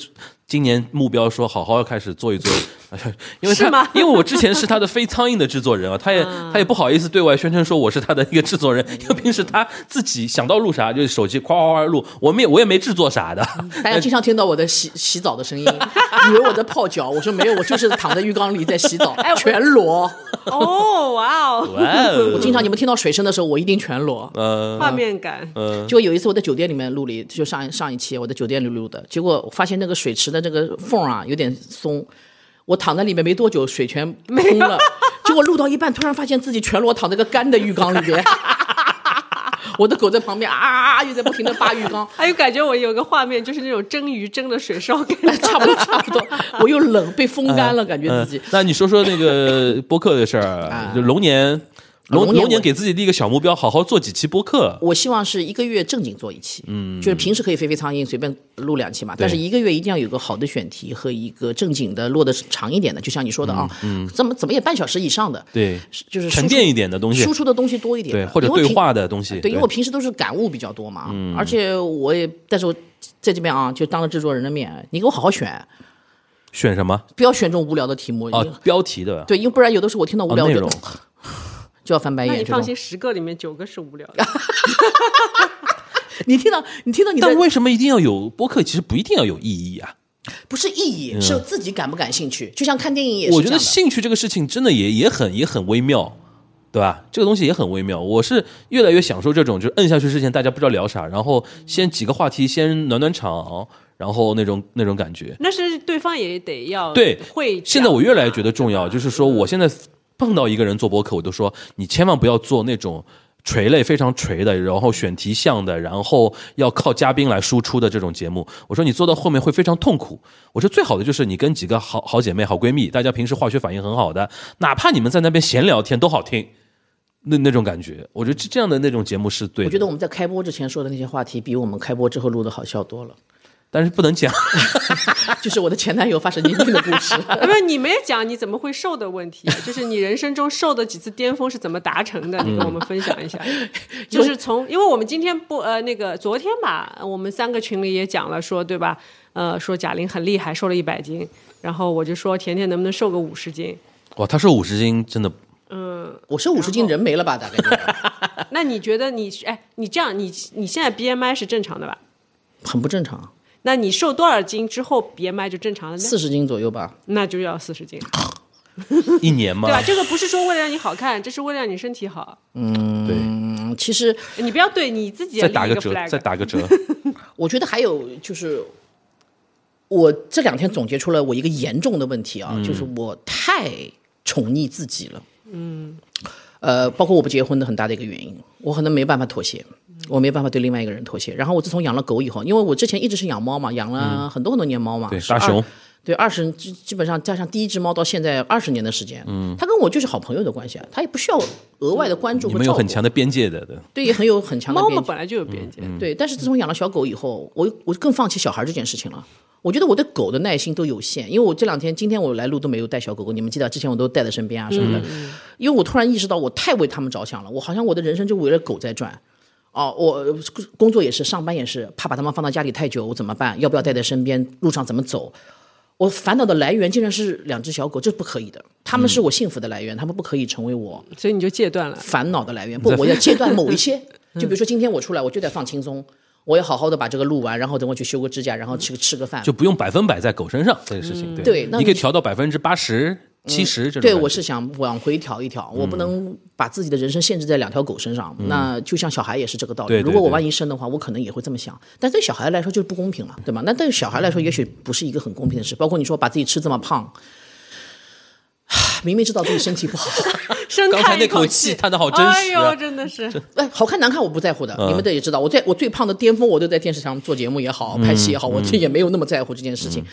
C: 今年目标说好好开始做一做， 因为
D: 是吗嗯
C: 他 因为我之前是他的飞苍蝇的制作人啊，他也他也不好意思对外宣称说我是他的一个制作 人，因为平时他自己想到录啥就是手机夸夸夸录，我们也我也没制作啥 的，
B: 大家经常听到我的洗洗澡 的声音，以为我在泡脚，我说没有，我就是躺在浴缸里在 洗澡，
D: 哎我
B: 全裸。
D: 哦，哇哦，
C: 哇哦，
B: 我经常你们听到水声的时候，我一定全裸。
C: 呃
D: 画面感，
C: 呃
B: 就有一次我在酒店里面录了一，就上一上一期我在酒店里录的，结果我发现那个水池的这个缝啊有点松，我躺在里面没多久，水全通了。结果录到一半，突然发现自己全裸躺在个干的浴缸里边， 我的狗在旁边啊啊啊，又在不停的扒 浴缸。。
D: 还有哎感觉我有个画面就是那种蒸鱼蒸的水烧
C: 哎
D: 感
B: 差不多，差不多。我又冷，被风干了，感觉自己啊
C: 嗯。那你说说那 个播客的事儿，啊就龙年，龙
B: 龙年
C: 龙年
B: 我
C: 给自己立个小目标，好好做几期播客。
B: 我希望是一个月正经做一期，嗯，就是平时可以飞飞苍蝇随便录两期嘛，但是一个月一定要有个好的选题和一个正经的落的长一点的，就像你说的啊，嗯，怎么怎么也半小时以上的，
C: 对，
B: 就是
C: 沉
B: 输出
C: 淀一点的东西
B: 输出的东西多一点的，
C: 对，或者
B: 因为
C: 对嗯
B: 平
C: 话的东西，
B: 对，因为我平时都是感悟比较多嘛，而且我也，但是我在这边啊，就当着制作人的面，你给我好好选，
C: 选什么
B: 不要选这种无聊的题目，
C: 啊
B: 你？
C: 标题的，
B: 对，因为不然有的时候我听到无
C: 哦
B: 聊我
C: 内
B: 就
C: 容
B: 就要翻白
D: 那
B: 眼。
D: 你
B: 这种
D: 放心，十个里面九个是无聊的，
B: 你听到你听到你的
C: 但为什么一定要有播客？其实不一定要有意义啊。
B: 不是意义，是自己感不感兴趣。就像看电影也是
C: 嗯我
B: 这
C: 觉
B: 样
C: 得
B: 的
C: 兴趣这个事情真的也也很也很微妙，对吧？这个东西也很微妙。我是越来越享受这种，就是摁下去之前大家不知道聊啥，然后先几个话题先暖暖场，然后那种那种感觉。
D: 那是对方也得要
C: 对
D: 会讲。
C: 现在我越来越觉得重要，就是说我现在碰到一个人做播客，我都说你千万不要做那种垂类非常垂的，然后选题项的，然后要靠嘉宾来输出的这种节目。我说你做到后面会非常痛苦。我说最好的就是你跟几个好好姐妹、好闺蜜，大家平时化学反应很好的，哪怕你们在那边闲聊天都好听。那那种感觉，我觉得这这样的那种节目是对的，
B: 我觉得我们在开播之前说的那些话题，比我们开播之后录的好 笑多了。
C: 但是不能讲。
B: 就是我的前男友发神经病的故事。
D: 啊，不是你没讲你怎么会瘦的 问题，啊就是你人生中瘦的几次巅峰是怎么达成
C: 嗯
D: 的？你跟我们分享 一下。就是从，因为我们今天不呃那个昨天吧，我们三个群里也讲了说对吧？呃，说贾玲很厉害，瘦了一百斤，然后我就说甜甜能不能瘦个五十斤？
C: 哇，他说五十斤真的
B: 我说五十斤人没了吧，大概就是
D: 那你觉得你哎，你这样你你现在 BMI 是正常的吧？
B: 很不正 常，
D: 那你瘦多少斤之后 BMI 就正常了呢？
B: 四十斤左右吧。
D: 那就要四十斤，
C: 一年吗？
D: 对啊吧？这个不是说为了让你好看，这是为了让你身体好。
C: 对，
B: 嗯，其实
D: 你不要对你自己也
C: 再
D: 立
C: 打
D: 一
C: 个
D: 个
C: 折
D: flag，，
C: 再打个折。
B: 我觉得还有就是，我这两天总结出了我一个严重的问题啊，就是
C: 嗯
B: 我太宠溺自己了。嗯，呃，包括我不结婚的很大的一个原因，我可能没办法妥协，
C: 嗯
B: 我没办法对另外一个人妥协。然后我自从养了狗以后，因为我之前一直是养猫嘛，养了很多很多年猫嘛，
C: 嗯对
B: 12
C: 大熊。
B: 对，二十基基本上加上第一只猫到现在二十年的时间，嗯，它跟我就是好朋友的关系啊，它也不需要额外的关注
C: 你
B: 和
C: 们
B: 照
C: 有
B: 顾，
C: 很强的边界的，对
B: 对，也很有很强的
D: 猫
B: 边
D: 嘛
B: 界
D: 本来就有边
E: 嗯
D: 界，
B: 对，但是自从养了小狗以后，我我更放弃小孩这件事情了。我觉得我对狗的耐心都有限，因为我这两天今天我来录都没有带小狗狗，你们记得之前我都带在身边啊什么的，因为我突然意识到我太为他们着想了，我好像我的人生就围着狗在转。哦，我工作也是，上班也是，怕把它们放到家里太久，我怎么办？要不要带在身边？路上怎么走？我烦恼的来源竟然是两只小狗，这不可以的。它们是我幸福的来源，它们不可以成为我
E: 嗯
D: 所以你就戒断了。
B: 烦恼的来源。不，我要戒断某一些，就比如说今天我出来，我就得放轻松，我要好好的把这个录完，然后等我去修个指甲，然后吃个吃个饭
C: 就。不用百分百在狗身上这个事情，
B: 嗯对那
C: 你可以
B: 你嗯
C: 调到百分之八十
E: 七十这种感觉。
B: 对，我是想往回调一调，我不能把自己的人生限制在两条狗身上。那就像小孩也是这个道理。
E: 对对
B: 如果我
E: 对
B: 万一生的话，我可能也会这么想。但对小孩来说就是不公平嘛，对吗？那对小孩来说，也许不是一个很公平的事。包括你说把自己吃这么胖，唉明明知道自己身体不好，
D: 深
E: 刚才
D: 叹
E: 那
D: 一
E: 口气
D: 气
E: 叹得好真
D: 哎
E: 实啊
D: 呦，真 的是，
B: 哎，好看难看我不在乎的，
E: 嗯
B: 你们的也知道，我在我最胖的巅峰，我都在电视上做节目也好，
E: 嗯
B: 拍戏也好，我自己也没有那么在乎这件事情。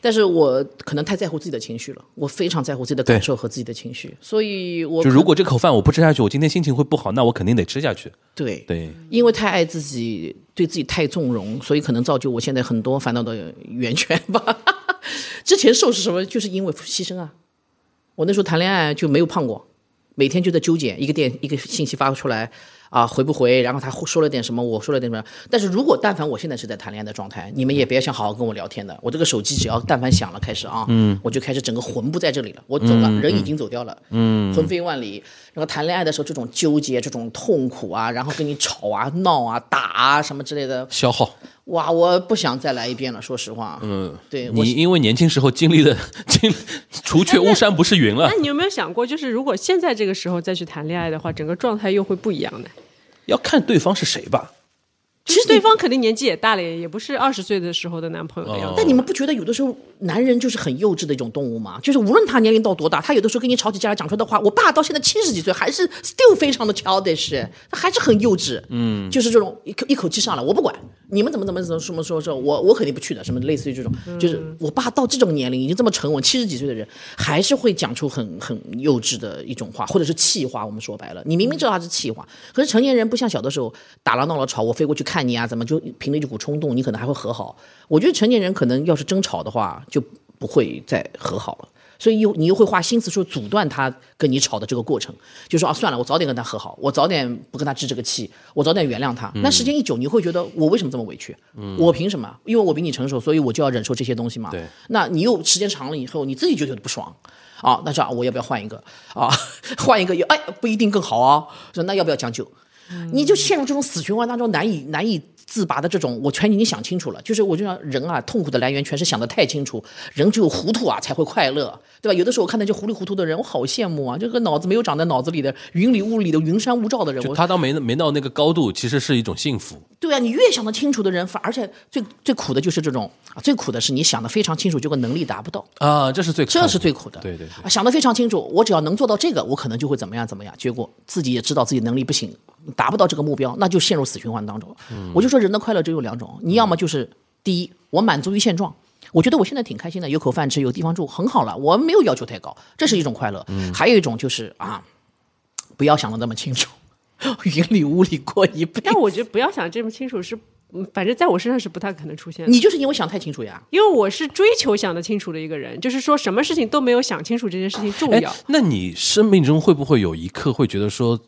B: 但是我可能太在乎自己的情绪了，我非常在乎自己的感受和自己的情绪，所以我
E: 就如果这口饭我不吃下去，我今天心情会不好，那我肯定得吃下去。
B: 对
E: 对，
B: 因为太爱自己，对自己太纵容，所以可能造就我现在很多烦恼的源泉吧。 之前瘦是什么？就是因为牺牲啊。我那时候谈恋爱就没有胖过，每天就在纠结一个电一个信息发出来啊回不回，然后他说了点什么，我说了点什么。但是如果但凡我现在是在谈恋爱的状态，你们也别想好好跟我聊天的。我这个手机只要但凡响了开始啊，嗯，我就开始整个魂不在这里了，我走了，人已经走掉了，嗯，魂飞万里。然后谈恋爱的时候这种纠结、这种痛苦啊，然后跟你吵啊、闹啊、打啊什么之类的，
E: 消耗。
B: 哇，我不想再来一遍了，说实话，嗯，对我
E: 你因为年轻时候经历的经，除却巫山不是云 了
D: 那，你有没有想过，就是如果现在这个时候再去谈恋爱的话，整个状态又会不一样呢？
E: 要看对方是谁吧。
D: 其实对方肯定年纪也大了，也不是二十岁的时候的男朋友的样子。
B: 但你们不觉得有的时候男人就是很幼稚的一种动物吗？就是无论他年龄到多大，他有的时候跟你吵起架来讲出来的话，我爸到现在七十几岁还是 still 非常的 childish，他还是很幼稚。嗯，就是这种一口一口气上来，我不管你们怎么怎么怎么什么说说，我我肯定不去的，什么类似于这种，就是我爸到这种年龄已经这么沉稳，七十几岁的人还是会讲出很很幼稚的一种话，或者是气话。我们说白了，你明明知道他是气话，可是成年人不像小的时候打了闹了吵，我飞过去看你啊，怎么就凭着一股冲动，你可能还会和好。我觉得成年人可能要是争吵的话，就不会再和好了。所以又你又会花心思说阻断他跟你吵的这个过程，就说啊算了，我早点跟他和好，我早点不跟他置这个气，我早点原谅他。那时间一久，你会觉得我为什么这么委屈？我凭什么？因为我比你成熟，所以我就要忍受这些东西嘛。
E: 对
B: 那你又时间长了以后，你自己就觉得不爽。啊，那这样我要不要换一个啊？ 换一个也哎不一定更好啊。说那要不要将就？你就陷入这种死循环当中，难以难以自拔的这种，我全已经想清楚了。就是我就想人啊，痛苦的来源全是想得太清楚，人只有糊涂啊才会快乐，对吧？有的时候我看到这糊里糊涂的人，我好羡慕啊！这个脑子没有长在脑子里的云里雾里的云山雾罩的人，
E: 就
B: 我
E: 他当没没到那个高度，其实是一种幸福。
B: 对啊，你越想得清楚的人，反而且最最苦的就是这种啊，最苦的是你想得非常清楚，结果能力达不到。
E: 啊，这是最
B: 这是最苦的。
E: 对对对
B: 啊，想得非常清楚，我只要能做到这个，我可能就会怎么样怎么样。结果自己也知道自己能力不行，达不到这个目标，那就陷入死循环当中。
E: 嗯
B: 我就说人的快乐只有两种，你要么就是第一，我满足于现状。我觉得我现在挺开心的，有口饭吃，有地方住，很好了。我没有要求太高，这是一种快乐。
E: 嗯
B: 还有一种就是啊，不要想的那么清楚， 云里雾里过一辈子。
D: 但我觉得不要想这么清楚是，嗯反正在我身上是不太可能出现的。
B: 你就是因为想太清楚呀。
D: 因为我是追求想得清楚的一个人，就是说什么事情都没有想清楚这件事情重
E: 哎
D: 要。，
E: 那你生命中会不会有一刻会觉得说，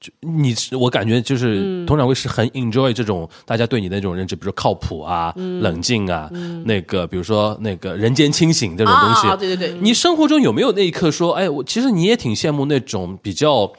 E: 就你是我感觉就是佟掌柜是很 enjoy 这种大家对你的那种认知，比如说靠谱啊、冷静啊，那个比如说那个人间清醒这种东西。
B: 啊，对对对，
E: 你生活中有没有那一刻说，哎，我其实你也挺羡慕那种比较。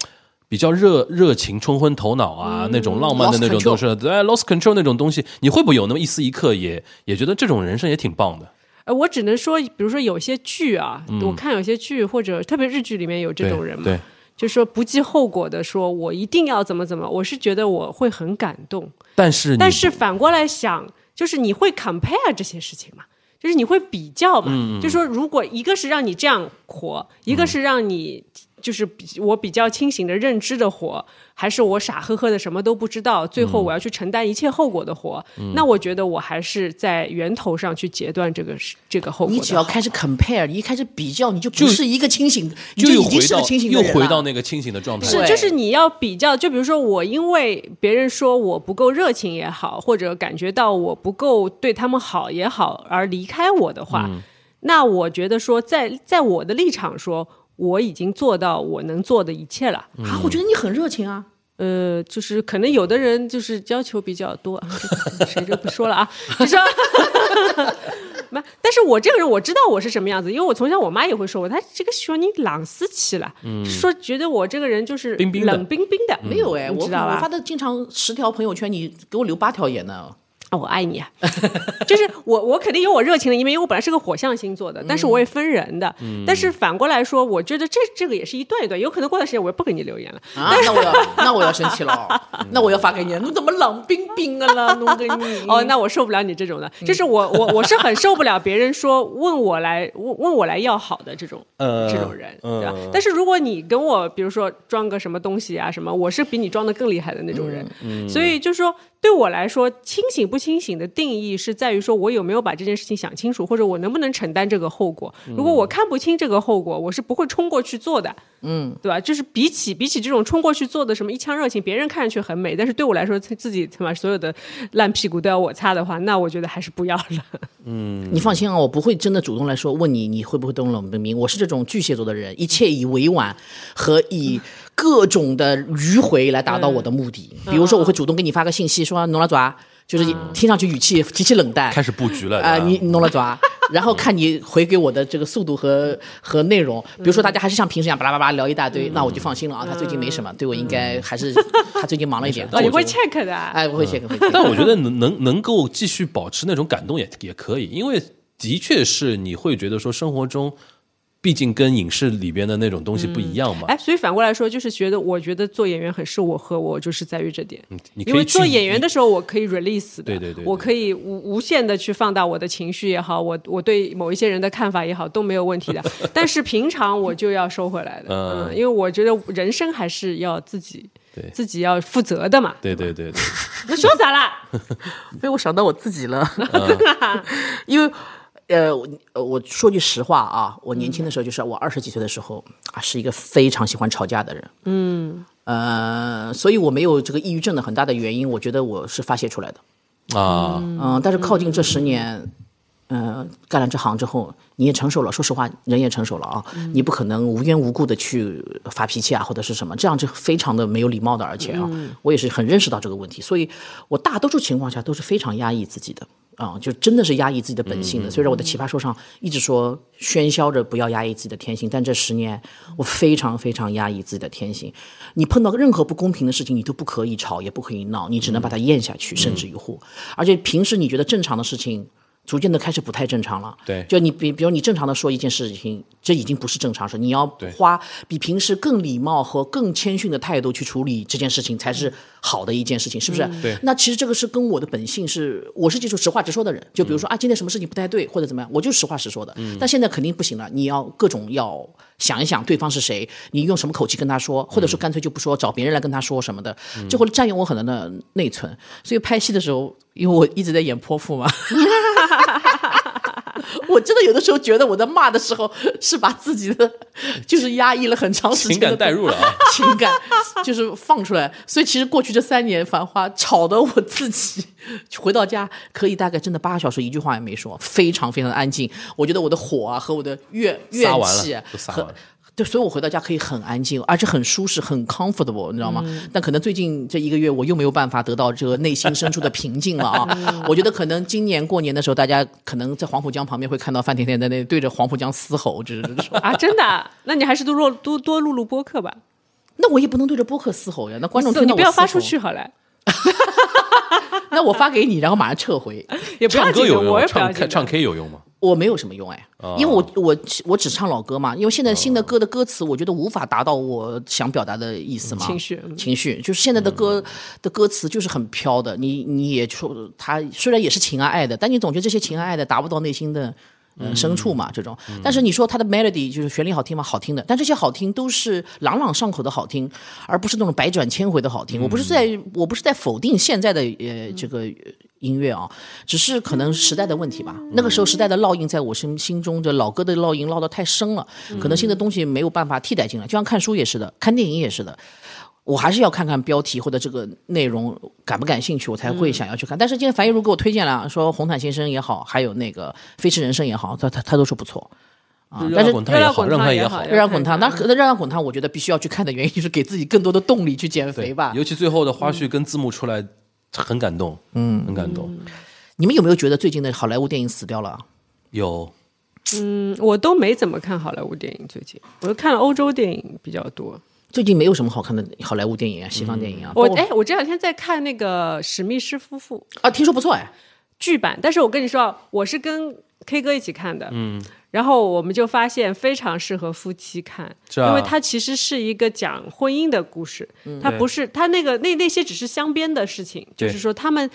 E: 比较热热情、冲昏头脑啊，那种浪漫的
B: lost
E: 那种都是对哎 lost control 那种东西，你会不会有那么一丝一刻也也觉得这种人生也挺棒的？
D: 呃，我只能说，比如说有些剧啊，我看有些剧或者特别日剧里面有这种人嘛，
E: 嗯对，
D: 就是说不计后果的说我一定要怎么怎么，我是觉得我会很感动。
E: 但是你
D: 但是反过来想，就是你会 compare 这些事情嘛？就是你会比较
E: 嗯
D: 嘛？就说如果一个是让你这样活，一个是让你就是比我比较清醒的认知的活，还是我傻呵呵的什么都不知道，最
E: 嗯
D: 后我要去承担一切后果的活，那我觉得我还是在源头上去截断这个是这个后果的
B: 你
D: 好。
B: 只要开始 compare，你一开始比较，你就不是一个清醒，你
E: 就
B: 就
E: 又
B: 已
E: 回
B: 经是
E: 到
B: 个清醒的
E: 又
B: 人
E: 回
B: 了
E: 到那个清醒的状态了。
D: 是，
B: 对
D: 就是你要比较，就比如说我，因为别人说我不够热情也好，或者感觉到我不够对他们好也好，而离开我的话，那我觉得说在，在我的立场说，我已经做到我能做的一切了。
E: 嗯
B: 啊，我觉得你很热情啊。
D: 呃，就是可能有的人就是要求比较多，啊 这谁就不说了啊，就说。 那但是我这个人我知道我是什么样子，因为我从小我妈也会说我，她这个小人懒死起了，说觉得我这个人就是
E: 嗯冰冰的嗯
D: 冷冰冰的，
B: 没有哎，
D: 你
B: 我
D: 知道
B: 我
D: 吧
B: 发？的经常十条朋友圈，你给我留八条也呢。
D: 啊，我爱你啊！ 就是我，我肯定有我热情的一面，因为我本来是个火象星座的，但
E: 嗯
D: 是我也分人的。但是反过来说，我觉得这这个也是一段一段，有可能过段时间我也不给你留言了。
B: 啊，那我要那我要生气了哦，那我要发给你，侬怎么冷冰冰的了？侬跟你 嗯
D: 哦，那我受不了你这种的，就是我我我是很受不了别人说问我来问问我来要好的这种、
E: 呃
D: 这种人，对吧？
E: 嗯
D: 但是如果你跟我比如说装个什么东西啊什么，我是比你装的更厉害的那种人，
E: 嗯
D: 所以就是说对我来说，清醒不清醒的定义是在于说我有没有把这件事情想清楚，或者我能不能承担这个后果。如果我
E: 嗯
D: 看不清这个后果，我是不会冲过去做的，嗯，对吧？就是比起比起这种冲过去做的什么一腔热情，别人看上去很美，但是对我来说自自己他妈所有的烂屁股都要我擦的话，那我觉得还是不要了。
E: 嗯
B: 你放心啊，我不会真的主动来说问你你会不会懂冷冰冰。我是这种巨蟹座的人，一切以委婉和以各种的迂回来达到我的目的。比如说，我会主动给你发个信息说“侬了爪”，就是听上去语气极其冷淡
C: 开。始布局了
B: 啊、
C: 对吧
B: 你你弄了爪，然后看你回给我的这个速度和和内容。比如说，大家还是像平时一样巴拉巴拉聊一大堆，那我就放心了啊。他最近没什么，对我应该还是他最近忙了一点。
D: 哦，你会
E: 觉得
D: check 的啊，
B: 哎，我会写，会 check
E: 但我觉得能能能够继续保持那种感动也也可以，因为的确是你会觉得说生活中，毕竟跟影视里边的那种东西不一样嘛。
D: 哎，所以反过来说，就是觉得我觉得做演员很是我和我，就是在于这点。
E: 嗯你可以
D: 因为
E: 去
D: 做演员的时候，我可以 release 的，
E: 对对对对
D: 我可以无无限的去放大我的情绪也好，我我对某一些人的看法也好都没有问题 的。但是平常我就要收回来的，
E: 嗯
D: 因为我觉得人生还是要自己
E: 对
D: 自己要负责的嘛。
E: 对对对对，
D: 那 说啥啦？
B: 被哎我想到我自己了， 啊因为。呃，我呃我说句实话啊，我年轻的时候就是我二十几岁的时候啊，是一个非常喜欢吵架的人。嗯，呃，所以我没有这个抑郁症的很大的原因，我觉得我是发泄出来的。
E: 啊，
B: 嗯、但是靠近这十年，呃，干了这行之后，你也成熟了，说实话，人也成熟了啊，你不可能无缘无故的去发脾气啊，或者是什么，这样是非常的没有礼貌的，而且啊，我也是很认识到这个问题，所以我大多数情况下都是非常压抑自己的。啊、就真的是压抑自己的本性的。虽然我的奇葩说上一直说喧嚣着不要压抑自己的天性，但这十年我非常非常压抑自己的天性。你碰到任何不公平的事情，你都不可以吵，也不可以闹，你只能把它咽下去，甚至于乎。而且平时你觉得正常的事情。逐渐的开始不太正常了，
E: 对
B: 就你比比如你正常的说一件事情，这已经不是正常事，你要花比平时更礼貌和更谦逊的态度去处理这件事情，才是好的一件事情，是不是？
E: 对
B: 那其实这个是跟我的本性是，我是接受实话直说的人。就比如
E: 嗯
B: 说、啊，今天什么事情不太对，或者怎么样，我就实话实说的。但现在肯定不行了，你要各种要想一想对方是谁，你用什么口气跟他说，或
E: 嗯
B: 者说干脆就不说，找别人来跟他说什么的，这会占用我很多的内存。所以拍戏的时候，因为我一直在演泼妇嘛。我真的有的时候觉得我在骂的时候是把自己的就是压抑了很长时间
E: 情
B: 的
E: 感代入了啊。
B: 情感就是放出来。所以其实过去这三年《繁花》吵得我自己回到家可以大概真的八个小时一句话也没说，非常非常的安静。我觉得我的火啊和我的怨
E: 撒
B: 怨
E: 完了
B: 气啊
E: 都撒
B: 和
E: 完了
B: 对，所以我回到家可以很安静，而且很舒适，很 comfortable，你知道吗？但可能最近这一个月，我又没有办法得到这个内心深处的平静了 啊！我觉得可能今年过年的时候，大家可能在黄浦江旁边会看到范甜甜在那对着黄浦江嘶吼，就是这种。
D: 啊，真的啊、那你还是多录多多录录播客吧。
B: 那我也不能对着播客嘶吼呀，那观众听到
D: 你
B: 我
D: 不要
B: 嘶
D: 发出
B: 吼
D: 去好了，
B: 那我发给你，然后马上撤 回。
D: 也不要
E: 唱歌
D: 紧的，
E: 有用
D: 我
E: 吗，
D: 也不要
E: 唱
D: 紧的。
E: 唱 K 有用吗？
B: 我没有什么用哎，因为我我我只唱老歌嘛，因为现在新的歌的歌词，我觉得无法达到我想表达的意思嘛。
D: 情绪嗯
B: 情绪就是现在的歌的歌词就是很飘的，你你也说它虽然也是情啊爱的，但你总觉得这些情啊爱的达不到内心的。嗯，深处嘛，这种，但是你说它的 melody 就是旋律好听吗？好听的，但这些好听都是朗朗上口的好听，而不是那种百转千回的好听。我不是在，我不是在否定现在的呃这个音乐啊，只是可能时代的问题吧。那个时候时代的烙印在我心心中，这老歌的烙印烙得太深了，可能新的东西没有办法替代进来。就像看书也是的，看电影也是的。我还是要看看标题或者这个内容感不感兴趣，我才
D: 嗯
B: 会想要去看。但是今天樊一茹给我推荐了，说《红毯先生》也好，还有那个《飞驰人生》也好，他他他都说不错。
E: 啊
B: 但是
E: 滚烫也好，
D: 热
E: 让
D: 辣滚烫
E: 他
D: 也
E: 好
D: 好。
B: 热辣滚烫，
D: 要
B: 那
D: 看
B: 热辣滚烫，我觉得必须要去看的原因就是给自己更多的动力去减肥
E: 对
B: 吧。
E: 尤其最后的花絮跟字幕出来，很感动，嗯，很感动。
B: 你们有没有觉得最近的好莱坞电影死掉了？
E: 有
D: 嗯，我都没怎么看好莱坞电影，最近我就看了欧洲电影比较多。
B: 最近没有什么好看的好莱坞电影啊，西方电影啊。
D: 我
B: 包括
D: 哎，我这两天在看那个史密斯夫妇
B: 啊，听说不错哎，
D: 剧版，但是我跟你说啊，我是跟 K 哥一起看的，嗯，然后我们就发现非常适合夫妻看，
E: 是啊
D: 因为它其实是一个讲婚姻的故事，
B: 嗯
D: 它不是它那个那那些只是镶边的事情，
E: 对
D: 就是说他们。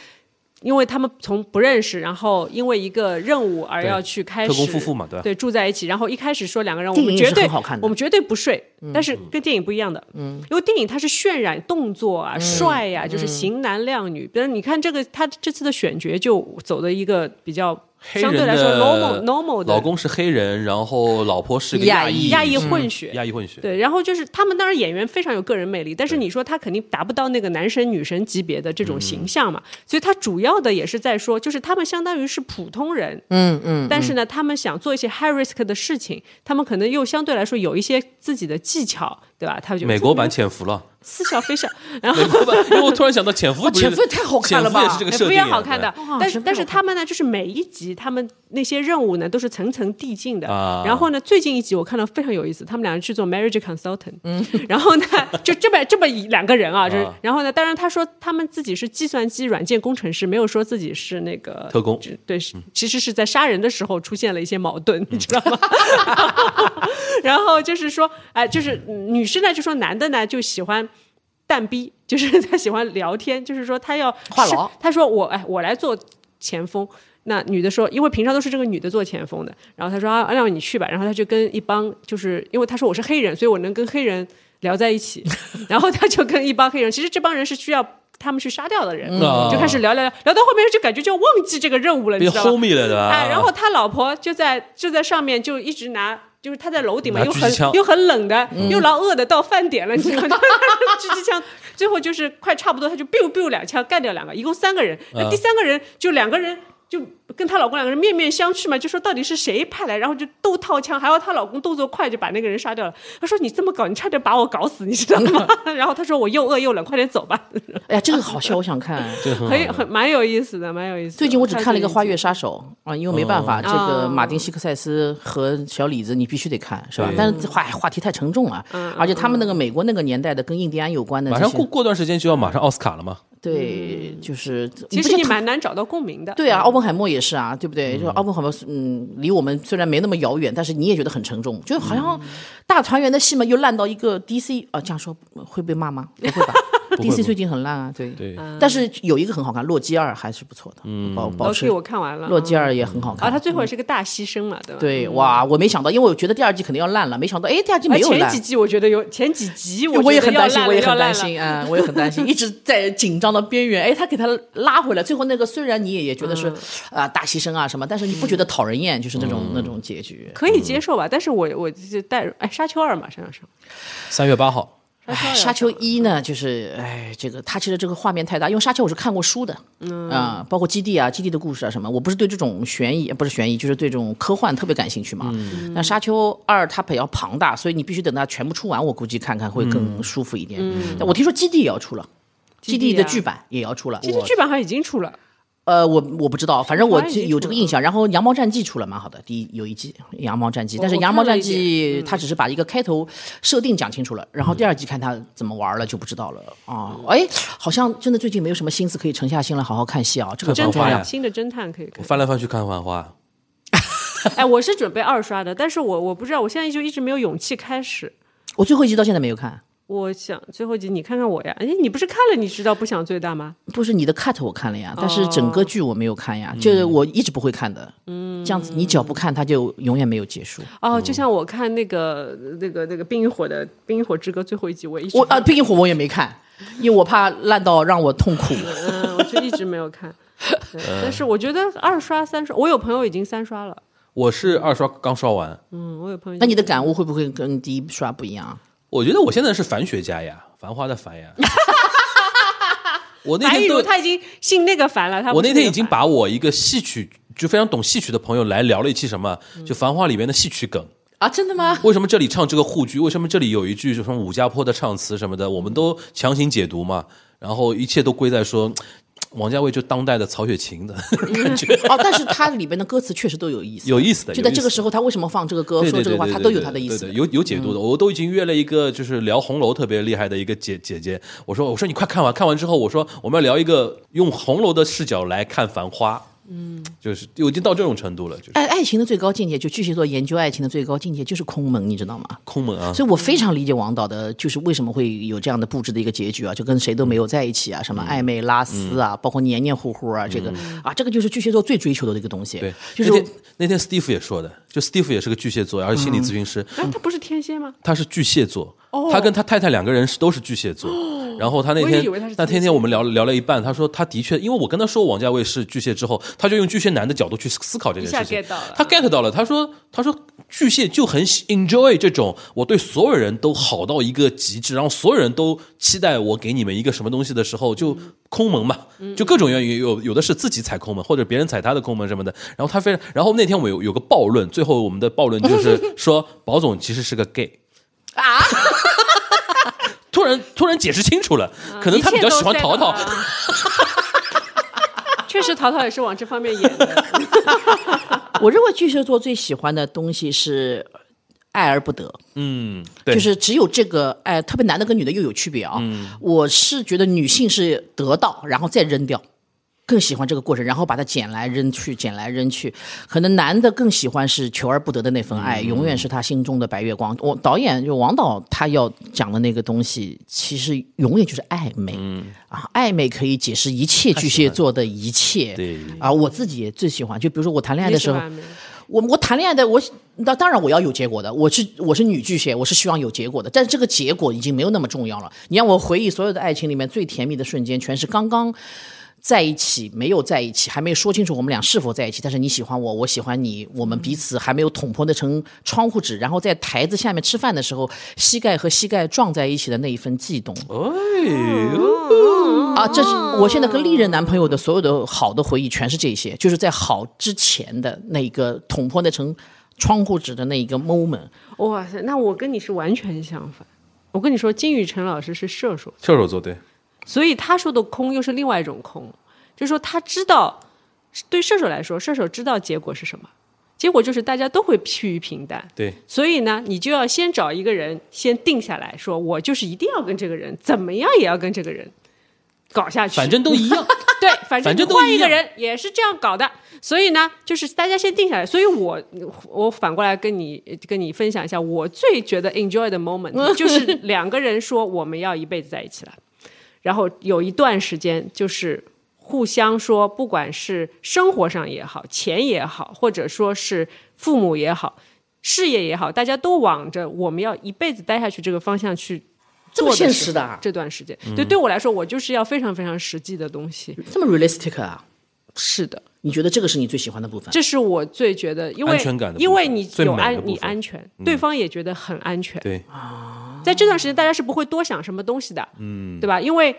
D: 因为他们从不认识，然后因为一个任务而
E: 对
D: 要去开始
E: 特工夫妇嘛对吧
D: 对，住在一起。然后一开始说两个人，我
B: 电
D: 们
B: 影也
D: 绝
B: 是
D: 对
B: 很好看的嗯
D: 我们绝对不睡，但是跟电影不一样的，嗯，因为电影它是渲染动作
E: 嗯
D: 啊、帅呀、就是型男靓女。比如你看这个，他这次的选角就走的一个比较
E: 黑
D: 相
E: 人
D: 对来说 normal
E: 的
D: normal 的
E: 老公是黑人，然后老婆是个
B: 亚
E: 裔
D: 亚裔
E: 嗯
D: 混血。
E: 亚裔混血，
D: 对，然后就是他们当然演员非常有个人魅力，但是你说他肯定达不到那个男神女神级别的这种
E: 嗯
D: 形象嘛，所以他主要的也是在说，就是他们相当于是普通人，
B: 嗯嗯，
D: 但是呢，他们想做一些 high risk 的事情，他们可能又相对来说有一些自己的技巧，对吧？他们就
E: 美国版潜伏了，
D: 似笑非笑， 然后
E: 美国版， 因为我突然想到潜
D: 哦
E: 伏不是，
B: 潜伏也太好看了吧
E: 潜伏也是这个设定，啊
D: 非常好看的
E: 对。
D: 但
B: 是
D: 是
B: 非常
D: 但
B: 好
D: 是他们呢，就是每一集他们那些任务呢都是层层递进的。
E: 啊
D: 然后呢，最近一集我看到非常有意思，他们两人去做 marriage consultant。嗯， 然后呢，就这么这么一两个人啊，就是、
E: 啊
D: 然后呢，当然他说他们自己是计算机软件工程师，没有说自己是那个
E: 特工
D: 只对，是其实是在杀人的时候出现了一些矛盾，
E: 嗯
D: 你知道吗？然后就是说，哎、就是女生呢就说男的呢就喜欢。蛋逼，就是 他喜欢聊天，就是说他要
B: 话痨
D: 是他说我哎，我来做前锋。那女的说，因为平常都是这个女的做前锋的，然后他说啊，让你去吧。然后他就跟一帮，就是因为他说我是黑人，所以我能跟黑人聊在一起。然后他就跟一帮黑人，其实这帮人是需要他们去杀掉的人，
E: 嗯
D: 就开始聊聊聊，聊到后面就感觉就忘记这个任务了，你
E: 被
D: 知道吗？
E: homie 了的，
D: 哎，然后他老婆就在就在上面就一直拿，就是他在楼顶嘛，
E: 拿
D: 又
E: 狙击
D: 很
E: 枪
D: 又很冷的，
B: 嗯
D: 又老饿的到饭点了，你 知道吗？狙击枪，最后就是快差不多，他就 biu biu 两枪干掉两个，一共三个人，那
E: 嗯
D: 第三个人就两个人。就跟她老公两个人面面相觑嘛，就说到底是谁派来，然后就都掏枪，还要她老公动作快，就把那个人杀掉了。她说：“你这么搞，你差点把我搞死，你知道吗？” 然后她说：“我又饿又冷，快点 走吧。
B: 哎呀，这个好笑，我 想看。
E: 这个很好
D: 很有很蛮有意思的，蛮有意思的。
B: 最近我只看了一个《花
D: 月。
B: 月杀手》啊，因为没办法，这个
D: 哦
B: 马丁·西克塞斯和小李子你必须得看，是吧？但是这话哎话题太沉重了，
D: 嗯
B: 而且他们那个美国那个年代的跟印第安有关的这
E: 马
B: 些，
E: 上过过段时间就要马上奥斯卡了嘛，
B: 对，就是
D: 嗯其
B: 不
D: 实
B: 是
D: 你
B: 特
D: 蛮难找到共鸣的。
B: 对啊，奥本海默也是啊，对不对？就是奥本海默，嗯，离我们虽然没那么遥远，但是你也觉得很沉重，就好像大团圆的戏嘛，又烂到一个 DC 啊，这样说会被骂吗？不会吧？DC 最近很烂啊，对
E: 对
D: 嗯
B: 但是有一个很好看，《洛基二》还是不错的，保保
D: 老
B: 持
D: 师，哦我看完了。
B: 洛基二》也很好
D: 啊，
B: 看。
D: 他最后也是个大牺牲嘛，对吧？。
B: 嗯对，哇，我没想到，因为我觉得第二季肯定要烂了，没想到，哎，第二季
D: 嗯
B: 没
D: 而
B: 有
D: 前
B: 烂
D: 几。集我觉得有，前几集
B: 我也
D: 觉得
B: 很
D: 要
B: 担心，
D: 烂
B: 我
D: 了，
B: 也
D: 要烂
B: 很担
D: 了。
B: 心，嗯，我也很担心，一直在紧张的边缘。哎，他给他拉回来，最后那个虽然你也也觉得
D: 嗯
B: 是啊大牺牲啊什么，但是你不觉得讨人厌，就是那种
D: 嗯
B: 那种结局。
D: 可以接受吧，但是我我就带入哎，沙丘二嘛，上上上，
E: 三月八号，
B: 哎，沙丘一呢，就是哎，这个它其实这个画面太大，因为沙丘我是看过书的，嗯啊、包括基地啊、基地的故事啊什么，我不是对这种悬疑不是悬疑，就是对这种科幻特别感兴趣嘛。嗯、那沙丘二它比较庞大，所以你必须等它全部出完，我估计看看会更舒服一点。嗯、我听说基地也要出了。基
D: 地
B: 地的
D: 啊
B: 剧版也要出了，
D: 其实剧版好像已经出了，
B: 呃，我我不知道，反正我
D: 好像已经
B: 有这
D: 出
B: 个
D: 了
B: 印象。然后《羊毛战记》出了蛮好的，第一有一季《羊毛战记》，
D: 我
B: 但是《
D: 我
B: 羊
D: 看
B: 毛
D: 了
B: 战
D: 一嗯
B: 记》它只是把一个开头设定讲清楚了，然后第二季看它怎么玩了就不知道了啊。哎，好像真的最近没有什么心思可以沉下心来好好看戏啊，这个
E: 真
B: 很
D: 侦
E: 的呀
B: 重要
D: 探。新的侦探可以
E: 我
D: 看。
E: 翻来翻去看《繁花》，
D: 哎，我是准备二刷的，但是我我不知道，我现在就一直没有勇气开始。
B: 我最后一集到现在没有看，
D: 我想最后一集你看看我呀，哎，你不是看了你知道不想最大吗？
B: 不是你的 cut 我看了呀，但
D: 哦
B: 是整个剧我没有看呀，这我一直不会看的。嗯，这样子你只要不看，它就永远没有结束。
D: 哦，就像我看那个那个那个《冰与火》的《冰与火之歌》最后一集，我一直
B: 我啊，《冰与火》我也没看，因为我怕烂到让我痛苦。
D: 嗯，我就一直没有看。对但是我觉得二刷、三刷，我有朋友已经三刷了。
E: 我是二刷刚刷完，
D: 嗯，我有朋友已经。
B: 那你的感悟会不会跟第一刷不一样啊？
E: 我觉得我现在是繁学家呀，繁花的繁 呀。我那
D: 樊
E: 天
D: 雨
E: 都
D: 茹他已经信那个烦了，他不
E: 我那
D: 是个
E: 天已经
D: 樊
E: 把我一个戏曲就非常懂戏曲的朋友来聊了一期什么，
D: 嗯
E: 就《繁花》里面的戏曲梗。
B: 啊，真的吗？
E: 为什么这里唱这个沪剧？为什么这里有一句就什么武家坡的唱词什么的，我们都强行解读嘛，然后一切都归在说。
C: 王家卫就当代的曹雪芹的 感觉，
B: 哦，但是它里边的歌词确实都有意思，
C: 嗯有意思的。
B: 就在这个
C: 候。
B: 时候，他为什么放这个歌，
C: 对
B: 说
C: 对
B: 这
C: 对
B: 个话，
C: 对
B: 他
C: 对
B: 都有
C: 对
B: 他的意
C: 对
B: 思嗯
C: 对。有有解读的。我都已经约了一个就是聊红楼特别厉害的一个姐姐姐，我说我说你快看完，看完之后我说我们要聊一个用红楼的视角来看《繁花》，嗯，就是我已经到这种程度了，就是
B: 爱爱情的最高境界，就巨蟹座研究爱情的最高境界就是空门，你知道吗？
C: 空门啊，
B: 所以我非常理解王导的，就是为什么会有这样的布置的一个结局啊，就跟谁都没有在一起啊，什么
C: 嗯
B: 暧昧拉丝啊，包括黏黏糊糊啊，这个啊，这个就是巨蟹座最追求的一个东西。
C: 对，
B: 就是
C: 那天那天 Steve 也说的，就 Steve 也是个巨蟹座，而且心
B: 嗯
C: 理咨询师，
D: 哎，他不是天蝎吗？
C: 他是巨蟹座，他跟他太太两个人是都是巨蟹座。然后他那
D: 哦我也
C: 天
D: 以为他是
C: 那天
D: 巨蟹
C: 天我们聊聊了一半，他说他的确，因为我跟他说王家卫是巨蟹之后，他就用巨蟹男的角度去思考这件事情，
D: 一下 get 到了
C: 他 get 到了，他说他说巨蟹就很喜 enjoy 这种我对所有人都好到一个极致，然后所有人都期待我给你们一个什么东西的时候，就空门嘛，
D: 嗯
C: 就各种原因有有的是自己踩空门，或者别人踩他的空门什么的。然后他非常，然后那天我们有有个暴论，最后我们的暴论就是说宝总其实是个 gay。突然突然解释清楚了，
B: 嗯
C: 可能他比较喜欢淘淘
D: 一切，都 set 好了。确实，淘淘也是往这方面演的。
B: 我认为巨蟹座最喜欢的东西是爱而不得，
C: 嗯，对，嗯
B: 就是只有这个哎，特别男的跟女的又有区别啊。我是觉得女性是得到然后再扔掉。更喜欢这个过程，然后把它捡来扔去，捡来扔去。可能男的更喜欢是求而不得的那份爱，
C: 嗯
B: 永远是他心中的白月光。我导演就王导他要讲的那个东西，其实永远就是暧昧、
C: 嗯
B: 啊，暧昧可以解释一切巨蟹座的一切。
C: 对
B: 啊，我自己也最喜欢，就比如说我谈恋爱
D: 你
B: 的
D: 喜
B: 时候
D: 欢，没
B: 我我谈恋爱的，我那当然我要有结果的，我是我是女巨蟹，我是希望有结果的，但是这个结果已经没有那么重要了。你让我回忆所有的爱情里面最甜蜜的瞬间，全是刚刚在一起，没有在一起，还没说清楚我们俩是否在一起，但是你喜欢我，我喜欢你，我们彼此还没有捅破那层窗户纸，然后在台子下面吃饭的时候，膝盖和膝盖撞在一起的那一份悸动。
C: 嗯
B: 啊，这是
D: 哦
B: 我现在跟历任男朋友的所有的好的回忆，全是这些，就是在好之前的那一个捅破那层窗户纸的那一个 moment。
D: 哇塞，那我跟你是完全相反。我跟你说，金宇澄老师是射手，
C: 射手座对，
D: 所以他说的空又是另外一种空，就是说他知道，对射手来说，射手知道结果是什么，结果就是大家都会趋于平淡。
C: 对，
D: 所以呢，你就要先找一个人，先定下来说，我就是一定要跟这个人，怎么样也要跟这个人搞下去。
C: 反正都一样。
D: 对，反
C: 反
D: 正
C: 正
D: 你
C: 都
D: 换
C: 一
D: 一
C: 样
D: 个人也是这样搞的。所以呢，就是大家先定下来。所以我我反过来跟你跟你分享一下，我最觉得 enjoy 的 moment 就是两个人说我们要一辈子在一起了，然后有一段时间就是。互相说，不管是生活上也好，钱也好，或者说是父母也好，事业也好，大家都往着我们要一辈子待下去这个方向去
B: 这么
D: 做的时候。
B: 现实的啊
D: 这段时间，对对我来说，我就是要非常非常实际的东西。
B: 这么 realistic 啊？
D: 是的，
B: 你觉得这个是你最喜欢的部分？
D: 这是我最觉得，因为
C: 安全感的部分
D: 因为你
C: 最
D: 有
C: 美的部
D: 安，
C: 分嗯
D: 你安全，对方也觉得很安全。
C: 对，
D: 在这段时间，大家是不会多想什么东西的，嗯，对吧？因为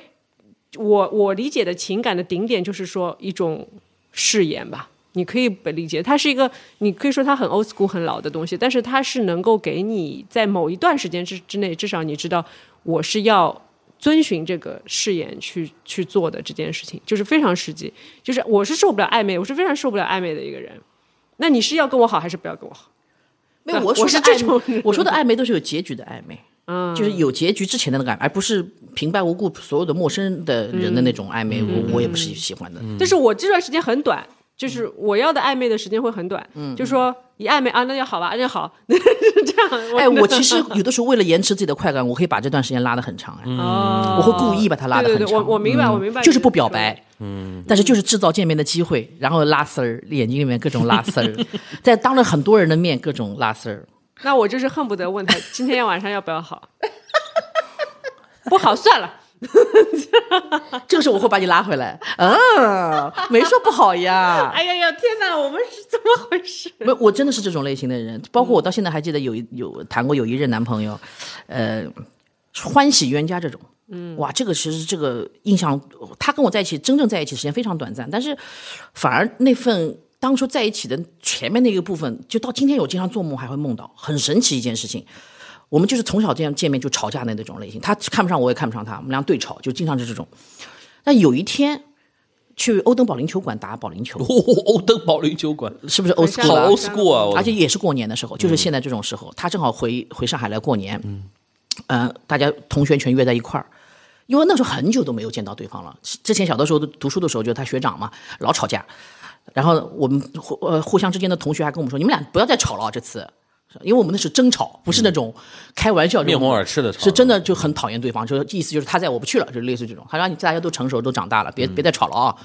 D: 我我理解的情感的顶点就是说一种誓言吧。你可以理解，它是一个，你可以说它很 old school 很老的东西，但是它是能够给你在某一段时间之之内，至少你知道我是要遵循这个誓言去去做的这件事情，就是非常实际。就是我是受不了暧昧，我是非常受不了暧昧的一个人。那你是要跟我好还是不要跟我好？
B: 没有，
D: 啊
B: 我说
D: 我是
B: 的暧
D: 这种
B: 昧
D: 人
B: 我说的暧昧都是有结局的暧昧，嗯，就是有结局之前的那个暧昧，而不是平白无故所有的陌生的人的那种暧昧，
D: 嗯
B: 我我也不是喜欢的。
D: 但是我这段时间很短，就是我要的暧昧的时间会很短，
B: 嗯
D: 就说一暧昧啊，那就好吧，那就好， 这样。
B: 哎，我其实有的时候为了延迟自己的快感，我可以把这段时间拉得很长哎。
D: 我
B: 我会故意把它拉得很
D: 哦对
B: 长。
D: 对对，我我明白，
B: 嗯
D: 我明白，
B: 就是不表白，嗯，但是就是制造见面的机会，然后拉丝儿，眼睛里面各种拉丝儿，在当着很多人的面各种拉丝儿。
D: 那我就是恨不得问他今天晚上要不要好， 不好算了。
B: 这个时候我会把你拉回来，啊，没说不好呀。
D: 哎呀呀，天哪，我们是怎么回事？
B: 没，我真的是这种类型的人，包括我到现在还记得有一有谈过有一任男朋友，呃，欢喜冤家这种，嗯，哇，这个其实这个印象，他跟我在一起真正在一起时间非常短暂，但是反而那份当初在一起的前面那个部分，就到今天我经常做梦还会梦到，很神奇一件事情。我们就是从小这样见面就吵架的那种类型，他看不上我也看不上他，我们俩对吵，就经常是这种。但有一天，去欧登保龄球馆打保龄球，
C: 哦，欧登保龄球馆，
B: 是不是 old
D: 很像
B: school
C: 好
B: 啊
C: old school 啊！我
B: 而且也是过年的时候，就是现在这种时候，他正好回回上海来过年，嗯，呃，大家同学全约在一块儿，因为那时候很久都没有见到对方了。之前小的时候读书的时候，就是他学长嘛，老吵架，然后我们互呃互相之间的同学还跟我们说，你们俩不要再吵了，这次。因为我们那是争吵，不是那种开玩笑这
C: 面
B: 种、
C: 红耳赤的吵
B: 是真的就很讨厌对方，就是意思就是他在我不去了，就类似这种。他说你大家都成熟都长大了，别、
C: 嗯
B: 别再吵了啊！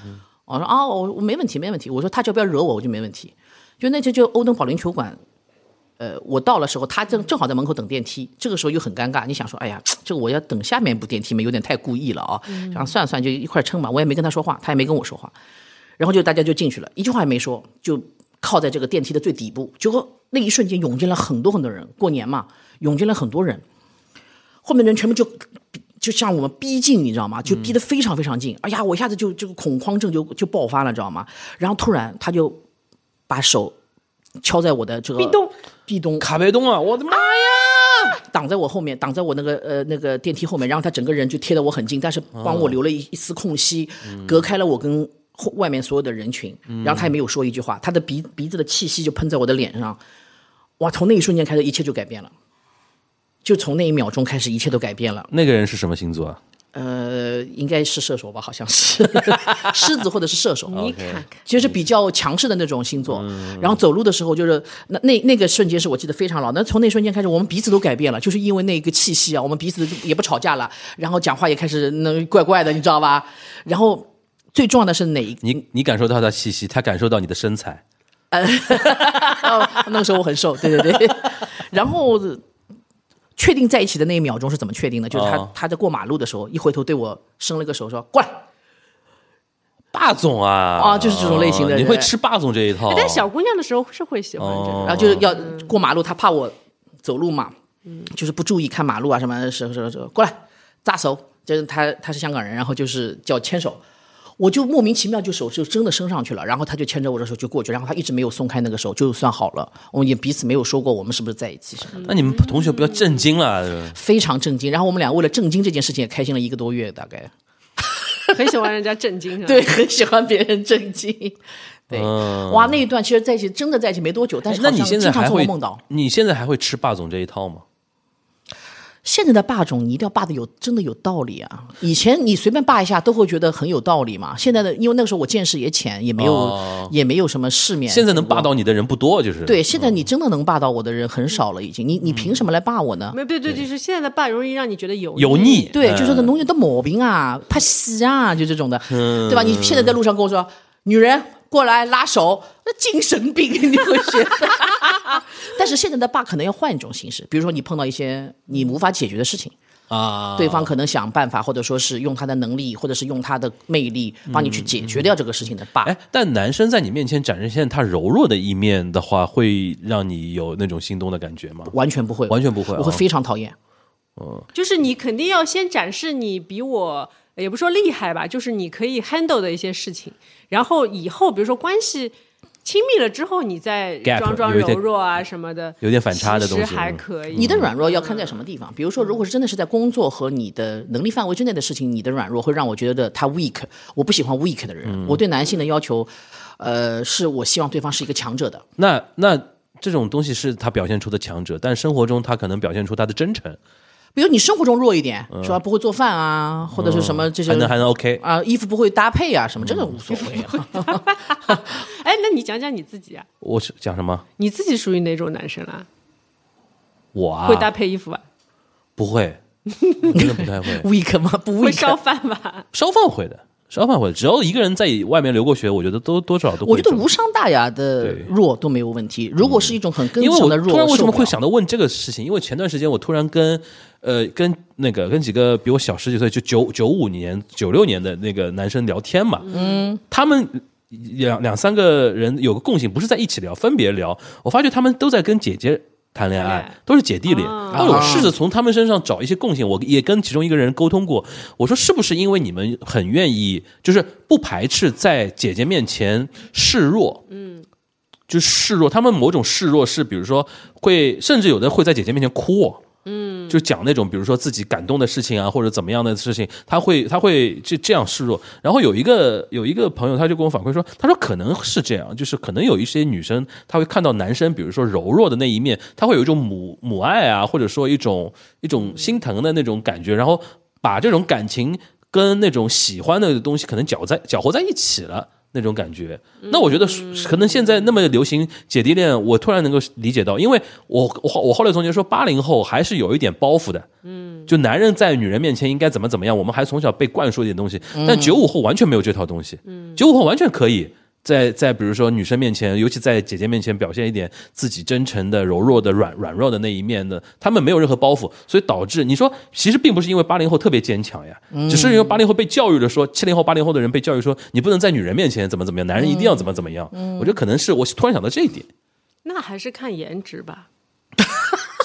B: 我说啊，我我没问题没问题。我说他只要不要惹我，我就没问题。就那天就欧登保龄球馆，呃，我到了时候，他正正好在门口等电梯，这个时候又很尴尬。你想说，哎呀，这个我要等下面一部电梯嘛，有点太故意了啊。然后算了算，就一块儿撑吧。我也没跟他说话，他也没跟我说话。然后就大家就进去了，一句话也没说，就靠在这个电梯的最底部。结果那一瞬间涌进了很多很多人，过年嘛，涌进了很多人，后面的人全部就就向我们逼近，你知道吗？就逼得非常非常
D: 嗯
B: 近。哎呀，我一下子就就恐慌症就就爆发了，知道吗？然后突然他就把手敲在我的这个
D: 壁咚，
B: 壁咚
C: 卡梅东啊，我的妈！
B: 挡在我后面，挡在我那个呃那个电梯后面，然后他整个人就贴得我很近，但是帮我留了一、一丝空隙，隔开了我跟后外面所有的人群。然后他也没有说一句话，他的鼻鼻子的气息就喷在我的脸上。哇！从那一瞬间开始，一切就改变了，就从那一秒钟开始，一切都改变了。
C: 那个人是什么星座啊？
B: 呃，应该是射手吧，好 像是 狮子或者是射手。
D: 你看看，
B: 就是比较强势的那种星座。然后走路的时候，就是那那那个瞬间是我记得非常牢。那从那瞬间开始，我们彼此都改变了，就是因为那个气息啊，我们彼此也不吵架了，然后讲话也开始那怪怪的，你知道吧？然后最重要的是哪一个？
C: 你你感受到他的气息，他感受到你的身材，
D: 哦
B: 那个时候我很瘦，对对对。 然后确定在一起的那一秒钟是怎么确定的？就是他、
C: 哦
B: 他在过马路的时候，一回头对我伸了个手，说过来。
C: 霸总啊
B: 啊就是这种类型
C: 哦
B: 的人哎
C: 你会吃霸总这一
B: 哦
C: 套？
D: 但小姑娘的时候是会喜欢这
C: 哦
D: 个，
B: 然后就是要过马路，他怕我走路嘛，就是不注意看马路啊什么什么什么什么，过来扎手，就是他他是香港人，然后就是叫牵手，我就莫名其妙就手就真的伸上去了，然后他就牵着我的手就过去，然后他一直没有松开那个手，就算好了，我们也彼此没有说过我们是不是在一起什么的，
C: 那你们同学不要震惊了，
B: 非常震惊。然后我们俩为了震惊这件事情也开心了一个多月，大概
D: 很喜欢人家震 惊，是吧
B: 对，很喜欢别人震惊。对，
C: 嗯
B: 哇，那一段其实在一起真的在一起没多久，但是
C: 哎那
B: 好
C: 你
B: 像
C: 现
B: 经
C: 在
B: 常
C: 还
B: 做
C: 会
B: 梦梦到。
C: 你现在还会吃霸总这一套吗？
B: 现在的霸总，你一定要霸的有真的有道理啊！以前你随便霸一下都会觉得很有道理嘛。现在的，因为那个时候我见识也浅，也没有、
C: 哦
B: 也没有什么世面。
C: 现在嗯能霸到你的人不多，就是
B: 对，现在你真的能霸到我的人很少了，已经。你你
C: 嗯
B: 凭什么来霸我呢？
D: 没对对，就是现在的爸容易让你觉得油
C: 油腻，
B: 对，
C: 嗯
B: 就说这农业的毛病啊，怕死啊，就这种的，对吧？你现在在路上跟我说，女人过来拉手，那精神病 你会觉得。 但是现在的霸可能要换一种形式，比如说你碰到一些你无法解决的事情。
C: 啊，
B: 对方可能想办法，或者说是用他的能力，或者是用他的魅力，帮你去解决掉这个事情的 bug。
C: 嗯哎，但男生在你面前展示现他柔弱的一面的话，会让你有那种心动的感觉吗？
B: 完全不会，
C: 完全不会啊
B: 我会非常讨厌。
D: 就是你肯定要先展示你比我，也不说厉害吧，就是你可以 handle 的一些事情，然后以后比如说关系亲密了之后，你再
C: Gap，
D: 装装
C: 有一点
D: 柔弱啊什么的，
C: 有点反差的东西嗯
D: 其实还可以。
B: 你的软弱要看在什么地方，比如说，如果是真的是在工作和你的能力范围之内的事情，你的软弱会让我觉得他 weak，我不喜欢 weak 的人。
C: 嗯
B: 我对男性的要求，呃，是我希望对方是一个强者的。
C: 那那这种东西是他表现出的强者，但生活中他可能表现出他的真
D: 嗯
C: 诚，
B: 比如你生活中弱一点，说不会做饭啊，或者是什么这些
C: 嗯还能还能 OK。
B: 啊、衣服不会搭配啊，什么这个无所谓、啊。
D: 哎，那你讲讲你自己啊，
C: 我是讲什么？
D: 你自己属于哪种男生啊？
C: 我啊，
D: 会搭配衣服吧？
C: 不 会，真的不太会。
B: weak 吗？不 weak，
D: 会烧饭吧？
C: 烧饭会的，烧饭会的。只要一个人在外面留过学，我觉得都多少都会。
B: 我觉得无。伤大雅的
C: 对嗯
B: 弱都没有问题。如果是一种很根
C: 因为
B: 强
C: 我
B: 的弱，
C: 突然
B: 我
C: 为什
B: 受
C: 么
B: 不
C: 会
B: 了
C: 想到问这个事情？因为前段时间我突然跟，呃，跟那个跟几个比我小十几岁，就九九五年、九六年的那个男生聊天嘛，嗯，他们两两三个人有个共性，不是在一起聊，分别聊。我发觉他们都在跟姐姐谈恋
D: 谈
C: 爱
D: 恋爱，
C: 都是姐弟恋。
D: 啊
C: 然后我试着从他们身上找一些共性，我也跟其中一个人沟通过，我说是不是因为你们很愿意，就是不排斥在姐姐面前示弱，嗯。就示弱，他们某种示弱是，比如说会，甚至有的会在姐姐面前哭哦，嗯，就讲那种比如说自己感动的事情啊，或者怎么样的事情，他会他会这这样示弱。然后有一个有一个朋友，他就跟我反馈说，他说可能是这样，就是可能有一些女生，她会看到男生，比如说柔弱的那一面，她会有一种母母爱啊，或者说一种一种心疼的那种感觉，然后把这种感情跟那种喜欢的东西可能搅在搅和在一起了。那种感觉，那我觉得是可能现在那么流行姐弟恋，我突然能够理解到，因为我我后我后来总结说，八零后还是有一点包袱的，嗯，就男人在女人面前应该怎么怎么样，我们还从小被灌输一点东西，但九五后完全没有这套东西，嗯，九五后完全可以在在比如说女生面前，尤其在姐姐面前表现一点自己真诚的、柔弱的、软软弱的那一面的，他们没有任何包袱，所以导致你说其实并不是因为八零后特别坚强呀，只是因为八零后被教育了说，七零后、八零后的人被教育说你不能在女人面前怎么怎么样，男人一定要怎么怎么样，我觉得可能是我突然想到这一点。
D: 那还是看颜值吧。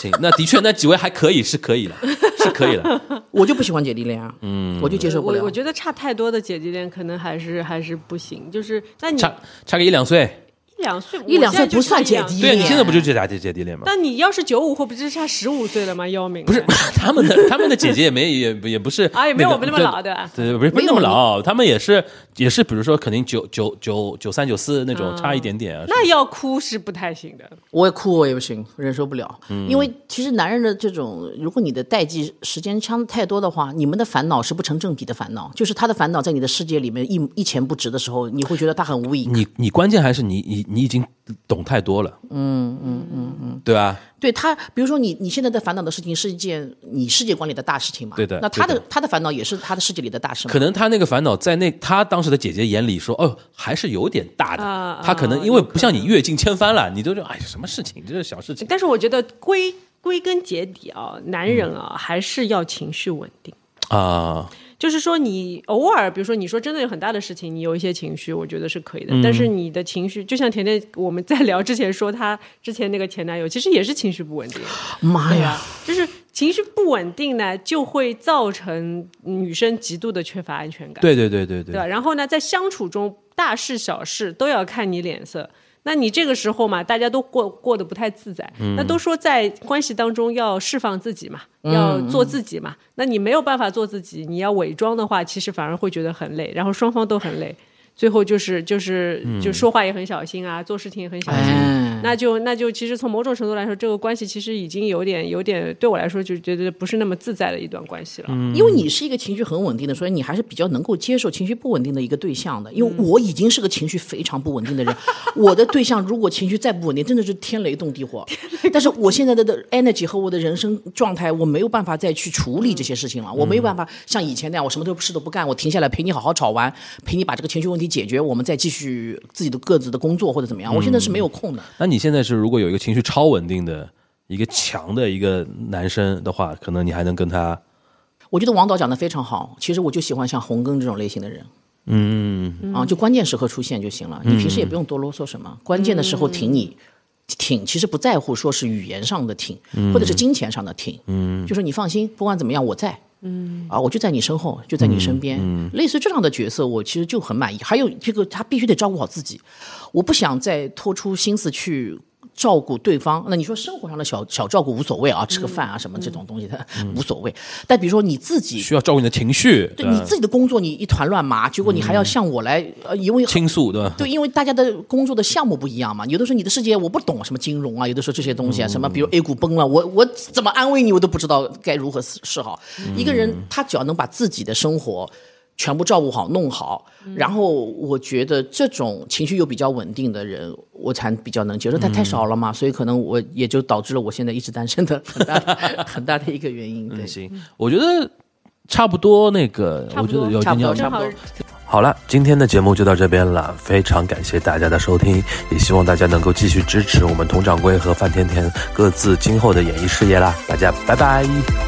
C: 行，那的确，那几位还可以，是可以的，是可以的。
B: 我就不喜欢姐弟恋啊，嗯，我就接受不
D: 我
B: 了。
D: 我觉得差太多的姐弟恋可能还是还是不行，就是那你
C: 差差个一两岁，
D: 一两岁，
B: 一两岁
D: 我现在就
B: 不算
D: 差一两
B: 姐弟
C: 对啊，你现在不就
B: 耶
C: 这俩姐姐弟恋吗？
D: 但你要是九五后，不就差十五岁了吗？啊姚明
C: 不是 他们的，他们的姐姐也没也也 不是
D: 啊也没有
C: 个
D: 我们那么老对吧
C: 对，不是不是那么老，他们也是也是，比如说肯定九九九九三九四那种差一点点啊。
D: 嗯那要哭是不太行的。
B: 我也哭，我也不行，忍受不了。
C: 嗯
B: 因为其实男人的这种，如果你的代际时间相太多的话，你们的烦恼是不成正比的烦恼，就是他的烦恼在你的世界里面一一钱不值的时候，你会觉得他很无影。
C: 你你关键还是你你你已经懂太多了，嗯嗯嗯嗯，对吧？
B: 对他，比如说你你现在在烦恼的事情是一件你世界观里的大事情嘛？
C: 对的
B: 那他的
C: 对的
B: 他的烦恼也是他的世界里的大事嘛？
C: 可能他那个烦恼在那他当时的姐姐眼里说，哦，还是有点大的。
D: 啊
C: 他可能
D: 啊
C: 因为不像你阅尽千帆了，你都说哎什么事情，这是小事情。
D: 但是我觉得归归根结底啊，男人啊、还是要情绪稳定。
C: 啊，
D: 就是说，你偶尔，比如说，你说真的有很大的事情，你有一些情绪，我觉得是可以的。但是你的情绪，就像甜甜我们在聊之前说，她之前那个前男友其实也是情绪不稳定。
B: 妈
D: 对
B: 呀！
D: 啊，就是情绪不稳定呢，就会造成女生极度的缺乏安全感。
C: 对对对对对
B: 嗯
D: 对吧？然后呢，在相处中，大事小事都要看你脸色。那你这个时候嘛，大家都过过得不太自在。
B: 嗯
D: 那都说在关系当中要释放自己嘛，要做自己嘛。那你没有办法做自己，你要伪装的话，其实反而会觉得很累，然后双方都很累。最后就是就是就说话也很小心啊，做事情也很小心。
B: 嗯哎
D: 那就那就其实从某种程度来说，这个关系其实已经有点有点对我来说就觉得不是那么自在的一段关系了。
B: 因为你是一个情绪很稳定的，所以你还是比较能够接受情绪不稳定的一个对象的。因为我已经是个情绪非常不稳定的 人，我的对象如果情绪再不稳定，真的是天雷动地火。但是我现在的的 energy 和我的人生状态，我没有办法再去处理这些事情了。我没有办法像以前那样，我什么都事都不干，我停下来陪你好好吵完，陪你把这个情绪问题解决，我们再继续自己的各自的工作或者怎么样。我现在是没有空的。
C: 那你现在是如果有一个情绪超稳定的一个强的一个男生的话，可能你还能跟他
B: 我觉得王导讲的非常好，其实我就喜欢像洪庚这种类型的人。嗯啊，就关键时刻出现就行了，你平时也不用多啰嗦什么，关键的时候挺你。挺其实不在乎说是语言上的挺，或者是金钱上的挺，嗯，就说你放心，不管怎么样我在，嗯啊，我就在你身后，就在你身边，类似这样的角色，我其实就很满意。还有这个他必须得照顾好自己，我不想再拖出心思去照顾对方。那你说生活上的小小照顾无所谓啊，吃个饭啊什么这种东西的、无所谓，但比如说你自己
C: 需要照顾你的情绪，
B: 对
C: 吧
B: 你自己的工作，你一团乱麻，结果你还要向我来，呃，因为
C: 倾诉，对吧？
B: 对，因为大家的工作的项目不一样嘛，有的时候你的世界我不懂什么金融啊，有的时候这些东西啊，什么比如 A 股崩了，我我怎么安慰你，我都不知道该如何是是好。一个人他只要能把自己的生活。全部照顾好、弄好，然后我觉得这种情绪又比较稳定的人，我才比较能接受。但太少了嘛，所以可能我也就导致了我现在一直单身的很大的很大的一个原因。对，
C: 嗯行，我觉得差不多，那个
D: 差
C: 我觉
D: 不
C: 得
D: 多
C: 有
B: 差不多
C: 有
D: 正好
F: 好了，今天的节目就到这边了，非常感谢大家的收听，也希望大家能够继续支持我们佟掌柜和范甜甜各自今后的演艺事业啦，大家拜拜。